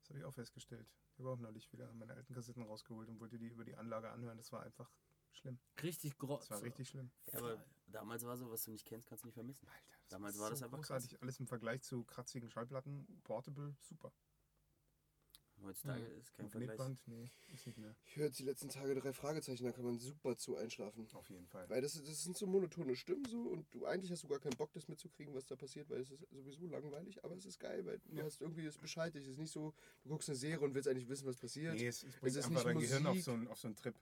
Speaker 4: Das habe ich auch festgestellt. Ich habe auch neulich wieder meine alten Kassetten rausgeholt und wollte die über die Anlage anhören. Das war einfach schlimm.
Speaker 6: Richtig groß.
Speaker 4: Das war richtig schlimm.
Speaker 5: Ja, aber damals war so, was du nicht kennst, kannst du nicht vermissen.
Speaker 4: Alter, das
Speaker 5: Damals war das einfach
Speaker 4: großartig. Alles im Vergleich zu kratzigen Schallplatten. Portable, super.
Speaker 5: Heutzutage
Speaker 6: Mhm.
Speaker 5: ist kein Vergleich.
Speaker 4: Magnetband, nee, ist nicht mehr.
Speaker 3: Ich höre jetzt die letzten Tage drei Fragezeichen, da kann man super zu einschlafen.
Speaker 4: Auf jeden Fall.
Speaker 3: Weil das, das sind so monotone Stimmen so und du eigentlich hast du gar keinen Bock, das mitzukriegen, was da passiert, weil es ist sowieso langweilig, aber es ist geil, weil du hast irgendwie das Bescheid. Es ist nicht so, du guckst eine Serie und willst eigentlich wissen, was passiert.
Speaker 4: Nee, es, es bringt
Speaker 3: ist
Speaker 4: einfach
Speaker 3: nicht
Speaker 4: dein Gehirn auf
Speaker 3: Musik.
Speaker 4: so, einen, auf so einen Trip.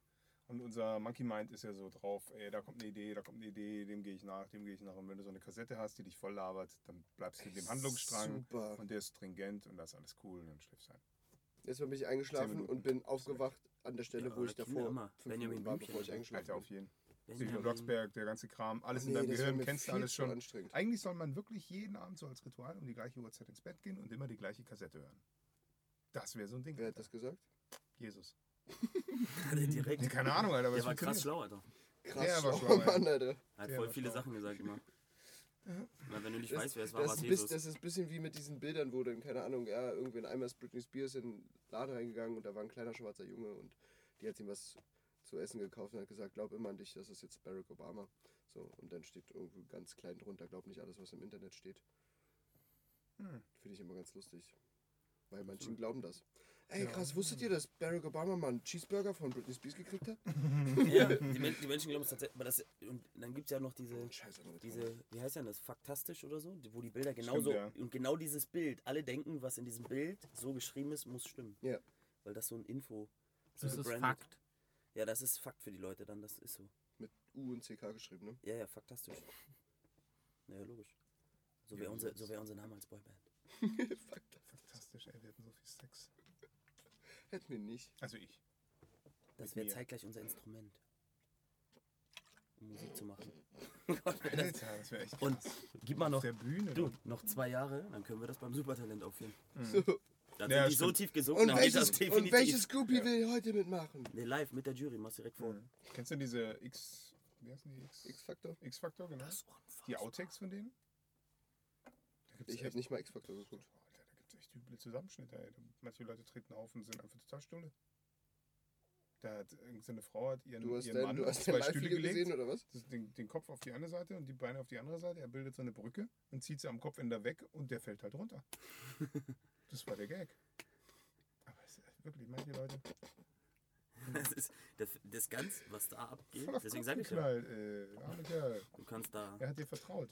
Speaker 4: Und unser Monkey Mind ist ja so drauf, ey, da kommt eine Idee, da kommt eine Idee, dem gehe ich nach, dem gehe ich nach. Und wenn du so eine Kassette hast, die dich voll labert, dann bleibst du in dem Handlungsstrang
Speaker 3: Super.
Speaker 4: und der ist stringent und das ist alles cool und dann schläfst du ein.
Speaker 3: Jetzt bin ich eingeschlafen
Speaker 4: Minuten.
Speaker 3: und bin aufgewacht an der Stelle,
Speaker 5: Ja,
Speaker 3: wo ich
Speaker 5: Kinder
Speaker 3: davor
Speaker 5: immer.
Speaker 3: fünf
Speaker 5: Benjamin
Speaker 3: Minuten war,
Speaker 5: Blümchen
Speaker 3: bevor ich
Speaker 5: und
Speaker 3: eingeschlafen
Speaker 4: Alter,
Speaker 3: bin.
Speaker 4: auf jeden. Psycho
Speaker 5: Benjamin.
Speaker 4: Blocksberg, der ganze Kram, alles in
Speaker 3: Nee,
Speaker 4: deinem
Speaker 3: das wär
Speaker 4: Gehirn,
Speaker 3: mir
Speaker 4: kennst du
Speaker 3: viel
Speaker 4: alles
Speaker 3: zu
Speaker 4: schon.
Speaker 3: anstrengend.
Speaker 4: Eigentlich soll man wirklich jeden Abend so als Ritual um die gleiche Uhrzeit ins Bett gehen und immer die gleiche Kassette hören. Das wäre so ein Ding.
Speaker 3: Wer hat
Speaker 4: Alter.
Speaker 3: das gesagt?
Speaker 4: Jesus.
Speaker 5: Direkt.
Speaker 4: Nee, keine Ahnung, Alter. aber
Speaker 5: Der
Speaker 4: es
Speaker 5: war krass
Speaker 4: funktioniert.
Speaker 5: schlau, Alter.
Speaker 3: Krass,
Speaker 4: Ja, aber
Speaker 3: schlauer
Speaker 4: schon,
Speaker 3: Mann, Alter.
Speaker 5: Er hat
Speaker 4: Der
Speaker 5: voll
Speaker 4: war
Speaker 5: viele
Speaker 4: schlau.
Speaker 5: Sachen gesagt immer. Na, wenn du nicht
Speaker 3: Das-
Speaker 5: weißt, wer es war, war
Speaker 3: Das
Speaker 5: es
Speaker 3: ist, bis,
Speaker 5: Jesus.
Speaker 3: das ist ein bisschen wie mit diesen Bildern, wo dann, keine Ahnung, ja, irgendwann einmal ist Britney Spears in den Laden reingegangen und da war ein kleiner schwarzer Junge und die hat ihm was zu essen gekauft und hat gesagt, glaub immer an dich, das ist jetzt Barack Obama. So, und dann steht irgendwie ganz klein drunter, glaub nicht alles, was im Internet steht.
Speaker 4: Hm.
Speaker 3: Finde ich immer ganz lustig. Weil manchen glauben das. Ey, krass, wusstet ihr, dass Barack Obama mal einen Cheeseburger von Britney Spears gekriegt hat?
Speaker 5: ja, die, Men die Menschen glauben es tatsächlich. Aber das, und dann gibt es ja noch diese,
Speaker 3: Scheiße, Leute.
Speaker 5: diese, wie heißt denn das, faktastisch oder so, die- wo die Bilder genauso,
Speaker 4: Stimmt,
Speaker 5: und genau dieses Bild, alle denken, was in diesem Bild so geschrieben ist, muss stimmen.
Speaker 3: Ja.
Speaker 5: Weil das so ein Info. so
Speaker 6: Das ist
Speaker 5: gebrandet-
Speaker 6: Fakt.
Speaker 5: Ja, das ist Fakt für die Leute dann, das ist so.
Speaker 3: Mit U und CK geschrieben, ne?
Speaker 5: Ja, ja, faktastisch. Naja, logisch. So wäre unser, so wär unser Name als Boyband.
Speaker 3: Fuck,
Speaker 4: Fantastisch, ey, wir hatten so viel Sex.
Speaker 3: hätten wir nicht.
Speaker 4: Also ich.
Speaker 5: Das
Speaker 4: Mit
Speaker 5: wäre
Speaker 4: mir.
Speaker 5: zeitgleich unser Instrument. Um Musik zu machen. Gott, wär das-
Speaker 4: Alter, das wäre echt krass.
Speaker 5: Und gib mal
Speaker 4: Auf
Speaker 5: noch,
Speaker 4: der Bühne. Mhm.
Speaker 5: du, noch zwei Jahre, dann können wir das beim Supertalent aufführen.
Speaker 4: Hm.
Speaker 3: So.
Speaker 5: Da
Speaker 4: Ja,
Speaker 5: sind die so
Speaker 4: stimmt.
Speaker 5: tief gesunken,
Speaker 3: Und,
Speaker 5: da geht das
Speaker 3: welches, und
Speaker 5: definitiv.
Speaker 3: welches Groupie
Speaker 4: Ja.
Speaker 3: will heute mitmachen?
Speaker 5: Nee, live mit der Jury, machst direkt vor.
Speaker 4: Mhm. Kennst du diese X. Wie heißen die? X.
Speaker 3: X-Factor?
Speaker 4: X-Factor, genau.
Speaker 6: Das ist unfassbar.
Speaker 4: Die Outtakes von denen? Da gibt's
Speaker 3: Ich habe
Speaker 4: echt-
Speaker 3: nicht mal X-Factor geguckt.
Speaker 4: Boah, Oh, Alter, da gibt es echt üble Zusammenschnitte. Ey. Da- Manche Leute treten auf und sind einfach total stulle. Da hat irgendeine Frau hat ihren,
Speaker 3: Du hast
Speaker 4: ihren
Speaker 3: dein,
Speaker 4: Mann
Speaker 3: du
Speaker 4: auf
Speaker 3: hast dein
Speaker 4: zwei Stühle
Speaker 3: Live-Video
Speaker 4: gelegt,
Speaker 3: gesehen oder was?
Speaker 4: das- den, den Kopf auf die eine Seite und die Beine auf die andere Seite. Er bildet so eine Brücke und zieht sie am Kopfende weg und der fällt halt runter. das war der Gag. Aber es ist wirklich, manche Leute
Speaker 5: Das ist das, das Ganze, was da abgeht.
Speaker 4: voll auf
Speaker 5: Deswegen sage
Speaker 4: Deswegen Kopf
Speaker 5: ich ja,
Speaker 4: geknallt. Ey, arme Kerl.
Speaker 5: du kannst da.
Speaker 4: Er hat dir vertraut.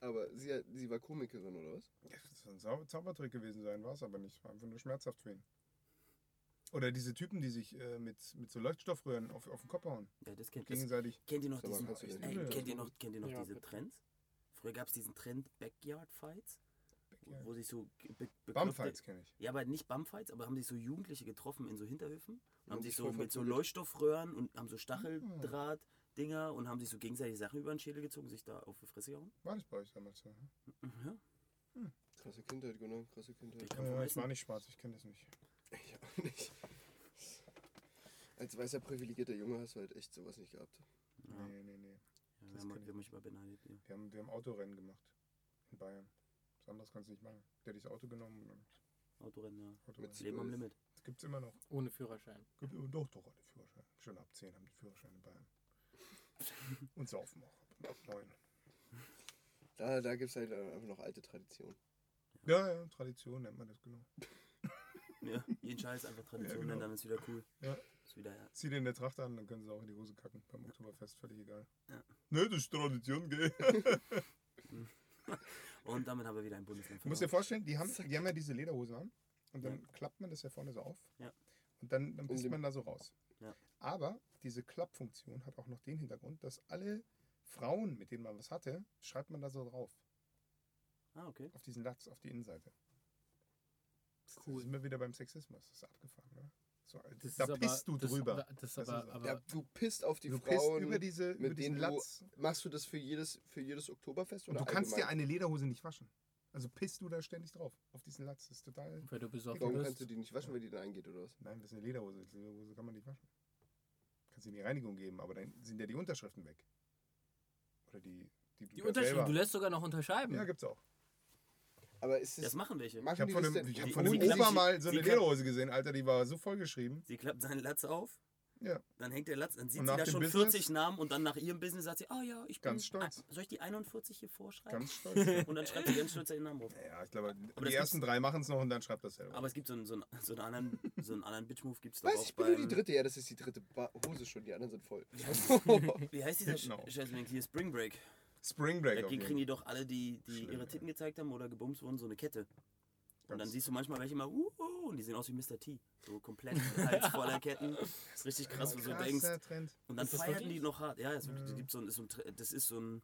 Speaker 3: Aber sie, hat- sie war Komikerin oder was?
Speaker 4: Ja, Das soll ein Zau Zaubertrick gewesen sein, war es aber nicht. War einfach nur schmerzhaft für ihn. Oder diese Typen, die sich äh, mit, mit so Leuchtstoffröhren auf, auf den Kopf hauen.
Speaker 5: Ja, das kennt, das,
Speaker 4: Gegenseitig.
Speaker 5: kennt ihr noch
Speaker 3: Sag mal,
Speaker 5: diesen.
Speaker 3: kannst du den
Speaker 5: Ey,
Speaker 4: Himmel
Speaker 5: kennt ihr noch, kennt ihr noch
Speaker 6: Ja,
Speaker 5: diese
Speaker 6: bitte.
Speaker 5: Trends? Früher gab es diesen Trend Backyard Fights,
Speaker 4: Ja.
Speaker 5: wo sich so ge- be
Speaker 4: Bumpfights
Speaker 5: bekloppte-
Speaker 4: kenne ich.
Speaker 5: Ja, aber nicht Bumfights, aber haben sich so Jugendliche getroffen in so Hinterhöfen und haben
Speaker 3: Und
Speaker 5: sich
Speaker 3: sich
Speaker 5: so
Speaker 3: voll
Speaker 5: mit so
Speaker 3: verprügelt.
Speaker 5: Leuchtstoffröhren und haben so
Speaker 4: Ah.
Speaker 5: Stacheldraht. Dinger und haben sich so gegenseitig Sachen über den Schädel gezogen, sich da auf die Fresse gehauen.
Speaker 4: War das bei euch damals so? ne?
Speaker 5: Ja,
Speaker 3: Krasse Kindheit, genau, krasse
Speaker 5: ich
Speaker 3: Kindheit.
Speaker 5: kann
Speaker 4: Ja, ich war
Speaker 5: vermessen.
Speaker 4: nicht schwarz, ich kenne das nicht.
Speaker 3: Ich auch nicht. Als weißer privilegierter Junge hast du halt echt sowas nicht gehabt.
Speaker 5: Ja, ja,
Speaker 4: Nee, nee, nee.
Speaker 5: wir
Speaker 4: das
Speaker 5: haben wir
Speaker 4: kann
Speaker 5: haben
Speaker 4: ich.
Speaker 5: mich mal beneidet. Ja.
Speaker 4: Wir haben, wir haben Autorennen gemacht. In Bayern. Was anderes kannst du nicht machen. Der hat das Auto genommen und dann
Speaker 5: Autorennen, ja.
Speaker 4: Autorennen.
Speaker 3: Mit-
Speaker 5: Leben am Limit.
Speaker 4: Das gibt es immer noch.
Speaker 6: Ohne Führerschein.
Speaker 4: Gibt immer doch doch alle Führerschein. Schon ab 10 haben die Führerschein in Bayern. Und saufen auch. Ab 9.
Speaker 3: Da, da gibt es halt einfach noch alte Traditionen.
Speaker 4: Ja, ja, Tradition nennt man das genau.
Speaker 5: Ja, jeden Scheiß einfach Tradition
Speaker 4: Ja, genau.
Speaker 5: nennen, dann ist wieder cool.
Speaker 4: Ja.
Speaker 5: Ist wieder, ja.
Speaker 4: Zieh den in der Tracht an, dann können sie auch in die Hose kacken beim Oktoberfest, völlig egal.
Speaker 5: Ja.
Speaker 4: Ne, das ist Tradition, gell?
Speaker 5: Und damit haben wir wieder ein Bundesland
Speaker 4: Du musst dir
Speaker 5: verloren.
Speaker 4: vorstellen, die haben, die haben ja diese Lederhosen an und dann klappt man das ja vorne so auf
Speaker 5: Ja.
Speaker 4: und dann, dann bist
Speaker 3: den-
Speaker 4: man da so raus.
Speaker 5: Ja.
Speaker 4: Aber diese Klappfunktion hat auch noch den Hintergrund, dass alle Frauen, mit denen man was hatte, schreibt man da so drauf,
Speaker 5: Ah, okay.
Speaker 4: auf diesen Lachs, auf die Innenseite. Da
Speaker 6: Cool.
Speaker 4: sind wir wieder beim Sexismus, das ist abgefahren, oder? So,
Speaker 6: Das
Speaker 4: da
Speaker 6: ist aber-
Speaker 4: bist du
Speaker 6: das-
Speaker 4: drüber.
Speaker 6: Das,
Speaker 4: Das
Speaker 6: das aber,
Speaker 4: ist-
Speaker 6: aber
Speaker 3: Ja, du pisst auf die
Speaker 4: du
Speaker 3: Frauen.
Speaker 4: bist über, diese, über
Speaker 3: mit
Speaker 4: diesen
Speaker 3: denen du
Speaker 4: Latz.
Speaker 3: Machst du das für jedes, für jedes Oktoberfest?
Speaker 4: Und
Speaker 3: Oder
Speaker 4: du kannst dir
Speaker 3: allgemein?
Speaker 4: eine Lederhose nicht waschen. Also pisst du da ständig drauf, auf diesen Latz. Das ist total.
Speaker 6: weil du besoffen
Speaker 3: Warum kannst du
Speaker 6: bist.
Speaker 3: die nicht waschen, wenn die dann eingeht oder was?
Speaker 4: Nein, das ist eine Lederhose. Die Lederhose kann man nicht waschen. Kannst du die Reinigung geben, aber dann sind ja die Unterschriften weg. Oder die. Die,
Speaker 6: Die
Speaker 4: Bücher
Speaker 6: Unterschiede,
Speaker 4: selber.
Speaker 6: du lässt sogar noch unterschreiben.
Speaker 4: Ja, gibt's auch.
Speaker 3: Aber ist
Speaker 5: Das
Speaker 3: das.
Speaker 5: machen welche.
Speaker 4: Ich habe von
Speaker 3: das
Speaker 4: einem,
Speaker 3: denn-
Speaker 4: ich hab
Speaker 5: die-
Speaker 4: von
Speaker 5: die
Speaker 4: einem
Speaker 5: klappen-
Speaker 4: Opa mal so
Speaker 5: die
Speaker 4: eine
Speaker 5: klappen-
Speaker 4: Lederhose gesehen, Alter, die war so vollgeschrieben.
Speaker 5: Sie klappt seinen Latz auf.
Speaker 4: Ja.
Speaker 5: Dann hängt der Latz, dann sieht
Speaker 4: Und
Speaker 5: sie
Speaker 4: nach
Speaker 5: da
Speaker 4: dem
Speaker 5: schon
Speaker 4: Business-
Speaker 5: 40 Namen und dann nach ihrem Business sagt sie, oh ja, ich bin
Speaker 4: Ganz stolz.
Speaker 5: Ah, soll ich die 41 hier vorschreiben?
Speaker 4: Ganz stolz. ja.
Speaker 5: und dann schreibt sie ganz stolz ihren Namen drauf.
Speaker 4: ja, ich glaube,
Speaker 5: das
Speaker 4: die ersten
Speaker 5: gibt's-
Speaker 4: drei machen es noch und dann schreibt das selber.
Speaker 5: Aber es gibt so einen, so einen, so einen anderen, so einen anderen Bitch-Move gibt es doch
Speaker 3: Weiß
Speaker 5: auch
Speaker 3: ich, bin nur die
Speaker 5: beim-
Speaker 3: dritte. Ja, das ist die dritte Ba- Hose schon. Die anderen sind voll.
Speaker 5: Wie heißt dieser Sch-
Speaker 4: Hinten auf.
Speaker 5: Scheißding hier? Spring Break.
Speaker 4: Spring Break
Speaker 5: Da
Speaker 4: auf
Speaker 5: kriegen
Speaker 4: jeden
Speaker 5: die doch alle, die, die
Speaker 4: Schlimm,
Speaker 5: ihre
Speaker 4: ey.
Speaker 5: Titten gezeigt haben oder gebumst wurden, so eine Kette. Und dann
Speaker 4: Ganz-
Speaker 5: siehst du manchmal welche mal, uh, uh, und die sehen aus wie Mr. T. So komplett Hals voller Ketten. ist richtig krass, wo du
Speaker 4: Krasser
Speaker 5: denkst.
Speaker 4: Trend.
Speaker 5: Und dann
Speaker 6: Ist das
Speaker 5: feiern
Speaker 6: wirklich?
Speaker 5: die noch hart. Ja, es
Speaker 3: Mhm.
Speaker 5: wirklich- es gibt so ein, ist so ein, Tr- das ist so ein,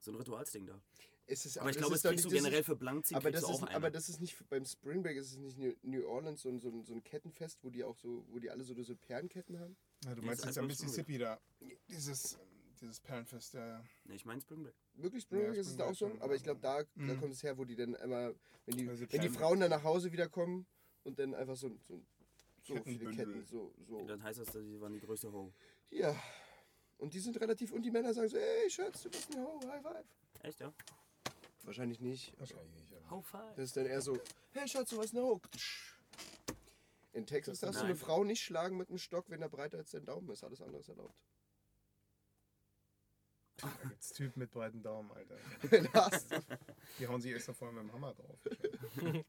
Speaker 5: so ein Ritualsding da.
Speaker 3: Es ist,
Speaker 5: Aber ich
Speaker 3: das
Speaker 5: glaube,
Speaker 3: ist
Speaker 5: das
Speaker 3: doch
Speaker 5: kriegst du
Speaker 3: nicht- das
Speaker 5: generell
Speaker 3: ist-
Speaker 5: für Blank
Speaker 3: aber
Speaker 5: kriegst
Speaker 3: das,
Speaker 5: du auch
Speaker 3: ist, aber
Speaker 5: einen.
Speaker 3: das ist nicht beim Spring Break, ist es nicht New- New Orleans so ein, so ein, so ein Kettenfest, wo die auch so, wo die alle so, so Perlenketten haben?
Speaker 4: Ja, du
Speaker 5: Die
Speaker 4: meinst
Speaker 5: ist
Speaker 4: jetzt am
Speaker 5: einfach so
Speaker 4: Mississippi da. Dieses, dieses Perlenfest, ja, ja.
Speaker 5: Nee, ich meine Spring Break.
Speaker 3: Wirklich Spring
Speaker 4: Ja,
Speaker 3: Break ist es
Speaker 4: Spring
Speaker 3: da
Speaker 4: Break
Speaker 3: auch so,
Speaker 4: schon,
Speaker 3: aber
Speaker 4: ja.
Speaker 3: ich glaube, da, da
Speaker 4: Mhm.
Speaker 3: kommt es her, wo die dann immer, wenn die,
Speaker 4: Also
Speaker 3: wenn die
Speaker 4: Perlen-
Speaker 3: Frauen dann nach Hause wieder kommen und dann einfach so, so, so viele
Speaker 4: Kettenbündel.
Speaker 3: Ketten, so, so.
Speaker 5: Dann heißt das, die waren die größte Ho.
Speaker 3: Ja. Und die sind relativ, und die Männer sagen so, ey, Schatz, du bist ein Ho, High Five.
Speaker 5: Echt, ja?
Speaker 3: Wahrscheinlich nicht.
Speaker 4: Wahrscheinlich nicht. aber-
Speaker 5: Ho five.
Speaker 3: Das ist dann eher so, hey Schatz, du warst ein Ho. In Texas darfst du eine
Speaker 5: Nein.
Speaker 3: Frau nicht schlagen mit einem Stock, wenn er breiter als dein Daumen ist. Alles andere ist erlaubt.
Speaker 4: Da gibt's Typen mit breiten Daumen, Alter.
Speaker 3: Lars,
Speaker 4: Die hauen sich extra vorher mit dem Hammer drauf.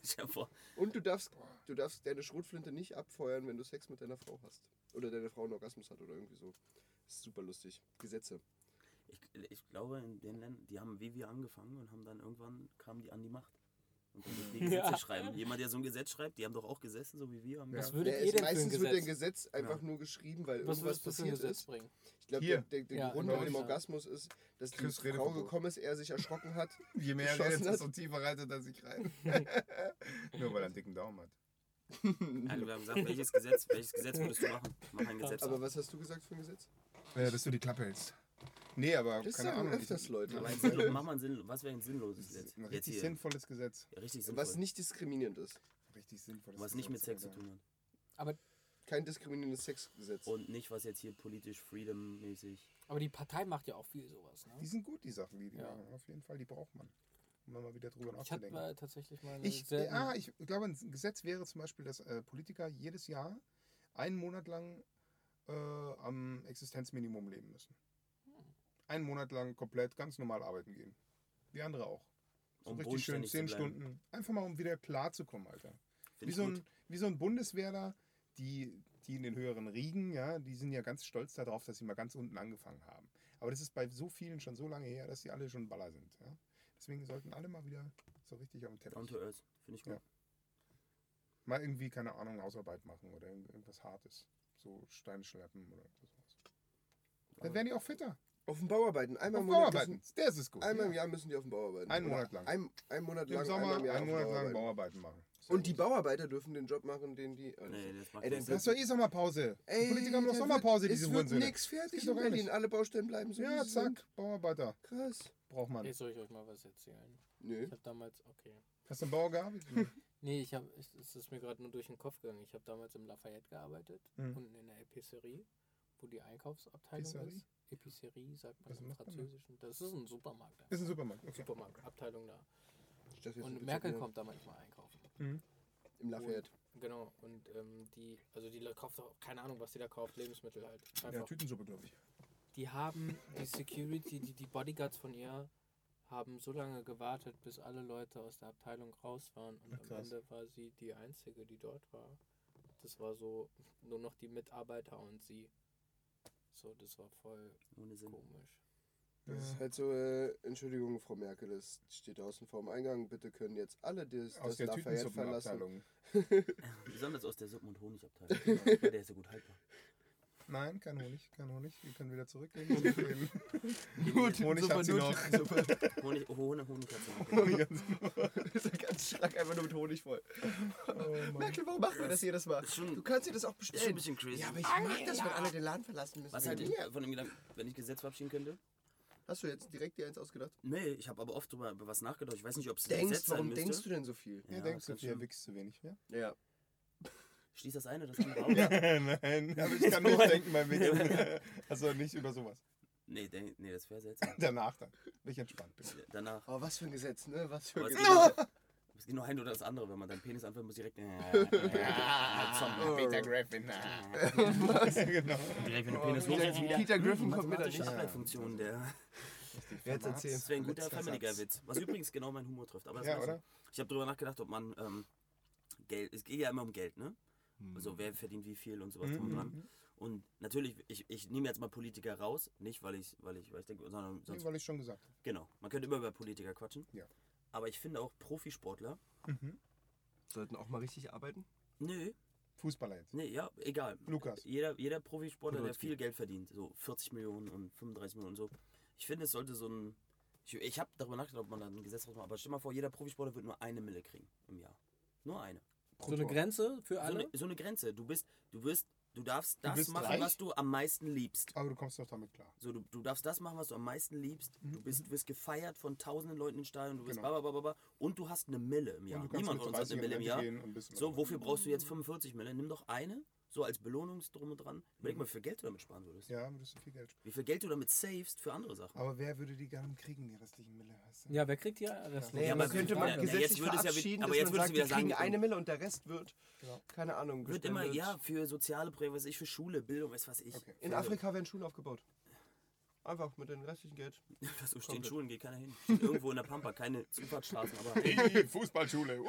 Speaker 5: Ich hab vor.
Speaker 3: Und du darfst, du darfst deine Schrotflinte nicht abfeuern, wenn du Sex mit deiner Frau hast. Oder deine Frau einen Orgasmus hat oder irgendwie so. Das ist super lustig. Gesetze.
Speaker 5: Ich, ich glaube, in den Ländern, die haben wie wir angefangen und haben dann irgendwann kamen die an die Macht. Und dann müssen die Gesetze
Speaker 6: Ja.
Speaker 5: schreiben. Jemand, der so ein Gesetz schreibt, die haben doch auch gesessen, so wie wir. Haben
Speaker 6: Was
Speaker 5: ja.
Speaker 6: würdet
Speaker 3: Ja,
Speaker 6: ihr
Speaker 3: es-
Speaker 6: denn für ein
Speaker 3: meistens wird ein
Speaker 6: Gesetz?
Speaker 3: Gesetz einfach nur geschrieben, weil
Speaker 6: Was
Speaker 3: irgendwas
Speaker 6: würdest du für ein
Speaker 3: passiert
Speaker 6: Gesetz
Speaker 3: ist.
Speaker 6: bringen?
Speaker 3: Ich glaube,
Speaker 4: Hier.
Speaker 3: der, der, der
Speaker 6: Ja,
Speaker 3: Grund
Speaker 4: bei
Speaker 3: bei dem
Speaker 4: uns.
Speaker 3: Orgasmus ist, dass die
Speaker 4: Chris
Speaker 3: Frau
Speaker 4: Redeverbot.
Speaker 3: gekommen ist, er sich erschrocken hat.
Speaker 4: Je mehr er
Speaker 3: Geschossen
Speaker 4: redet,
Speaker 3: hat.
Speaker 4: desto tiefer reitet er sich rein. Nur weil er einen dicken Daumen hat.
Speaker 5: Also wir haben gesagt, welches Gesetz, welches Gesetz würdest du machen? Mach ein Gesetz.
Speaker 3: Aber
Speaker 5: Aber
Speaker 3: was hast du gesagt für ein Gesetz?
Speaker 4: Ja, dass du die Klappe hältst. Nee, aber
Speaker 3: Das
Speaker 4: keine
Speaker 3: sagen
Speaker 4: Ahnung.
Speaker 3: öfters
Speaker 4: ich-
Speaker 3: Leute.
Speaker 4: Ja,
Speaker 5: ein
Speaker 4: das
Speaker 5: sinnlo- mach mal ein sinnloses. Was wäre ein sinnloses
Speaker 4: ist
Speaker 5: Gesetz?
Speaker 4: ein
Speaker 5: Jetzt
Speaker 4: richtig
Speaker 5: hier.
Speaker 4: sinnvolles Gesetz.
Speaker 5: Richtig sinnvoll.
Speaker 3: Was nicht diskriminierend ist.
Speaker 4: Richtig sinnvolles
Speaker 5: was nicht mit Sex zu tun hat.
Speaker 6: Aber,
Speaker 3: Kein diskriminierendes Sexgesetz.
Speaker 5: Und nicht, was jetzt hier politisch freedom-mäßig.
Speaker 6: aber die Partei macht ja auch viel sowas. Ne?
Speaker 4: Die sind gut, die Sachen, die die
Speaker 6: Ja.
Speaker 4: machen. Auf jeden Fall, die braucht man. Um dann mal wieder drüber
Speaker 6: Ich hatte
Speaker 4: nachzudenken.
Speaker 6: mal tatsächlich mal eine
Speaker 4: Ich,
Speaker 6: seltene-
Speaker 4: ja, ich glaube, ein Gesetz wäre zum Beispiel, dass äh, Politiker jedes Jahr einen Monat lang äh, am Existenzminimum leben müssen. Einen Monat lang komplett ganz normal arbeiten gehen. Wie andere auch. So
Speaker 5: Um
Speaker 4: richtig schön
Speaker 5: bodenständig zu
Speaker 4: zehn
Speaker 5: bleiben.
Speaker 4: Stunden. Einfach mal, um wieder klarzukommen, Alter.
Speaker 5: Find
Speaker 4: Wie
Speaker 5: ich
Speaker 4: so,
Speaker 5: gut.
Speaker 4: ein, wie so ein Bundeswehrler, die, die in den höheren Riegen, ja, die sind ja ganz stolz darauf, dass sie mal ganz unten angefangen haben. Aber das ist bei so vielen schon so lange her, dass sie alle schon Baller sind. Ja? Deswegen sollten alle mal wieder so richtig auf den Teppich.
Speaker 5: Down to earth. Finde ich gut.
Speaker 4: Ja. Mal irgendwie, keine Ahnung, Hausarbeit machen oder irgend- irgendwas Hartes. So Steine schleppen oder sowas. Dann werden die auch fitter.
Speaker 3: auf dem Bau arbeiten. Einmal, im
Speaker 4: Auf
Speaker 3: Monat
Speaker 4: Bauarbeiten.
Speaker 3: Müssen,
Speaker 4: Das ist gut.
Speaker 3: einmal im
Speaker 4: ja.
Speaker 3: Jahr müssen die auf dem Bau arbeiten.
Speaker 4: Einen
Speaker 3: Oder
Speaker 4: Monat lang.
Speaker 3: Ein, einen Monat lang.
Speaker 4: Im Sommer
Speaker 3: einmal im Jahr auf
Speaker 4: einen
Speaker 3: dem
Speaker 4: Monat
Speaker 3: Bau
Speaker 4: lang
Speaker 3: arbeiten.
Speaker 4: Bauarbeiten machen. Sehr
Speaker 3: Und die
Speaker 4: gut.
Speaker 3: Bauarbeiter dürfen den Job machen, den die. oh,
Speaker 5: Nee, das macht
Speaker 3: Ey, dann
Speaker 5: keinen
Speaker 4: Das ist doch eh Sommerpause. die Politiker haben doch Sommerpause, diese
Speaker 3: Es wird
Speaker 4: Hurensöhne.
Speaker 3: nichts fertig
Speaker 4: geht doch
Speaker 3: in
Speaker 4: gar
Speaker 3: Berlin.
Speaker 4: nicht.
Speaker 3: Alle Baustellen bleiben so. wie
Speaker 4: Ja,
Speaker 3: sie sind.
Speaker 4: zack, Bauarbeiter.
Speaker 3: Krass.
Speaker 4: Braucht man.
Speaker 6: Jetzt soll ich euch mal was erzählen.
Speaker 3: Nö.
Speaker 6: Ich habe damals, okay.
Speaker 4: Hast du einen Bauer gearbeitet?
Speaker 6: Nee, ich habe, es es ist mir gerade nur durch den Kopf gegangen. Ich habe damals im Lafayette gearbeitet,
Speaker 4: Mhm.
Speaker 6: unten in der Epicerie, wo die Einkaufsabteilung
Speaker 4: Epicerie?
Speaker 6: ist. Epicerie sagt man
Speaker 4: Was
Speaker 6: im
Speaker 4: macht man da?
Speaker 6: Französischen. Das ist ein Supermarkt da.
Speaker 4: ist ein Supermarkt. Okay.
Speaker 6: Supermarktabteilung da.
Speaker 3: Ich dachte, jetzt
Speaker 6: Und
Speaker 3: wird's
Speaker 6: Merkel
Speaker 3: wieder
Speaker 6: kommt da manchmal einkaufen.
Speaker 3: Im Lafayette.
Speaker 6: Genau. Und ähm, die, also die kauft auch, keine Ahnung, was die da kauft, Lebensmittel halt.
Speaker 4: Ja,
Speaker 6: Einfach.
Speaker 4: Tütensuppe, glaube ich.
Speaker 6: die haben die Security, die, die Bodyguards von ihr haben so lange gewartet, bis alle Leute aus der Abteilung raus waren. Und am
Speaker 4: krass.
Speaker 6: Ende war sie die einzige, die dort war. Das war so nur noch die Mitarbeiter und sie. So, das war voll
Speaker 5: Ohne Sinn.
Speaker 6: komisch.
Speaker 3: Das ist halt so, äh, Entschuldigung, Frau Merkel, das steht außen vor dem Eingang. Bitte können jetzt alle das,
Speaker 4: Aus
Speaker 3: das
Speaker 4: der
Speaker 3: Lafayette verlassen.
Speaker 4: Tütensuppenabteilung.
Speaker 5: Besonders aus der Suppen- und Honigabteilung. Weil der ist ja gut haltbar.
Speaker 4: Nein, kein Honig, kein Honig. Wir können wieder zurückgehen. Honig
Speaker 3: Honig
Speaker 4: hat sie noch.
Speaker 5: Honig, ohne Honig hat
Speaker 3: Das ist ganz schlag einfach nur mit Honig voll. Oh, Merkel, warum machen wir das jedes Mal?
Speaker 5: Ist schon-
Speaker 3: Du kannst dir das auch
Speaker 5: Ist schon ein bisschen
Speaker 3: bestellen.
Speaker 5: crazy.
Speaker 3: Ja, aber ich mag das, wenn alle den Laden verlassen müssen.
Speaker 5: Was
Speaker 3: wegen
Speaker 5: haltet
Speaker 3: mir.
Speaker 5: ihr von dem Gedanken, wenn ich Gesetz verabschieden könnte?
Speaker 3: Hast du jetzt direkt dir eins ausgedacht?
Speaker 5: Nee, ich habe aber oft drüber über was nachgedacht. Ich weiß nicht, ob es ein
Speaker 3: Denkst,
Speaker 5: Gesetz sein
Speaker 3: warum
Speaker 5: müsste.
Speaker 3: denkst du denn so viel?
Speaker 5: Ja,
Speaker 4: denkst du,
Speaker 5: ganz
Speaker 4: dir
Speaker 5: schön.
Speaker 4: wächst zu wenig mehr?
Speaker 3: Ja.
Speaker 5: Schließ das eine, das andere aus.
Speaker 4: Nein, aber ich kann nicht denken, mein Weg. Also nicht über sowas.
Speaker 5: Nee, denk, nee, das wäre seltsam.
Speaker 4: Danach dann. Wenn ich entspannt bin.
Speaker 5: Danach.
Speaker 3: Aber was für ein Gesetz, ne? Was für
Speaker 5: Aber
Speaker 3: ein
Speaker 5: es,
Speaker 3: Gesetz.
Speaker 5: geht nur, es geht nur ein oder das andere. Wenn man deinen Penis anfängt, muss direkt. Zombie.
Speaker 4: Peter Griffin. Oh. Was? genau.
Speaker 5: Direkt, wenn der Penis hoch ist, wieder.
Speaker 3: Peter Griffin kommt mir da
Speaker 5: Mathematische
Speaker 3: nicht.
Speaker 5: Ableitfunktion, der.
Speaker 3: Jetzt erzähl.
Speaker 5: Das wäre ein guter
Speaker 4: Letzter
Speaker 5: Family Guy
Speaker 4: Satz.
Speaker 5: Witz. Was übrigens genau meinen Humor trifft. Aber das
Speaker 4: Ja,
Speaker 5: war's.
Speaker 4: oder?
Speaker 5: Ich habe drüber nachgedacht, ob man ähm, Geld. Es geht ja immer um Geld, ne?
Speaker 3: Hm.
Speaker 4: Mhm.
Speaker 5: Also wer verdient wie viel und sowas drum und dran. Und natürlich, ich, ich nehme jetzt mal Politiker raus, nicht weil ich, weil ich, weil ich denke, sondern sonst.
Speaker 4: Nee, weil ich schon gesagt habe.
Speaker 5: Genau. Man könnte immer über Politiker quatschen.
Speaker 4: Ja.
Speaker 5: Aber ich finde auch Profisportler.
Speaker 4: Mhm.
Speaker 3: Sollten auch mal richtig arbeiten?
Speaker 5: Nö,
Speaker 4: Fußballer jetzt.
Speaker 5: nee, ja, egal.
Speaker 4: Lukas.
Speaker 5: Jeder, jeder Profisportler, der
Speaker 3: Podolski.
Speaker 5: viel Geld verdient, so 40 Millionen und 35 Millionen und so. Ich finde, es sollte so ein. Ich, ich habe darüber nachgedacht, ob man da ein Gesetz draus macht, aber stell mal vor, jeder Profisportler wird nur eine Mille kriegen im Jahr. Nur eine.
Speaker 6: So eine Grenze für
Speaker 5: So
Speaker 6: alle?
Speaker 5: eine, so eine Grenze. Du bist, du wirst, du darfst das
Speaker 4: bist
Speaker 5: machen,
Speaker 4: reich?
Speaker 5: was du am meisten liebst.
Speaker 4: Aber du kommst doch damit klar.
Speaker 5: So, du, du darfst das machen, was du am meisten liebst. Du bist, du wirst gefeiert von tausenden Leuten im Stadion, du bist
Speaker 4: Mhm. Genau.
Speaker 5: genau. bababababa, und du hast eine Mille im Jahr.
Speaker 4: Und du kannst
Speaker 5: Niemand
Speaker 4: mit
Speaker 5: von uns hat
Speaker 4: 30 in
Speaker 5: eine Mille im
Speaker 4: Rente
Speaker 5: Jahr.
Speaker 4: gehen und bist-
Speaker 5: So, wofür brauchst du jetzt 45 Mille? Nimm doch eine, so als Belohnung drum und dran. Überleg mal, wie viel Geld du damit sparen würdest.
Speaker 4: Ja, würdest du viel Geld sparen.
Speaker 5: Wie viel Geld du damit savest für andere Sachen.
Speaker 4: Aber wer würde die gerne kriegen, die restlichen Mille? Weißt du?
Speaker 6: Ja, wer kriegt die das?
Speaker 3: Naja,
Speaker 5: Ja,
Speaker 3: man
Speaker 5: aber
Speaker 3: könnte
Speaker 5: wie-
Speaker 3: man
Speaker 5: ja, jetzt
Speaker 3: gesetzlich
Speaker 5: würde es ja wie-
Speaker 3: verabschieden,
Speaker 5: aber
Speaker 3: dass
Speaker 5: jetzt würdest
Speaker 3: man sagt,
Speaker 5: du
Speaker 3: die
Speaker 5: wieder sagen,
Speaker 3: kriegen eine
Speaker 5: und-
Speaker 3: Mille und der Rest wird,
Speaker 4: Genau.
Speaker 3: keine Ahnung,
Speaker 5: Wird immer,
Speaker 3: gespendet.
Speaker 5: ja, für soziale Prä, weiß ich, für Schule, Bildung, weiß was ich.
Speaker 4: Okay.
Speaker 3: In Afrika werden Schulen aufgebaut. Einfach mit dem restlichen Geld.
Speaker 5: So stehen Schulen, geht keiner hin. Steht irgendwo in der Pampa, keine Zufahrtsstraßen, aber.
Speaker 4: Hey, Fußballschule.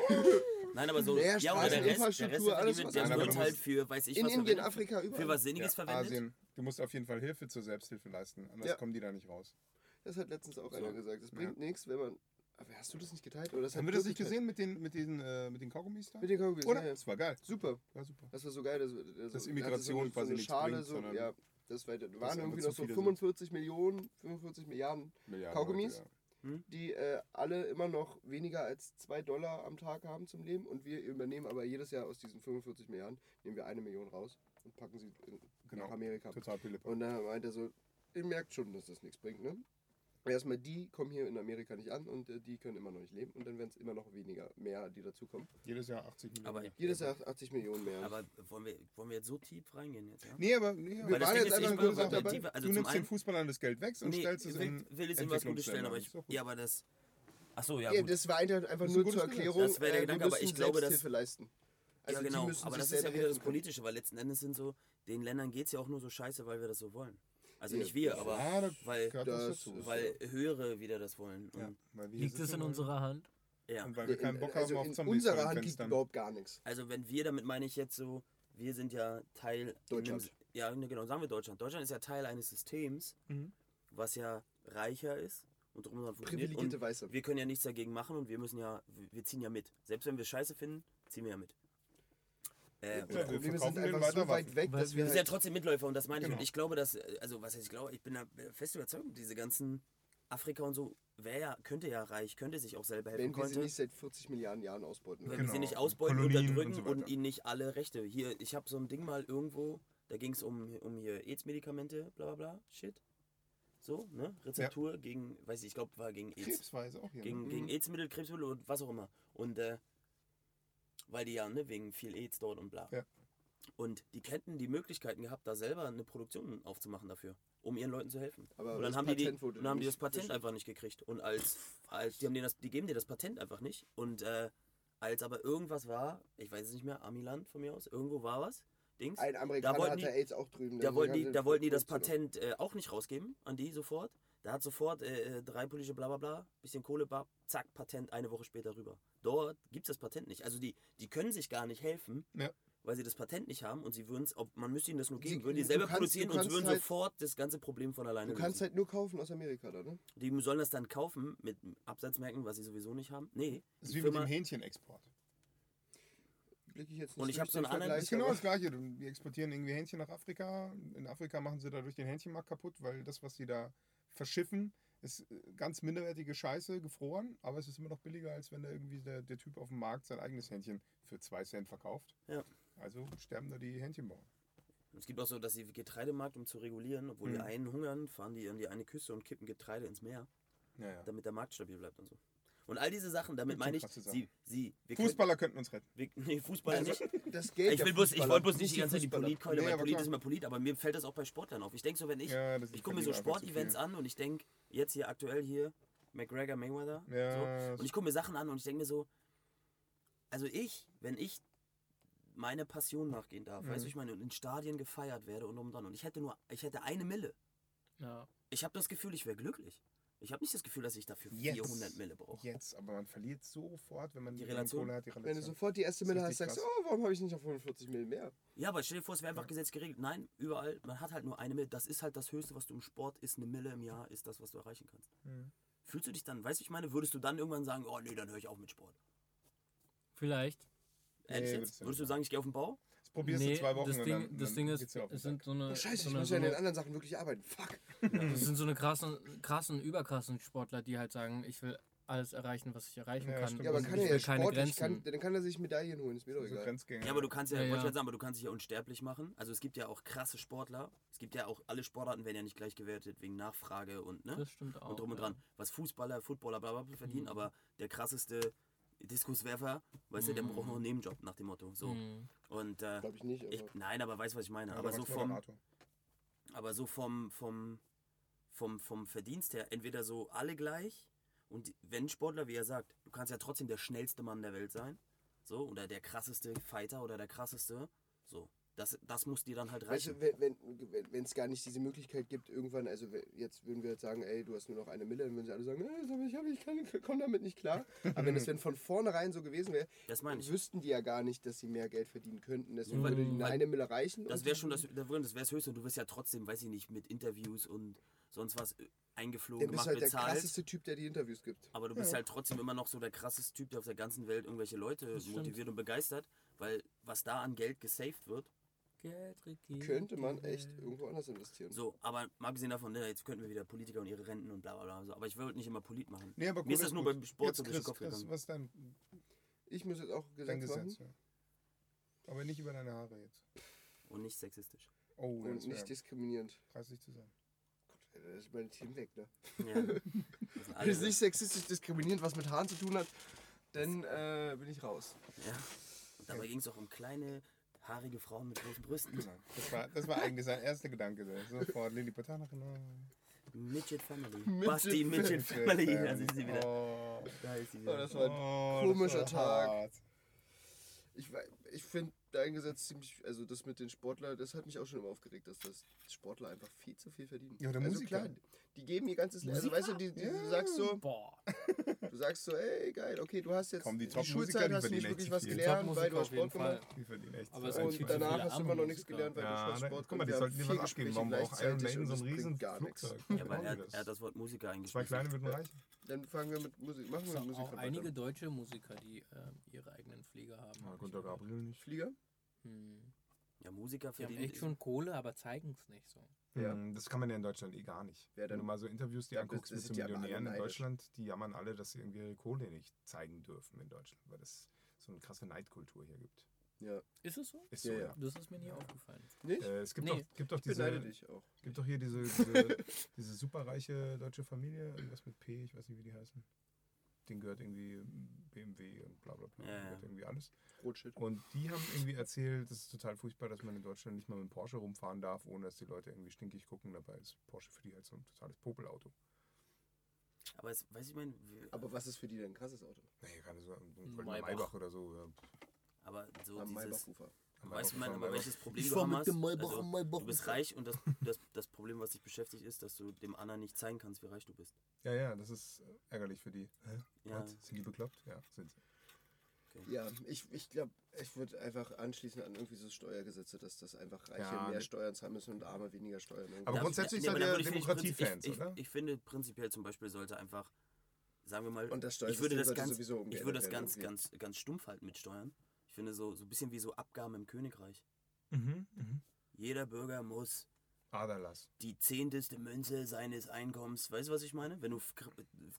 Speaker 5: Nein, aber so.
Speaker 3: Leer,
Speaker 5: Ja, oder der
Speaker 3: Straßen,
Speaker 5: Rest, der Rest
Speaker 3: Infrastruktur,
Speaker 5: der
Speaker 3: alles,
Speaker 5: wird,
Speaker 3: was
Speaker 5: der
Speaker 4: einer
Speaker 5: wird
Speaker 4: benutzt.
Speaker 5: halt für, weiß ich,
Speaker 3: In
Speaker 5: was
Speaker 3: Indien,
Speaker 5: verwendet.
Speaker 3: Afrika,
Speaker 5: für
Speaker 3: überall.
Speaker 5: was Sinniges verwendet.
Speaker 4: Asien. Du musst auf jeden Fall Hilfe zur Selbsthilfe leisten, anders
Speaker 3: Ja.
Speaker 4: kommen die da nicht raus.
Speaker 3: Das hat letztens auch einer gesagt. Das bringt nichts, wenn man. Aber hast du das nicht geteilt? Oder das
Speaker 4: Haben
Speaker 3: hat
Speaker 4: wir das nicht
Speaker 3: wirklich-
Speaker 4: gesehen mit den, mit den, äh, mit den Kaugummis da?
Speaker 3: Mit den Kaugummis,
Speaker 4: Oder?
Speaker 3: ja, ja.
Speaker 4: Das war geil.
Speaker 3: Super.
Speaker 4: War super.
Speaker 3: Das war so geil. Das, das,
Speaker 4: Dass Immigration
Speaker 3: so,
Speaker 4: quasi
Speaker 3: so eine
Speaker 4: nichts
Speaker 3: Schale,
Speaker 4: bringt,
Speaker 3: so,
Speaker 4: sondern
Speaker 3: ja, das war, waren
Speaker 4: einfach
Speaker 3: irgendwie
Speaker 4: zu
Speaker 3: noch so
Speaker 4: viele sind.
Speaker 3: 45 Millionen, 45 Milliarden
Speaker 4: Milliarden
Speaker 3: Kaugummis,
Speaker 4: Leute,
Speaker 3: die äh, alle immer noch weniger als 2 Dollar am Tag haben zum Leben. Und wir übernehmen aber jedes Jahr aus diesen 45 Milliarden, nehmen wir eine Million raus und packen sie in,
Speaker 4: Genau.
Speaker 3: nach Amerika.
Speaker 4: Total Philipp.
Speaker 3: Und da meint er so, ihr merkt schon, dass das nichts bringt, ne? Erstmal, die kommen hier in Amerika nicht an und äh, die können immer noch nicht leben. Und dann werden es immer noch weniger, mehr, die dazukommen.
Speaker 4: Jedes Jahr 80 Millionen.
Speaker 5: Aber,
Speaker 3: Jedes Jahr 80 Millionen mehr.
Speaker 5: aber wollen, wir, wollen wir jetzt so tief reingehen jetzt? Ja?
Speaker 4: Nee, aber nee,
Speaker 3: Weil
Speaker 4: wir
Speaker 3: das
Speaker 4: waren
Speaker 3: Ding
Speaker 4: jetzt
Speaker 3: ist, ich
Speaker 4: einfach
Speaker 3: bin
Speaker 4: nur
Speaker 3: relativ-
Speaker 4: dabei.
Speaker 5: also zum
Speaker 4: du nimmst den
Speaker 5: einen-
Speaker 4: Fußballern das Geld weg und
Speaker 5: Nee,
Speaker 4: stellst es
Speaker 5: will,
Speaker 4: in
Speaker 5: will jetzt irgendwas Gutes stellen,
Speaker 4: Entwicklungsländer.
Speaker 5: aber
Speaker 4: Ist
Speaker 5: ich.
Speaker 4: doch gut.
Speaker 5: Ja, aber das. Achso, ja.
Speaker 3: Ja,
Speaker 5: Gut.
Speaker 3: das war halt einfach
Speaker 4: ist ein
Speaker 3: nur
Speaker 4: gutes
Speaker 3: zur
Speaker 4: Gesetz.
Speaker 3: Erklärung.
Speaker 5: Das wäre der
Speaker 3: äh, wir
Speaker 5: Gedanke, aber
Speaker 3: müssen
Speaker 5: ich glaube, dass-
Speaker 3: Selbsthilfe leisten. Also
Speaker 5: ja, genau.
Speaker 3: die müssen
Speaker 5: Aber
Speaker 3: sich
Speaker 5: das ist ja
Speaker 3: selber
Speaker 5: wieder das
Speaker 3: helfen können.
Speaker 5: Politische, weil letzten Endes sind so. Den Ländern geht es ja auch nur so scheiße, weil wir das so wollen. Also
Speaker 3: Ja.
Speaker 5: nicht wir, aber.
Speaker 4: Ja, da
Speaker 5: weil,
Speaker 4: gehört das
Speaker 3: das
Speaker 4: dazu.
Speaker 3: ist-
Speaker 5: weil höhere wieder das wollen. Und,
Speaker 4: Weil wir hier
Speaker 6: Liegt es
Speaker 4: sitzen
Speaker 6: in unserer Hand?
Speaker 5: ja.
Speaker 4: Und weil wir keinen Bock haben
Speaker 3: also
Speaker 4: auf
Speaker 3: in
Speaker 4: Zombies vor
Speaker 3: unserer
Speaker 4: den
Speaker 3: Hand liegt
Speaker 4: Fenstern.
Speaker 3: überhaupt gar nichts.
Speaker 5: Also wenn wir, damit meine ich jetzt so, wir sind ja Teil...
Speaker 3: Deutschland.
Speaker 5: einem- ja, ne, genau, sagen wir Deutschland. Deutschland ist ja Teil eines Systems,
Speaker 3: Mhm.
Speaker 5: was ja reicher ist und drum und dran funktioniert.
Speaker 3: Privilegierte
Speaker 5: und
Speaker 3: Weiße.
Speaker 5: Wir können ja nichts dagegen machen und wir müssen ja, wir wir ziehen ja mit. Selbst wenn wir Scheiße finden, ziehen wir ja mit. Äh, und
Speaker 4: wir
Speaker 3: Das Problem ist
Speaker 4: verkaufen denen
Speaker 3: einfach so
Speaker 4: weiter
Speaker 3: weit
Speaker 4: Waffen.
Speaker 3: weg,
Speaker 6: Weil
Speaker 3: dass
Speaker 6: wir
Speaker 3: wir
Speaker 5: sind ja
Speaker 3: halt
Speaker 5: trotzdem Mitläufer und das meine ich.
Speaker 4: Äh, Genau.
Speaker 5: Und ich glaube, dass, äh, also was heißt ich glaube, ich bin da äh, fest überzeugt, diese ganzen Afrika und so, wäre ja, könnte ja reich, könnte sich auch selber helfen,
Speaker 3: wenn wir
Speaker 5: konnte.
Speaker 3: sie nicht seit 40 Milliarden Jahren ausbeuten.
Speaker 5: wenn
Speaker 3: würden.
Speaker 5: wir sie
Speaker 4: Genau.
Speaker 5: nicht ausbeuten,
Speaker 4: Kolonien und
Speaker 5: unterdrücken
Speaker 4: so
Speaker 5: und,
Speaker 4: weiter.
Speaker 5: ihnen nicht alle Rechte. Hier, ich habe so ein Ding mal irgendwo, da ging es um, um hier AIDS-Medikamente, bla bla bla, shit. So, ne? Rezeptur gegen, weiß ich, ich glaube, war gegen AIDS.
Speaker 4: Krebsweise auch hier.
Speaker 5: Gegen,
Speaker 4: ne?
Speaker 5: gegen AIDS-Mittel, Krebsmittel und was auch immer. Und äh, weil die ja, ne, wegen viel AIDS dort und bla.
Speaker 4: Ja.
Speaker 5: Und die hätten die Möglichkeiten gehabt, da selber eine Produktion aufzumachen dafür, um ihren Leuten zu helfen.
Speaker 3: Aber
Speaker 5: und
Speaker 3: das
Speaker 5: dann haben die, die
Speaker 3: Patent wurde
Speaker 5: und dann haben die
Speaker 3: nicht
Speaker 5: das Patent
Speaker 3: geschützt.
Speaker 5: einfach nicht gekriegt. Und als, als die haben denen das, die geben dir das Patent einfach nicht. Und äh, als aber irgendwas war, ich weiß es nicht mehr, Amiland von mir aus, irgendwo war was, Dings.
Speaker 3: Ein Amerikaner
Speaker 5: wollten
Speaker 3: hat
Speaker 5: die-
Speaker 3: ja AIDS auch drüben.
Speaker 5: Da
Speaker 3: deswegen
Speaker 5: wollten,
Speaker 3: haben
Speaker 5: die,
Speaker 3: sie
Speaker 5: da
Speaker 3: den
Speaker 5: wollten die das
Speaker 3: Kurz genommen.
Speaker 5: Patent äh, auch nicht rausgeben an die sofort. Da hat sofort äh, äh, drei politische Blablabla, bisschen Kohle, bab, zack, Patent eine Woche später rüber. Dort gibt es das Patent nicht. Also die, die können sich gar nicht helfen,
Speaker 4: Ja.
Speaker 5: weil sie das Patent nicht haben und sie würden es, man müsste ihnen das nur geben,
Speaker 3: Sie-
Speaker 5: würden die
Speaker 3: du
Speaker 5: selber
Speaker 3: kannst- du
Speaker 5: produzieren und sie
Speaker 3: kannst
Speaker 5: würden
Speaker 3: halt-
Speaker 5: sofort das ganze Problem von alleine
Speaker 3: Du kannst
Speaker 5: lösen.
Speaker 3: halt nur kaufen aus Amerika, da, ne?
Speaker 5: Die sollen das dann kaufen mit Absatzmärkten, was sie sowieso nicht haben. Nee,
Speaker 4: Das ist
Speaker 5: die
Speaker 4: wie mit
Speaker 5: Firma,
Speaker 4: dem Hähnchenexport.
Speaker 3: Blick ich jetzt nicht
Speaker 5: Und ich
Speaker 3: durch
Speaker 5: hab so einen
Speaker 3: den
Speaker 5: anderen-
Speaker 3: Vergleich,
Speaker 4: Das ist genau
Speaker 3: aber-
Speaker 4: das Gleiche. Du- Die exportieren irgendwie Hähnchen nach Afrika. In Afrika machen sie dadurch den Hähnchenmarkt kaputt, weil das, was sie da verschiffen, ist äh, ganz minderwertige Scheiße, gefroren. Aber es ist immer noch billiger, als wenn da irgendwie der, der Typ auf dem Markt sein eigenes Hähnchen für zwei Cent verkauft.
Speaker 5: Ja.
Speaker 4: Also sterben da die Hähnchenbauern.
Speaker 5: es gibt auch so, dass sie Getreidemarkt, um zu regulieren, obwohl die
Speaker 3: Hm.
Speaker 4: Mhm.
Speaker 5: einen hungern, fahren die an die eine Küste und kippen Getreide ins Meer,
Speaker 4: Naja.
Speaker 5: damit der Markt stabil bleibt und so. Und all diese Sachen, damit
Speaker 4: Das sind
Speaker 5: meine ich,
Speaker 4: krasse Sachen. Also,
Speaker 5: sie, sie, wir
Speaker 4: Fußballer könnten uns retten.
Speaker 5: Können, wir, nee, Fußballer nicht.
Speaker 3: Das Geld
Speaker 5: Genau. Ich,
Speaker 3: der
Speaker 5: will bloß, ich
Speaker 3: Fußballer,
Speaker 5: wollte bloß nicht die ganze Zeit die
Speaker 3: Fußballer.
Speaker 5: Politkeule,
Speaker 4: Nee,
Speaker 5: weil
Speaker 4: aber
Speaker 5: Polit
Speaker 4: klar.
Speaker 5: ist immer Polit, aber mir fällt das auch bei Sportlern auf. Ich denke so, wenn ich,
Speaker 4: Ja, das-
Speaker 5: ich
Speaker 4: ich
Speaker 5: gucke mir so
Speaker 4: verdiene einfach zu
Speaker 5: Sportevents
Speaker 4: viel.
Speaker 5: an und ich denke, jetzt hier aktuell hier, McGregor, Mayweather,
Speaker 4: Ja,
Speaker 5: so, und ich gucke mir Sachen an und ich denke mir so, also ich, wenn ich meine Passion nachgehen darf,
Speaker 4: Mhm.
Speaker 5: weißt du, ich meine, und in Stadien gefeiert werde und um dann, und ich hätte nur, ich hätte eine Mille.
Speaker 6: Ja.
Speaker 5: Ich habe das Gefühl, ich wäre glücklich. Ich habe nicht das Gefühl, dass ich dafür
Speaker 4: Jetzt.
Speaker 5: 400 Mille brauche.
Speaker 4: Jetzt, aber man verliert sofort, wenn man
Speaker 5: Die
Speaker 4: die
Speaker 5: Relation?
Speaker 4: Kohle hat, die
Speaker 3: Wenn du
Speaker 4: Relation.
Speaker 3: sofort die erste Mille
Speaker 4: Das
Speaker 3: hast,
Speaker 4: ist
Speaker 3: sagst du,
Speaker 4: richtig
Speaker 3: oh, warum habe ich nicht auf 45 Mill mehr?
Speaker 5: Ja, aber stell dir vor, es wäre einfach gesetzlich geregelt. Nein, überall, man hat halt nur eine Mille. Das ist halt das Höchste, was du im Sport ist. Eine Mille im Jahr ist das, was du erreichen kannst.
Speaker 4: Mhm.
Speaker 5: Fühlst du dich dann, weißt du, ich meine, würdest du dann irgendwann sagen, oh nee, dann höre ich auf mit Sport?
Speaker 6: Vielleicht.
Speaker 5: Ehrlich
Speaker 4: Nee, würdest
Speaker 5: jetzt?
Speaker 4: du
Speaker 5: Würdest du
Speaker 4: nicht.
Speaker 5: sagen, ich gehe auf den Bau?
Speaker 4: Das probierst du zwei Wochen
Speaker 6: das
Speaker 4: und
Speaker 6: Ding,
Speaker 4: dann,
Speaker 6: das
Speaker 4: dann
Speaker 6: Ding ist,
Speaker 4: geht's dir auf den
Speaker 6: es sind
Speaker 4: Sack.
Speaker 6: so eine,
Speaker 3: Oh, scheiße,
Speaker 6: so
Speaker 3: ich
Speaker 6: eine,
Speaker 3: muss
Speaker 6: so
Speaker 3: ja in den
Speaker 6: eine
Speaker 3: anderen Sachen wirklich arbeiten. Fuck.
Speaker 6: das sind so eine krassen, krassen, überkrassen Sportler, die halt sagen, ich will alles erreichen, was ich erreichen
Speaker 4: Ja,
Speaker 6: kann.
Speaker 4: stimmt.
Speaker 3: Ja, aber
Speaker 6: und
Speaker 3: kann
Speaker 6: ich
Speaker 3: er
Speaker 6: will
Speaker 3: ja
Speaker 6: keine
Speaker 3: sportlich,
Speaker 6: Grenzen.
Speaker 3: kann, dann kann er sich Medaillen holen, ist mir doch
Speaker 4: So
Speaker 3: egal.
Speaker 4: Also Grenzgänger.
Speaker 5: Ja, aber du kannst ja,
Speaker 6: Ja,
Speaker 5: wollte ich
Speaker 6: ja.
Speaker 5: halt sagen, aber du kannst dich ja unsterblich machen. Also es gibt ja auch krasse Sportler. Es gibt ja auch, alle Sportarten werden ja nicht gleich gewertet wegen Nachfrage und, ne?
Speaker 6: Das stimmt auch.
Speaker 5: und drum und
Speaker 6: ja.
Speaker 5: dran. Was Fußballer, Footballer, bla bla bla verdienen,
Speaker 6: Mhm.
Speaker 5: aber der krasseste Diskuswerfer, weißt du, der
Speaker 6: Mhm.
Speaker 5: braucht noch einen Nebenjob nach dem Motto. So.
Speaker 6: Mhm.
Speaker 5: Und äh,
Speaker 3: Glaube ich nicht, aber
Speaker 5: ich, nein, aber weißt was ich meine.
Speaker 4: Ja,
Speaker 5: aber
Speaker 4: du
Speaker 5: so
Speaker 4: warst
Speaker 5: vom,
Speaker 4: Moderator.
Speaker 5: aber so vom, vom, vom, vom Verdienst her, entweder so alle gleich und wenn Sportler, wie er sagt, du kannst ja trotzdem der schnellste Mann der Welt sein, so, oder der krasseste Fighter oder der krasseste, so. Das, das muss dir dann halt
Speaker 3: Weißt
Speaker 5: reichen.
Speaker 3: du, wenn es wenn, wenn's gar nicht diese Möglichkeit gibt, irgendwann, also we- jetzt würden wir jetzt sagen, ey, du hast nur noch eine Mille, dann würden sie alle sagen, äh, das hab ich, hab ich kann, komm damit nicht klar. Aber wenn es wenn von vornherein so gewesen wäre,
Speaker 5: Das meine ich.
Speaker 3: wüssten die ja gar nicht, dass sie mehr Geld verdienen könnten. Deswegen
Speaker 5: Mhm.
Speaker 3: würde ihnen
Speaker 5: Weil-
Speaker 3: eine Mille reichen.
Speaker 5: Das
Speaker 3: und-
Speaker 5: wäre schon das, das wäre das höchste und du wirst ja trotzdem, weiß ich nicht, mit Interviews und sonst was äh, eingeflogen,
Speaker 3: Dann bist
Speaker 5: gemacht,
Speaker 3: du halt der
Speaker 5: bezahlt.
Speaker 3: krasseste Typ, der die Interviews gibt.
Speaker 5: Aber du bist halt trotzdem immer noch so der krasseste Typ, der auf der ganzen Welt irgendwelche Leute
Speaker 6: Das stimmt.
Speaker 5: motiviert und begeistert, weil was da an Geld gesaved wird,
Speaker 6: Geld regiert
Speaker 3: Könnte man
Speaker 6: die
Speaker 3: echt
Speaker 6: Welt.
Speaker 3: irgendwo anders investieren.
Speaker 5: So, aber mal abgesehen davon, ne, jetzt könnten wir wieder Politiker und ihre Renten und bla bla bla. So. Aber ich wollte nicht immer Polit machen.
Speaker 4: Nee, aber
Speaker 5: Mir ist das nur
Speaker 4: gut.
Speaker 5: beim Sport
Speaker 4: Jetzt,
Speaker 5: so durch den
Speaker 4: Chris,
Speaker 5: Kopf
Speaker 4: Chris,
Speaker 5: gegangen.
Speaker 4: was ist dein,
Speaker 3: Ich muss jetzt auch Gesetz,
Speaker 4: dein Gesetz?
Speaker 3: machen
Speaker 4: Ja. Aber nicht über deine Haare jetzt.
Speaker 5: Und nicht sexistisch.
Speaker 4: Oh,
Speaker 3: und nicht
Speaker 4: die
Speaker 3: diskriminierend.
Speaker 4: preislich zu sein.
Speaker 3: Gott, Alter, das ist mein Team weg, ne?
Speaker 5: Ja. Das sind
Speaker 3: Wenn
Speaker 5: alle
Speaker 3: es
Speaker 5: so.
Speaker 3: nicht sexistisch diskriminierend was mit Haaren zu tun hat, dann äh, bin ich raus.
Speaker 5: ja. Und dabei ging es auch um kleine, haarige Frauen mit großen Brüsten.
Speaker 4: Genau. Das war, das war eigentlich sein erster Gedanke. so. Sofort Lilly Patanachen. Oh,
Speaker 5: Midget Family. Basti, Midget
Speaker 4: Chris,
Speaker 5: Family.
Speaker 4: ähm,
Speaker 5: Da sind also sie wieder.
Speaker 4: Oh,
Speaker 5: Da ist sie
Speaker 3: Oh,
Speaker 5: wieder.
Speaker 3: das war ein
Speaker 4: oh,
Speaker 3: komischer
Speaker 4: das war
Speaker 3: Tag.
Speaker 4: hart.
Speaker 3: Ich, wei- ich finde dein Gesetz ziemlich, also das mit den Sportlern, das hat mich auch schon immer aufgeregt, dass das Sportler einfach viel zu viel verdienen.
Speaker 4: Ja, oder
Speaker 3: also
Speaker 4: Musiker.
Speaker 3: klar, die geben ihr ganzes Leben. Also weißt du, die, die, du sagst so,
Speaker 6: Boah.
Speaker 3: du sagst so, ey geil, okay, du hast jetzt
Speaker 4: Komm, die Top-Musiker,
Speaker 3: Schulzeit
Speaker 4: die
Speaker 3: hast du nicht
Speaker 4: verdienen
Speaker 3: wirklich
Speaker 4: echt
Speaker 3: was
Speaker 4: viel. Die
Speaker 3: gelernt, weil
Speaker 6: Top-Musiker
Speaker 3: du hast
Speaker 6: auf jeden
Speaker 3: Sport gemacht.
Speaker 6: Fall.
Speaker 4: Die verdienen echt
Speaker 6: Aber es
Speaker 4: viel.
Speaker 6: gibt
Speaker 3: Und
Speaker 6: viel zu
Speaker 3: danach
Speaker 6: viele
Speaker 3: hast du
Speaker 6: arme
Speaker 3: immer noch nichts
Speaker 6: Musiker.
Speaker 3: gelernt, weil
Speaker 4: ja,
Speaker 3: du nicht
Speaker 4: ne,
Speaker 3: was Sport
Speaker 4: guck mal, die
Speaker 3: wir
Speaker 4: sollten
Speaker 3: haben
Speaker 4: dir
Speaker 3: vier
Speaker 4: was abgeben.
Speaker 3: Gespräche
Speaker 4: Warum braucht Iron
Speaker 3: gleichzeitig und
Speaker 4: Maiden so ein
Speaker 3: das bringt
Speaker 4: riesen
Speaker 3: gar nichts.
Speaker 4: Flugzeug?
Speaker 5: Ja, weil er,
Speaker 4: Das-
Speaker 5: er hat das Wort Musiker
Speaker 4: Zwei
Speaker 5: eingespielt.
Speaker 4: kleine würden reichen.
Speaker 3: Dann fangen wir mit Musik, machen
Speaker 6: Es
Speaker 3: wir mit
Speaker 6: gibt
Speaker 3: Musik
Speaker 6: auch
Speaker 3: an,
Speaker 6: einige
Speaker 3: Alter.
Speaker 6: deutsche Musiker, die ähm, ihre eigenen Pfleger haben. hab ich gehört.
Speaker 4: nicht.
Speaker 3: Flieger?
Speaker 6: Hm.
Speaker 5: Ja, Musiker
Speaker 6: Die haben
Speaker 5: verdienen.
Speaker 6: echt schon Kohle, aber zeigen es nicht so.
Speaker 3: Ja.
Speaker 4: Hm, Das kann man ja in Deutschland eh gar nicht.
Speaker 3: Wer
Speaker 4: Wenn
Speaker 3: denn?
Speaker 4: du mal so Interviews dir
Speaker 3: Ja,
Speaker 4: anguckst
Speaker 3: das-
Speaker 4: mit
Speaker 3: das
Speaker 4: so
Speaker 3: sind ja aber alle
Speaker 4: Millionären in
Speaker 3: neidisch.
Speaker 4: Deutschland, die jammern alle, dass sie irgendwie ihre Kohle nicht zeigen dürfen in Deutschland, weil es so eine krasse Neidkultur hier gibt.
Speaker 3: Ja.
Speaker 6: Ist es so?
Speaker 4: Ist
Speaker 3: Ja,
Speaker 4: so,
Speaker 3: ja.
Speaker 4: ja.
Speaker 6: Das ist mir nie aufgefallen.
Speaker 3: Nicht?
Speaker 4: Äh, es gibt,
Speaker 6: Nee,
Speaker 4: doch, gibt, doch
Speaker 3: ich beneide
Speaker 4: diese,
Speaker 3: dich auch.
Speaker 4: gibt doch hier diese, diese, diese superreiche deutsche Familie, irgendwas mit P, ich weiß nicht, wie die heißen. Den gehört irgendwie BMW und bla bla bla,
Speaker 5: Ja,
Speaker 4: denen
Speaker 5: ja.
Speaker 4: gehört irgendwie alles.
Speaker 3: Rotschild.
Speaker 4: Und die haben irgendwie erzählt, das ist total furchtbar, dass man in Deutschland nicht mal mit dem Porsche rumfahren darf, ohne dass die Leute irgendwie stinkig gucken. Dabei ist Porsche für die halt so ein totales Popelauto.
Speaker 5: Aber es, weiß ich mein, wir-
Speaker 3: Aber was ist für die denn ein krasses Auto?
Speaker 4: Nee, keine so ein
Speaker 6: Ein
Speaker 4: goldener
Speaker 6: Maybach.
Speaker 4: Maybach. oder so. Ja.
Speaker 5: aber so
Speaker 3: Am
Speaker 5: dieses.
Speaker 3: Maybachufer.
Speaker 5: Weißt du, mein, aber welches Problem
Speaker 2: Ich
Speaker 5: du
Speaker 2: fahr
Speaker 5: haben
Speaker 2: mit
Speaker 5: hast?
Speaker 2: dem Maybach
Speaker 5: also,
Speaker 2: am Maybach
Speaker 5: du bist
Speaker 2: hoch.
Speaker 5: reich und das, das, das Problem, was dich beschäftigt, ist, dass du dem anderen nicht zeigen kannst, wie reich du bist.
Speaker 4: Ja, ja, das ist äh, ärgerlich für die. Hä?
Speaker 5: Ja.
Speaker 4: Was? Sind die bekloppt? Ja, sind sie.
Speaker 5: okay.
Speaker 3: Ja, ich, ich glaube, ich würde einfach anschließen an irgendwie so Steuergesetze, dass das einfach Reiche
Speaker 4: Ja,
Speaker 3: mehr
Speaker 4: ne-
Speaker 3: Steuern zahlen müssen und Arme weniger Steuern. irgendwie.
Speaker 4: Aber
Speaker 5: Da-
Speaker 4: grundsätzlich
Speaker 5: da-
Speaker 4: seid
Speaker 5: aber da
Speaker 4: ihr
Speaker 5: würde ich finde, ich
Speaker 4: Demokratiefans,
Speaker 5: prinzip- ich,
Speaker 4: oder?
Speaker 5: Ich, ich finde prinzipiell zum Beispiel sollte einfach, sagen wir mal,
Speaker 3: Und das
Speaker 5: ich würde
Speaker 3: Steuersystem
Speaker 5: das
Speaker 3: sollte
Speaker 5: ganz,
Speaker 3: sowieso
Speaker 5: ich würde
Speaker 3: umgeändert
Speaker 5: das
Speaker 3: werden
Speaker 5: ganz, ganz, ganz stumpf halten mit Steuern. Ich finde so, so ein bisschen wie so Abgaben im Königreich.
Speaker 4: Mhm, mhm.
Speaker 5: Jeder Bürger muss
Speaker 4: Aderlass.
Speaker 5: die zehnteste Münze seines Einkommens, weißt du, was ich meine? Wenn du f- kr-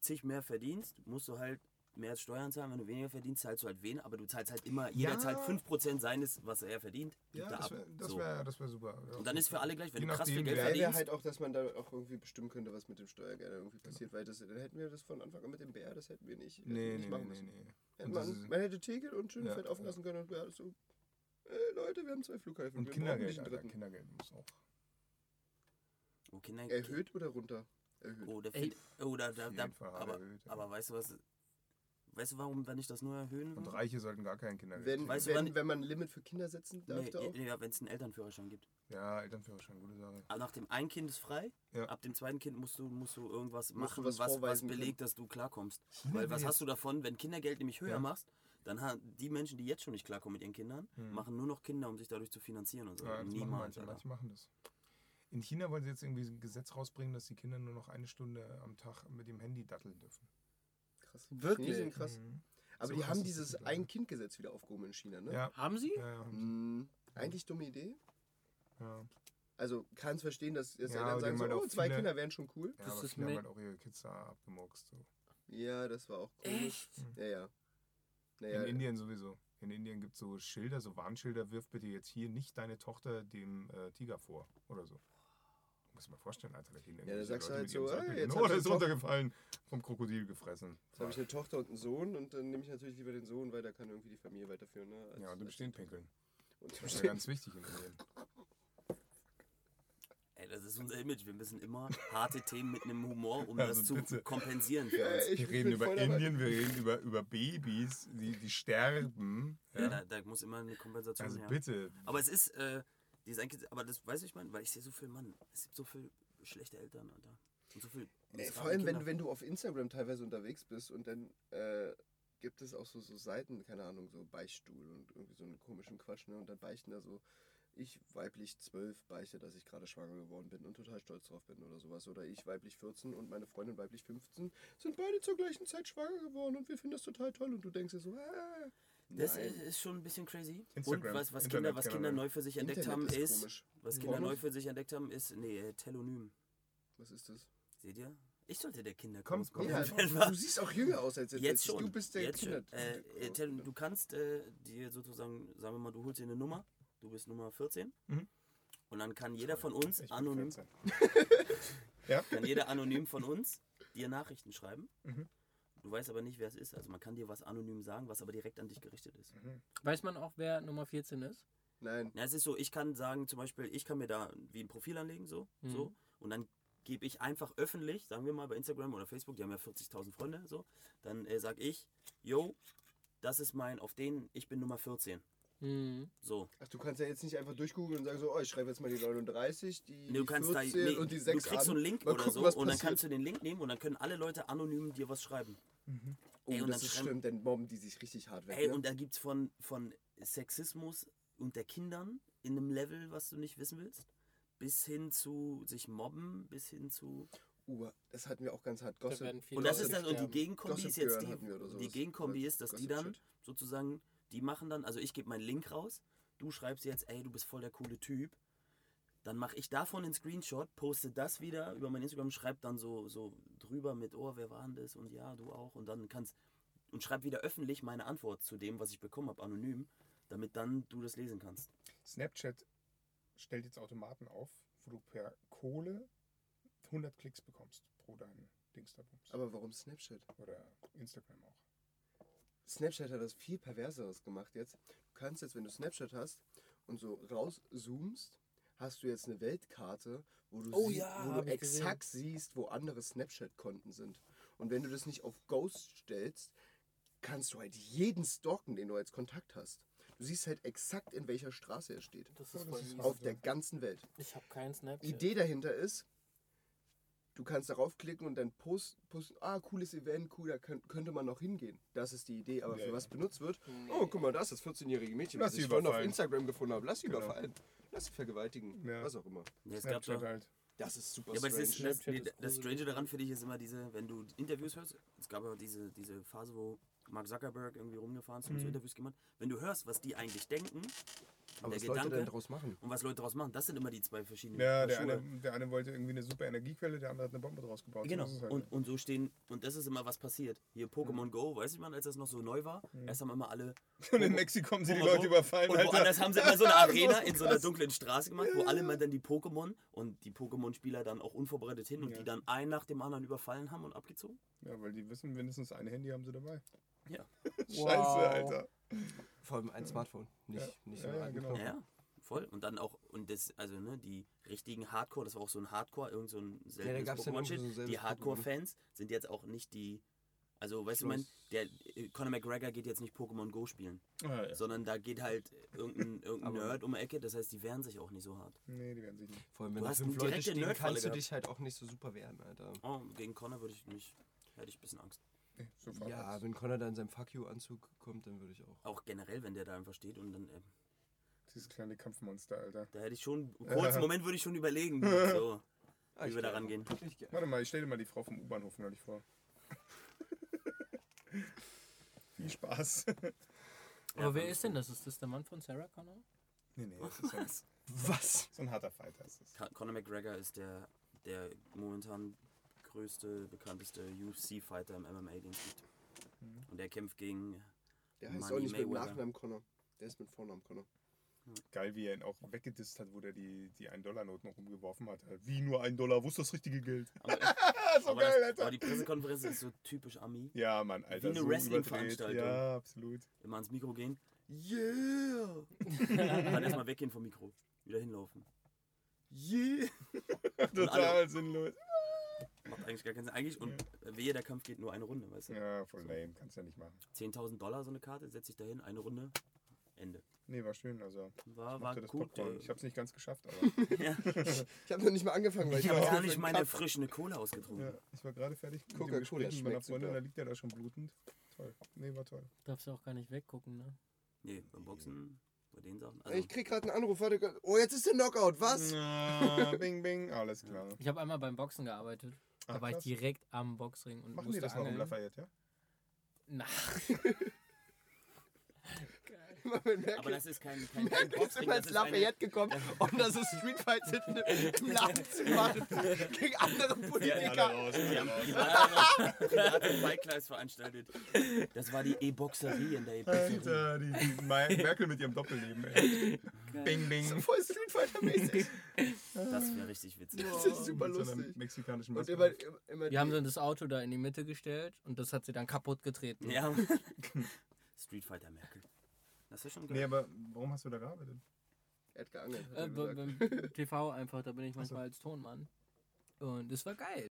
Speaker 5: zig mehr verdienst, musst du halt mehr Steuern zahlen. Wenn du weniger verdienst, zahlst du halt weniger, aber du zahlst halt immer, jeder
Speaker 4: Ja.
Speaker 5: zahlt 5% seines, was er verdient, gibt
Speaker 4: Ja,
Speaker 5: er
Speaker 4: das
Speaker 5: ab.
Speaker 4: wäre das
Speaker 5: so.
Speaker 4: wär, das wär super. Ja.
Speaker 5: Und dann ist für alle gleich, wenn
Speaker 4: Je
Speaker 5: du krass viel
Speaker 4: nachdem,
Speaker 5: Geld
Speaker 4: wer-
Speaker 3: Geil wäre
Speaker 5: verdienst.
Speaker 3: halt auch, dass man da auch irgendwie bestimmen könnte, was mit dem Steuergeld irgendwie passiert, weil das, dann hätten wir das von Anfang an mit dem BR, das hätten wir nicht, hätten wir nicht
Speaker 4: Nee, nee, nee,
Speaker 3: machen
Speaker 4: nee,
Speaker 3: müssen.
Speaker 4: nee.
Speaker 3: Hätte
Speaker 4: Und das
Speaker 3: man,
Speaker 4: ist-
Speaker 3: man hätte Tegel und Schönfeld
Speaker 4: Ja,
Speaker 3: offen lassen können und wäre alles so, äh, Leute, wir haben zwei Flughäfen.
Speaker 4: Und
Speaker 3: wir
Speaker 4: Kindergeld,
Speaker 3: brauchen
Speaker 4: Alter.
Speaker 3: nicht einen dritten.
Speaker 4: Kindergeld muss auch.
Speaker 5: Oh, Kinder,
Speaker 3: Erhöht oder runter? Erhöht.
Speaker 5: Oh, der
Speaker 6: Ey.
Speaker 5: Fil- oh, da, da,
Speaker 4: Auf
Speaker 5: da,
Speaker 4: jeden Fall
Speaker 5: aber,
Speaker 4: erhöht, ja.
Speaker 5: aber weißt du was? Weißt du, warum wir nicht das nur erhöhen?
Speaker 4: Und
Speaker 5: würden?
Speaker 4: Reiche sollten gar kein Kindergeld
Speaker 3: Wenn,
Speaker 5: Weißt du,
Speaker 3: wenn,
Speaker 5: wann-
Speaker 3: wenn man ein Limit für Kinder setzen darf,
Speaker 5: Nee,
Speaker 3: da auch.
Speaker 5: ja, ja, wenn es einen Elternführerschein gibt.
Speaker 4: Ja, Elternführerschein, gute Sache.
Speaker 5: Aber nach dem einen Kind ist frei,
Speaker 4: Ja.
Speaker 5: ab dem zweiten Kind musst du, musst du irgendwas
Speaker 3: du
Speaker 5: machen,
Speaker 3: was
Speaker 5: was, was,
Speaker 3: vorweisen
Speaker 5: belegt, dass du klarkommst.
Speaker 4: China
Speaker 5: Weil
Speaker 4: wäre
Speaker 5: was
Speaker 4: jetzt-
Speaker 5: hast du davon, wenn Kindergeld nämlich höher
Speaker 4: Ja.
Speaker 5: machst, dann haben die Menschen, die jetzt schon nicht klarkommen mit ihren Kindern, machen nur noch Kinder, um sich dadurch zu finanzieren und so.
Speaker 4: Mhm. Ja, das machen
Speaker 5: Niemals,
Speaker 4: manche,
Speaker 5: Alter.
Speaker 4: manche machen das. In China wollen sie jetzt irgendwie ein Gesetz rausbringen, dass die Kinder nur noch eine Stunde am Tag mit dem Handy datteln dürfen.
Speaker 3: Krass.
Speaker 6: Wirklich?
Speaker 3: Chinesen, krass.
Speaker 4: Mhm.
Speaker 3: Aber
Speaker 4: So
Speaker 3: die
Speaker 4: krass
Speaker 3: haben
Speaker 4: ist das
Speaker 3: dieses
Speaker 4: mittlerweile.
Speaker 3: Ein-Kind-Gesetz wieder aufgehoben in China, ne?
Speaker 4: Ja.
Speaker 6: Haben sie?
Speaker 4: Ja, ja,
Speaker 3: Hm, eigentlich dumme Idee.
Speaker 4: ja.
Speaker 3: Also kann es verstehen, dass jetzt
Speaker 4: Ja,
Speaker 3: Eltern
Speaker 4: aber
Speaker 3: sagen,
Speaker 4: die
Speaker 3: so,
Speaker 4: haben halt
Speaker 3: oh,
Speaker 4: auch
Speaker 3: zwei
Speaker 4: viele-
Speaker 3: Kinder wären schon cool.
Speaker 4: ja
Speaker 6: Das
Speaker 4: aber
Speaker 6: ist
Speaker 4: viele haben
Speaker 6: mir-
Speaker 4: halt auch ihre Kids da abgemurkst. So.
Speaker 3: Ja, das war auch cool.
Speaker 6: Echt?
Speaker 3: Ja, ja.
Speaker 4: In
Speaker 3: Naja,
Speaker 4: Indien sowieso. In Indien gibt es so Schilder, so Warnschilder, wirf bitte jetzt hier nicht deine Tochter dem äh, Tiger vor oder so. Muss mal vorstellen, Alter, da gehen
Speaker 3: da
Speaker 4: irgendwelche
Speaker 3: sagst du
Speaker 4: Leute
Speaker 3: halt
Speaker 4: mit ihrem
Speaker 3: so,
Speaker 4: Seitblick,
Speaker 3: "Ey, jetzt hat
Speaker 4: "Oh, der
Speaker 3: sie
Speaker 4: ist
Speaker 3: doch-
Speaker 4: runtergefallen, vom Krokodil gefressen.
Speaker 3: jetzt habe ich eine Tochter und einen Sohn und dann nehme ich natürlich lieber den Sohn, weil der kann irgendwie die Familie weiterführen. Ne? als-
Speaker 4: Ja, und im
Speaker 3: als-
Speaker 4: Stehen pinkeln.
Speaker 3: Und im
Speaker 4: Das ist ja
Speaker 3: Stehen.
Speaker 4: ganz wichtig in Indien.
Speaker 5: Ey, das ist unser Image. Wir müssen immer harte Themen mit einem Humor, um
Speaker 4: Also
Speaker 5: das zu
Speaker 4: bitte.
Speaker 5: kompensieren für uns.
Speaker 3: Äh, ich
Speaker 4: Wir
Speaker 3: bin
Speaker 4: reden über
Speaker 3: voll dabei.
Speaker 4: Indien, wir reden über, über Babys, die, die sterben.
Speaker 5: Ja,
Speaker 4: Ja.
Speaker 5: da, da muss immer eine Kompensation
Speaker 4: Also
Speaker 5: her.
Speaker 4: bitte.
Speaker 5: Aber es ist, äh, dieses Einkind, aber das weiß ich, mein, weil ich sehe so viel Mann. Es gibt so viel schlechte Eltern, Alter. Und so viel.
Speaker 3: Ey,
Speaker 5: missratene
Speaker 3: Äh, vor allem, wenn,
Speaker 5: Kinder.
Speaker 3: du- wenn du auf Instagram teilweise unterwegs bist und dann äh, gibt es auch so, so Seiten, keine Ahnung, so Beichtstuhl und irgendwie so einen komischen Quatsch, ne? Und dann beichten da so, ich weiblich 12 beichte, dass ich gerade schwanger geworden bin und total stolz drauf bin oder sowas. Oder ich weiblich 14 und meine Freundin weiblich 15 sind beide zur gleichen Zeit schwanger geworden und wir finden das total toll. Und du denkst dir so, äh,
Speaker 5: Das
Speaker 3: nein.
Speaker 5: ist, ist schon ein bisschen crazy.
Speaker 4: Instagram,
Speaker 5: Und was, was
Speaker 4: Internet
Speaker 5: Kinder, was
Speaker 4: kann
Speaker 5: Kinder
Speaker 4: man-
Speaker 5: neu für sich entdeckt haben,
Speaker 3: Internet ist
Speaker 5: ist.
Speaker 3: komisch.
Speaker 5: was Kinder
Speaker 3: Pornos?
Speaker 5: neu für sich entdeckt haben, ist. Nee, äh, Telonym.
Speaker 3: Was ist das?
Speaker 5: Seht ihr? Ich sollte der Kinder
Speaker 4: Komm, komm,
Speaker 3: Ja,
Speaker 5: war.
Speaker 3: du siehst auch jünger aus als
Speaker 5: Jetzt schon.
Speaker 3: halt. Du bist der Oh,
Speaker 5: jetzt schon. Äh, äh, Tell,
Speaker 3: du
Speaker 5: du kannst äh, dir sozusagen, sagen wir mal, du holst dir eine Nummer. Du bist Nummer 14.
Speaker 4: Mhm.
Speaker 5: Und dann kann jeder von uns
Speaker 4: Ich bin
Speaker 5: anonym
Speaker 4: 14.
Speaker 5: kann jeder anonym von uns dir Nachrichten schreiben.
Speaker 4: Mhm.
Speaker 5: Du weißt aber nicht, wer es ist. Also man kann dir was anonym sagen, was aber direkt an dich gerichtet ist.
Speaker 4: Mhm.
Speaker 6: Weiß man auch, wer Nummer 14 ist?
Speaker 3: Nein.
Speaker 5: Na, es ist so, ich kann sagen, zum Beispiel, ich kann mir da wie ein Profil anlegen, so,
Speaker 6: Mhm.
Speaker 5: so, und dann gebe ich einfach öffentlich, sagen wir mal bei Instagram oder Facebook, die haben ja 40.000 Freunde, so, dann äh, sage ich, yo, das ist mein, auf den, ich bin Nummer 14.
Speaker 6: Mhm.
Speaker 5: So.
Speaker 3: Ach, du kannst ja jetzt nicht einfach durchgoogeln und sagen so, oh, ich schreibe jetzt mal die 39, die
Speaker 5: Nee, du kannst
Speaker 3: 14
Speaker 5: da, nee,
Speaker 3: und die
Speaker 5: du
Speaker 3: 6
Speaker 5: kriegst so einen Link oder so und dann kannst du den Link nehmen und dann können alle Leute anonym dir was schreiben.
Speaker 3: oh,
Speaker 5: Ey, und
Speaker 3: das
Speaker 5: dann
Speaker 3: ist
Speaker 5: schreiben-
Speaker 3: schlimm, denn mobben die sich richtig hart weg.
Speaker 5: Ey,
Speaker 3: ne?
Speaker 5: und da gibt's von, von Sexismus unter Kindern in einem Level, was du nicht wissen willst, bis hin zu sich mobben, bis hin zu.
Speaker 3: uh, das hatten wir auch ganz hart.
Speaker 6: Da
Speaker 3: Gossip.
Speaker 6: werden viele
Speaker 5: Und das
Speaker 6: Leute
Speaker 5: ist dann, und die
Speaker 6: sterben.
Speaker 5: Gegenkombi
Speaker 3: Gossip
Speaker 5: ist jetzt
Speaker 3: Girl
Speaker 5: die,
Speaker 3: hatten wir oder
Speaker 5: die
Speaker 3: sowas.
Speaker 5: Gegenkombi
Speaker 3: Oder
Speaker 5: ist, dass die
Speaker 3: Gossip
Speaker 5: dann
Speaker 3: Shit.
Speaker 5: sozusagen, die machen dann, also ich gebe meinen Link raus, du schreibst jetzt, ey, du bist voll der coole Typ. Dann mache ich davon einen Screenshot, poste das wieder über mein Instagram, schreib dann so, so drüber mit, oh, wer war denn das? Und ja, du auch. Und dann kannst, und schreib wieder öffentlich meine Antwort zu dem, was ich bekommen habe, anonym, damit dann du das lesen kannst.
Speaker 4: Snapchat stellt jetzt Automaten auf, wo du per Kohle 100 Klicks bekommst pro deinen Dings da Bums.
Speaker 3: Aber warum Snapchat?
Speaker 4: Oder Instagram auch.
Speaker 3: Snapchat hat das viel perverseres gemacht jetzt. Du kannst jetzt, wenn du Snapchat hast und so rauszoomst, hast du jetzt eine Weltkarte, wo du,
Speaker 6: Oh
Speaker 3: sie-
Speaker 6: ja,
Speaker 3: wo
Speaker 6: hab
Speaker 3: du
Speaker 6: ich
Speaker 3: exakt siehst, wo andere Snapchat-Konten sind. Und wenn du das nicht auf Ghost stellst, kannst du halt jeden stalken, den du als Kontakt hast. Du siehst halt exakt, in welcher Straße er steht.
Speaker 6: Das ist
Speaker 4: das
Speaker 6: voll
Speaker 4: ist
Speaker 6: mies.
Speaker 4: auch-
Speaker 3: Auf der ganzen Welt.
Speaker 6: Ich habe keinen Snapchat.
Speaker 3: Idee dahinter ist, du kannst darauf klicken und dann posten, posten ah, cooles Event, cool, da könnt, könnte man noch hingehen. Das ist die Idee, aber
Speaker 4: Ja,
Speaker 3: für was
Speaker 4: ja.
Speaker 3: benutzt wird, oh, guck mal, das ist das 14-jährige Mädchen,
Speaker 4: Lass
Speaker 3: das
Speaker 4: sie
Speaker 3: ich vorhin auf
Speaker 4: überfallen.
Speaker 3: Instagram gefunden habe. Lass sie
Speaker 4: Genau.
Speaker 3: überfallen. Lass sie vergewaltigen,
Speaker 4: Ja.
Speaker 3: was auch immer.
Speaker 5: Ja, es gab
Speaker 4: Snapchat
Speaker 5: doch, ja,
Speaker 4: halt.
Speaker 3: Das ist super
Speaker 5: aber es ist,
Speaker 3: strange.
Speaker 5: das,
Speaker 6: Snapchat
Speaker 5: nee,
Speaker 6: ist
Speaker 5: das
Speaker 6: gruselig.
Speaker 5: Strange daran finde ich ist immer diese, wenn du Interviews hörst, es gab ja diese, diese Phase, wo Mark Zuckerberg irgendwie rumgefahren ist und so Interviews gemacht, wenn du hörst, was die eigentlich denken
Speaker 3: Aber
Speaker 5: der
Speaker 3: was Leute
Speaker 5: Gedanke-
Speaker 3: denn daraus machen?
Speaker 5: und was Leute daraus machen, das sind immer die zwei verschiedenen
Speaker 4: Ja, der
Speaker 3: Schule.
Speaker 4: eine, der eine wollte irgendwie eine super Energiequelle, der andere hat eine Bombe draus gebaut. So
Speaker 5: Genau.
Speaker 4: ist es halt.
Speaker 5: Und, und so stehen, und das ist immer was passiert. Hier Pokémon Go, weiß ich man, als das noch so neu war, erst haben immer alle.
Speaker 4: Und in Mexiko haben sie die
Speaker 5: Pokémon
Speaker 4: Leute
Speaker 5: Go-
Speaker 4: überfallen.
Speaker 5: Und
Speaker 4: Alter.
Speaker 5: woanders haben sie immer so eine Arena in so einer
Speaker 4: krass.
Speaker 5: dunklen Straße gemacht, wo alle mal dann die Pokémon und die Pokémon-Spieler dann auch unvorbereitet hin und die dann einen nach dem anderen überfallen haben und abgezogen.
Speaker 4: Ja, weil die wissen, mindestens ein Handy haben sie dabei.
Speaker 5: Ja.
Speaker 4: Scheiße, Alter.
Speaker 3: Vor allem ein Smartphone, nicht, nicht so
Speaker 4: Ja,
Speaker 3: ein
Speaker 4: ja,
Speaker 3: eigenes.
Speaker 4: genau.
Speaker 5: Ja, ja, voll. Und dann auch, und das, also ne, die richtigen Hardcore, das war auch so ein Hardcore, irgend so ein seltenes
Speaker 3: gab's dann
Speaker 5: Pokémon-Shit.
Speaker 3: irgendwo so ein seltenes
Speaker 5: die
Speaker 3: Pokémon.
Speaker 5: Hardcore-Fans sind jetzt auch nicht die. Also, weißt du, ich mein, der äh, Conor McGregor geht jetzt nicht Pokémon Go spielen.
Speaker 4: Ah, ja.
Speaker 5: sondern da geht halt irgendein, irgendein
Speaker 3: Aber-
Speaker 5: Nerd um die Ecke, das heißt, die wehren sich auch nicht so hart.
Speaker 4: Nee, die werden sich nicht.
Speaker 3: Vor allem, wenn
Speaker 5: Du
Speaker 3: da
Speaker 5: hast
Speaker 3: fünf
Speaker 5: eine
Speaker 3: Leute
Speaker 5: direkte
Speaker 3: stehen,
Speaker 5: Nerdfalle
Speaker 3: kannst du
Speaker 5: gehabt.
Speaker 3: dich halt auch nicht so super wehren, Alter.
Speaker 5: Oh, gegen Connor würde ich mich, hätte ich ein bisschen Angst.
Speaker 4: Nee, so
Speaker 3: Ja, also
Speaker 4: verpasst.
Speaker 3: wenn Connor da in seinem Fuck You-Anzug kommt, dann würde ich auch.
Speaker 5: Auch generell, wenn der da einfach steht und dann, äh,
Speaker 4: Dieses kleine Kampfmonster, Alter.
Speaker 5: da hätte ich schon, einen kurzen Moment würde ich schon überlegen, so,
Speaker 3: Ah,
Speaker 5: wie wir da rangehen.
Speaker 3: Ich gehe
Speaker 4: Warte mal, ich stell dir mal die Frau vom U-Bahnhof neulich vor. Viel Spaß.
Speaker 6: Aber wer ist denn das? Ist das der Mann von Sarah Connor?
Speaker 4: nee, nee, das ist so ein,
Speaker 3: Was?
Speaker 4: so ein harter Fighter. Ist das.
Speaker 5: Con- Conor McGregor ist der, der momentan größte, bekannteste UFC-Fighter im MMA, den es gibt.
Speaker 4: Mhm.
Speaker 5: Und der kämpft gegen,
Speaker 3: Der heißt
Speaker 5: Money
Speaker 3: auch nicht mit
Speaker 5: Mayweather.
Speaker 3: Nachnamen Connor. Der ist mit Vornamen Connor.
Speaker 4: Geil, wie er ihn auch weggedisst hat, wo der die, die 1-Dollar-Noten rumgeworfen hat. Wie nur 1 Dollar, wo ist das richtige Geld?
Speaker 5: aber,
Speaker 4: so
Speaker 5: aber,
Speaker 4: geil,
Speaker 5: das,
Speaker 4: Alter.
Speaker 5: aber die Pressekonferenz ist so typisch Ami,
Speaker 4: Ja, Mann, Alter.
Speaker 5: eine
Speaker 4: so
Speaker 5: Wrestling-Veranstaltung.
Speaker 4: überdreht. Ja, absolut.
Speaker 5: immer ans Mikro gehen, yeah, dann erstmal weggehen vom Mikro, wieder hinlaufen.
Speaker 4: Yeah.
Speaker 5: Und alle-
Speaker 4: Total sinnlos.
Speaker 5: Macht eigentlich gar keinen Sinn. Eigentlich, und wehe, der Kampf geht nur eine Runde, weißt du?
Speaker 4: Ja, voll lame, kannst ja nicht machen.
Speaker 5: 10.000 Dollar so eine Karte, setz dich dahin, eine Runde, Ende.
Speaker 4: Nee, war schön, also.
Speaker 5: War,
Speaker 4: Ich
Speaker 5: war
Speaker 4: mochte das
Speaker 5: gut.
Speaker 4: Popcorn.
Speaker 5: äh,
Speaker 4: Ich hab's nicht ganz geschafft, aber.
Speaker 5: ja.
Speaker 3: Ich habe noch nicht mal angefangen, weil ich
Speaker 5: Ich habe
Speaker 3: war
Speaker 5: gar
Speaker 3: auf
Speaker 5: nicht
Speaker 3: dem
Speaker 5: meine
Speaker 3: Cup.
Speaker 5: frischende Cola ausgetrunken.
Speaker 4: ja, ich war gerade fertig mit dem
Speaker 3: Coca-Cola
Speaker 4: Gespräch mit meiner
Speaker 3: schmeckt
Speaker 4: Freundin,
Speaker 3: super.
Speaker 4: da liegt er da schon blutend. Toll. Nee, war toll.
Speaker 6: Darfst du auch gar nicht weggucken, ne?
Speaker 5: Nee, beim Boxen, bei den Sachen.
Speaker 3: Ey, Ich
Speaker 5: Also,
Speaker 3: krieg gerade einen Anruf. Warte, Gott. oh, jetzt ist der Knockout. Was?
Speaker 5: Mhm.
Speaker 4: Na, bing, bing, alles klar.
Speaker 6: Ich habe einmal beim Boxen gearbeitet. Da
Speaker 4: Ach,
Speaker 6: war ich
Speaker 4: krass.
Speaker 6: direkt am Boxring und
Speaker 4: Machen
Speaker 6: musste
Speaker 4: die das noch
Speaker 6: angeln.
Speaker 4: im Lafayette, ja?
Speaker 6: Na,
Speaker 3: Immer wenn Merkel,
Speaker 5: aber das ist kein, kein, kein
Speaker 3: Merkel ist
Speaker 5: Boxring,
Speaker 3: immer
Speaker 5: das
Speaker 3: ins
Speaker 5: ist eine,
Speaker 3: Lafayette gekommen, um das Street Fights hinten im Laden zu machen. Gegen andere Politiker.
Speaker 4: raus.
Speaker 5: die war private Bikeleis veranstaltet. Das war die E-Boxerie in der E-Boxerie.
Speaker 4: Alter, die, die Me- Merkel mit ihrem Doppelleben, ey.
Speaker 5: genau.
Speaker 4: Bing, bing.
Speaker 3: Voll Street Fighter-mäßig.
Speaker 5: Das wäre richtig witzig.
Speaker 3: Das ist super
Speaker 4: Mit so einer
Speaker 3: lustig.
Speaker 4: mexikanischen
Speaker 3: Und
Speaker 4: Maske.
Speaker 3: immer, immer
Speaker 6: die haben dann das Auto da in die Mitte gestellt und das hat sie dann kaputt getreten.
Speaker 5: Ja. Street Fighter Merkel. Das ist schon geil.
Speaker 4: Nee, aber warum hast du da gearbeitet?
Speaker 3: Er hat geangelt. Hat
Speaker 6: Äh,
Speaker 3: er
Speaker 6: be-
Speaker 3: gesagt.
Speaker 6: beim TV einfach, da bin ich manchmal als Tonmann. Und das war geil.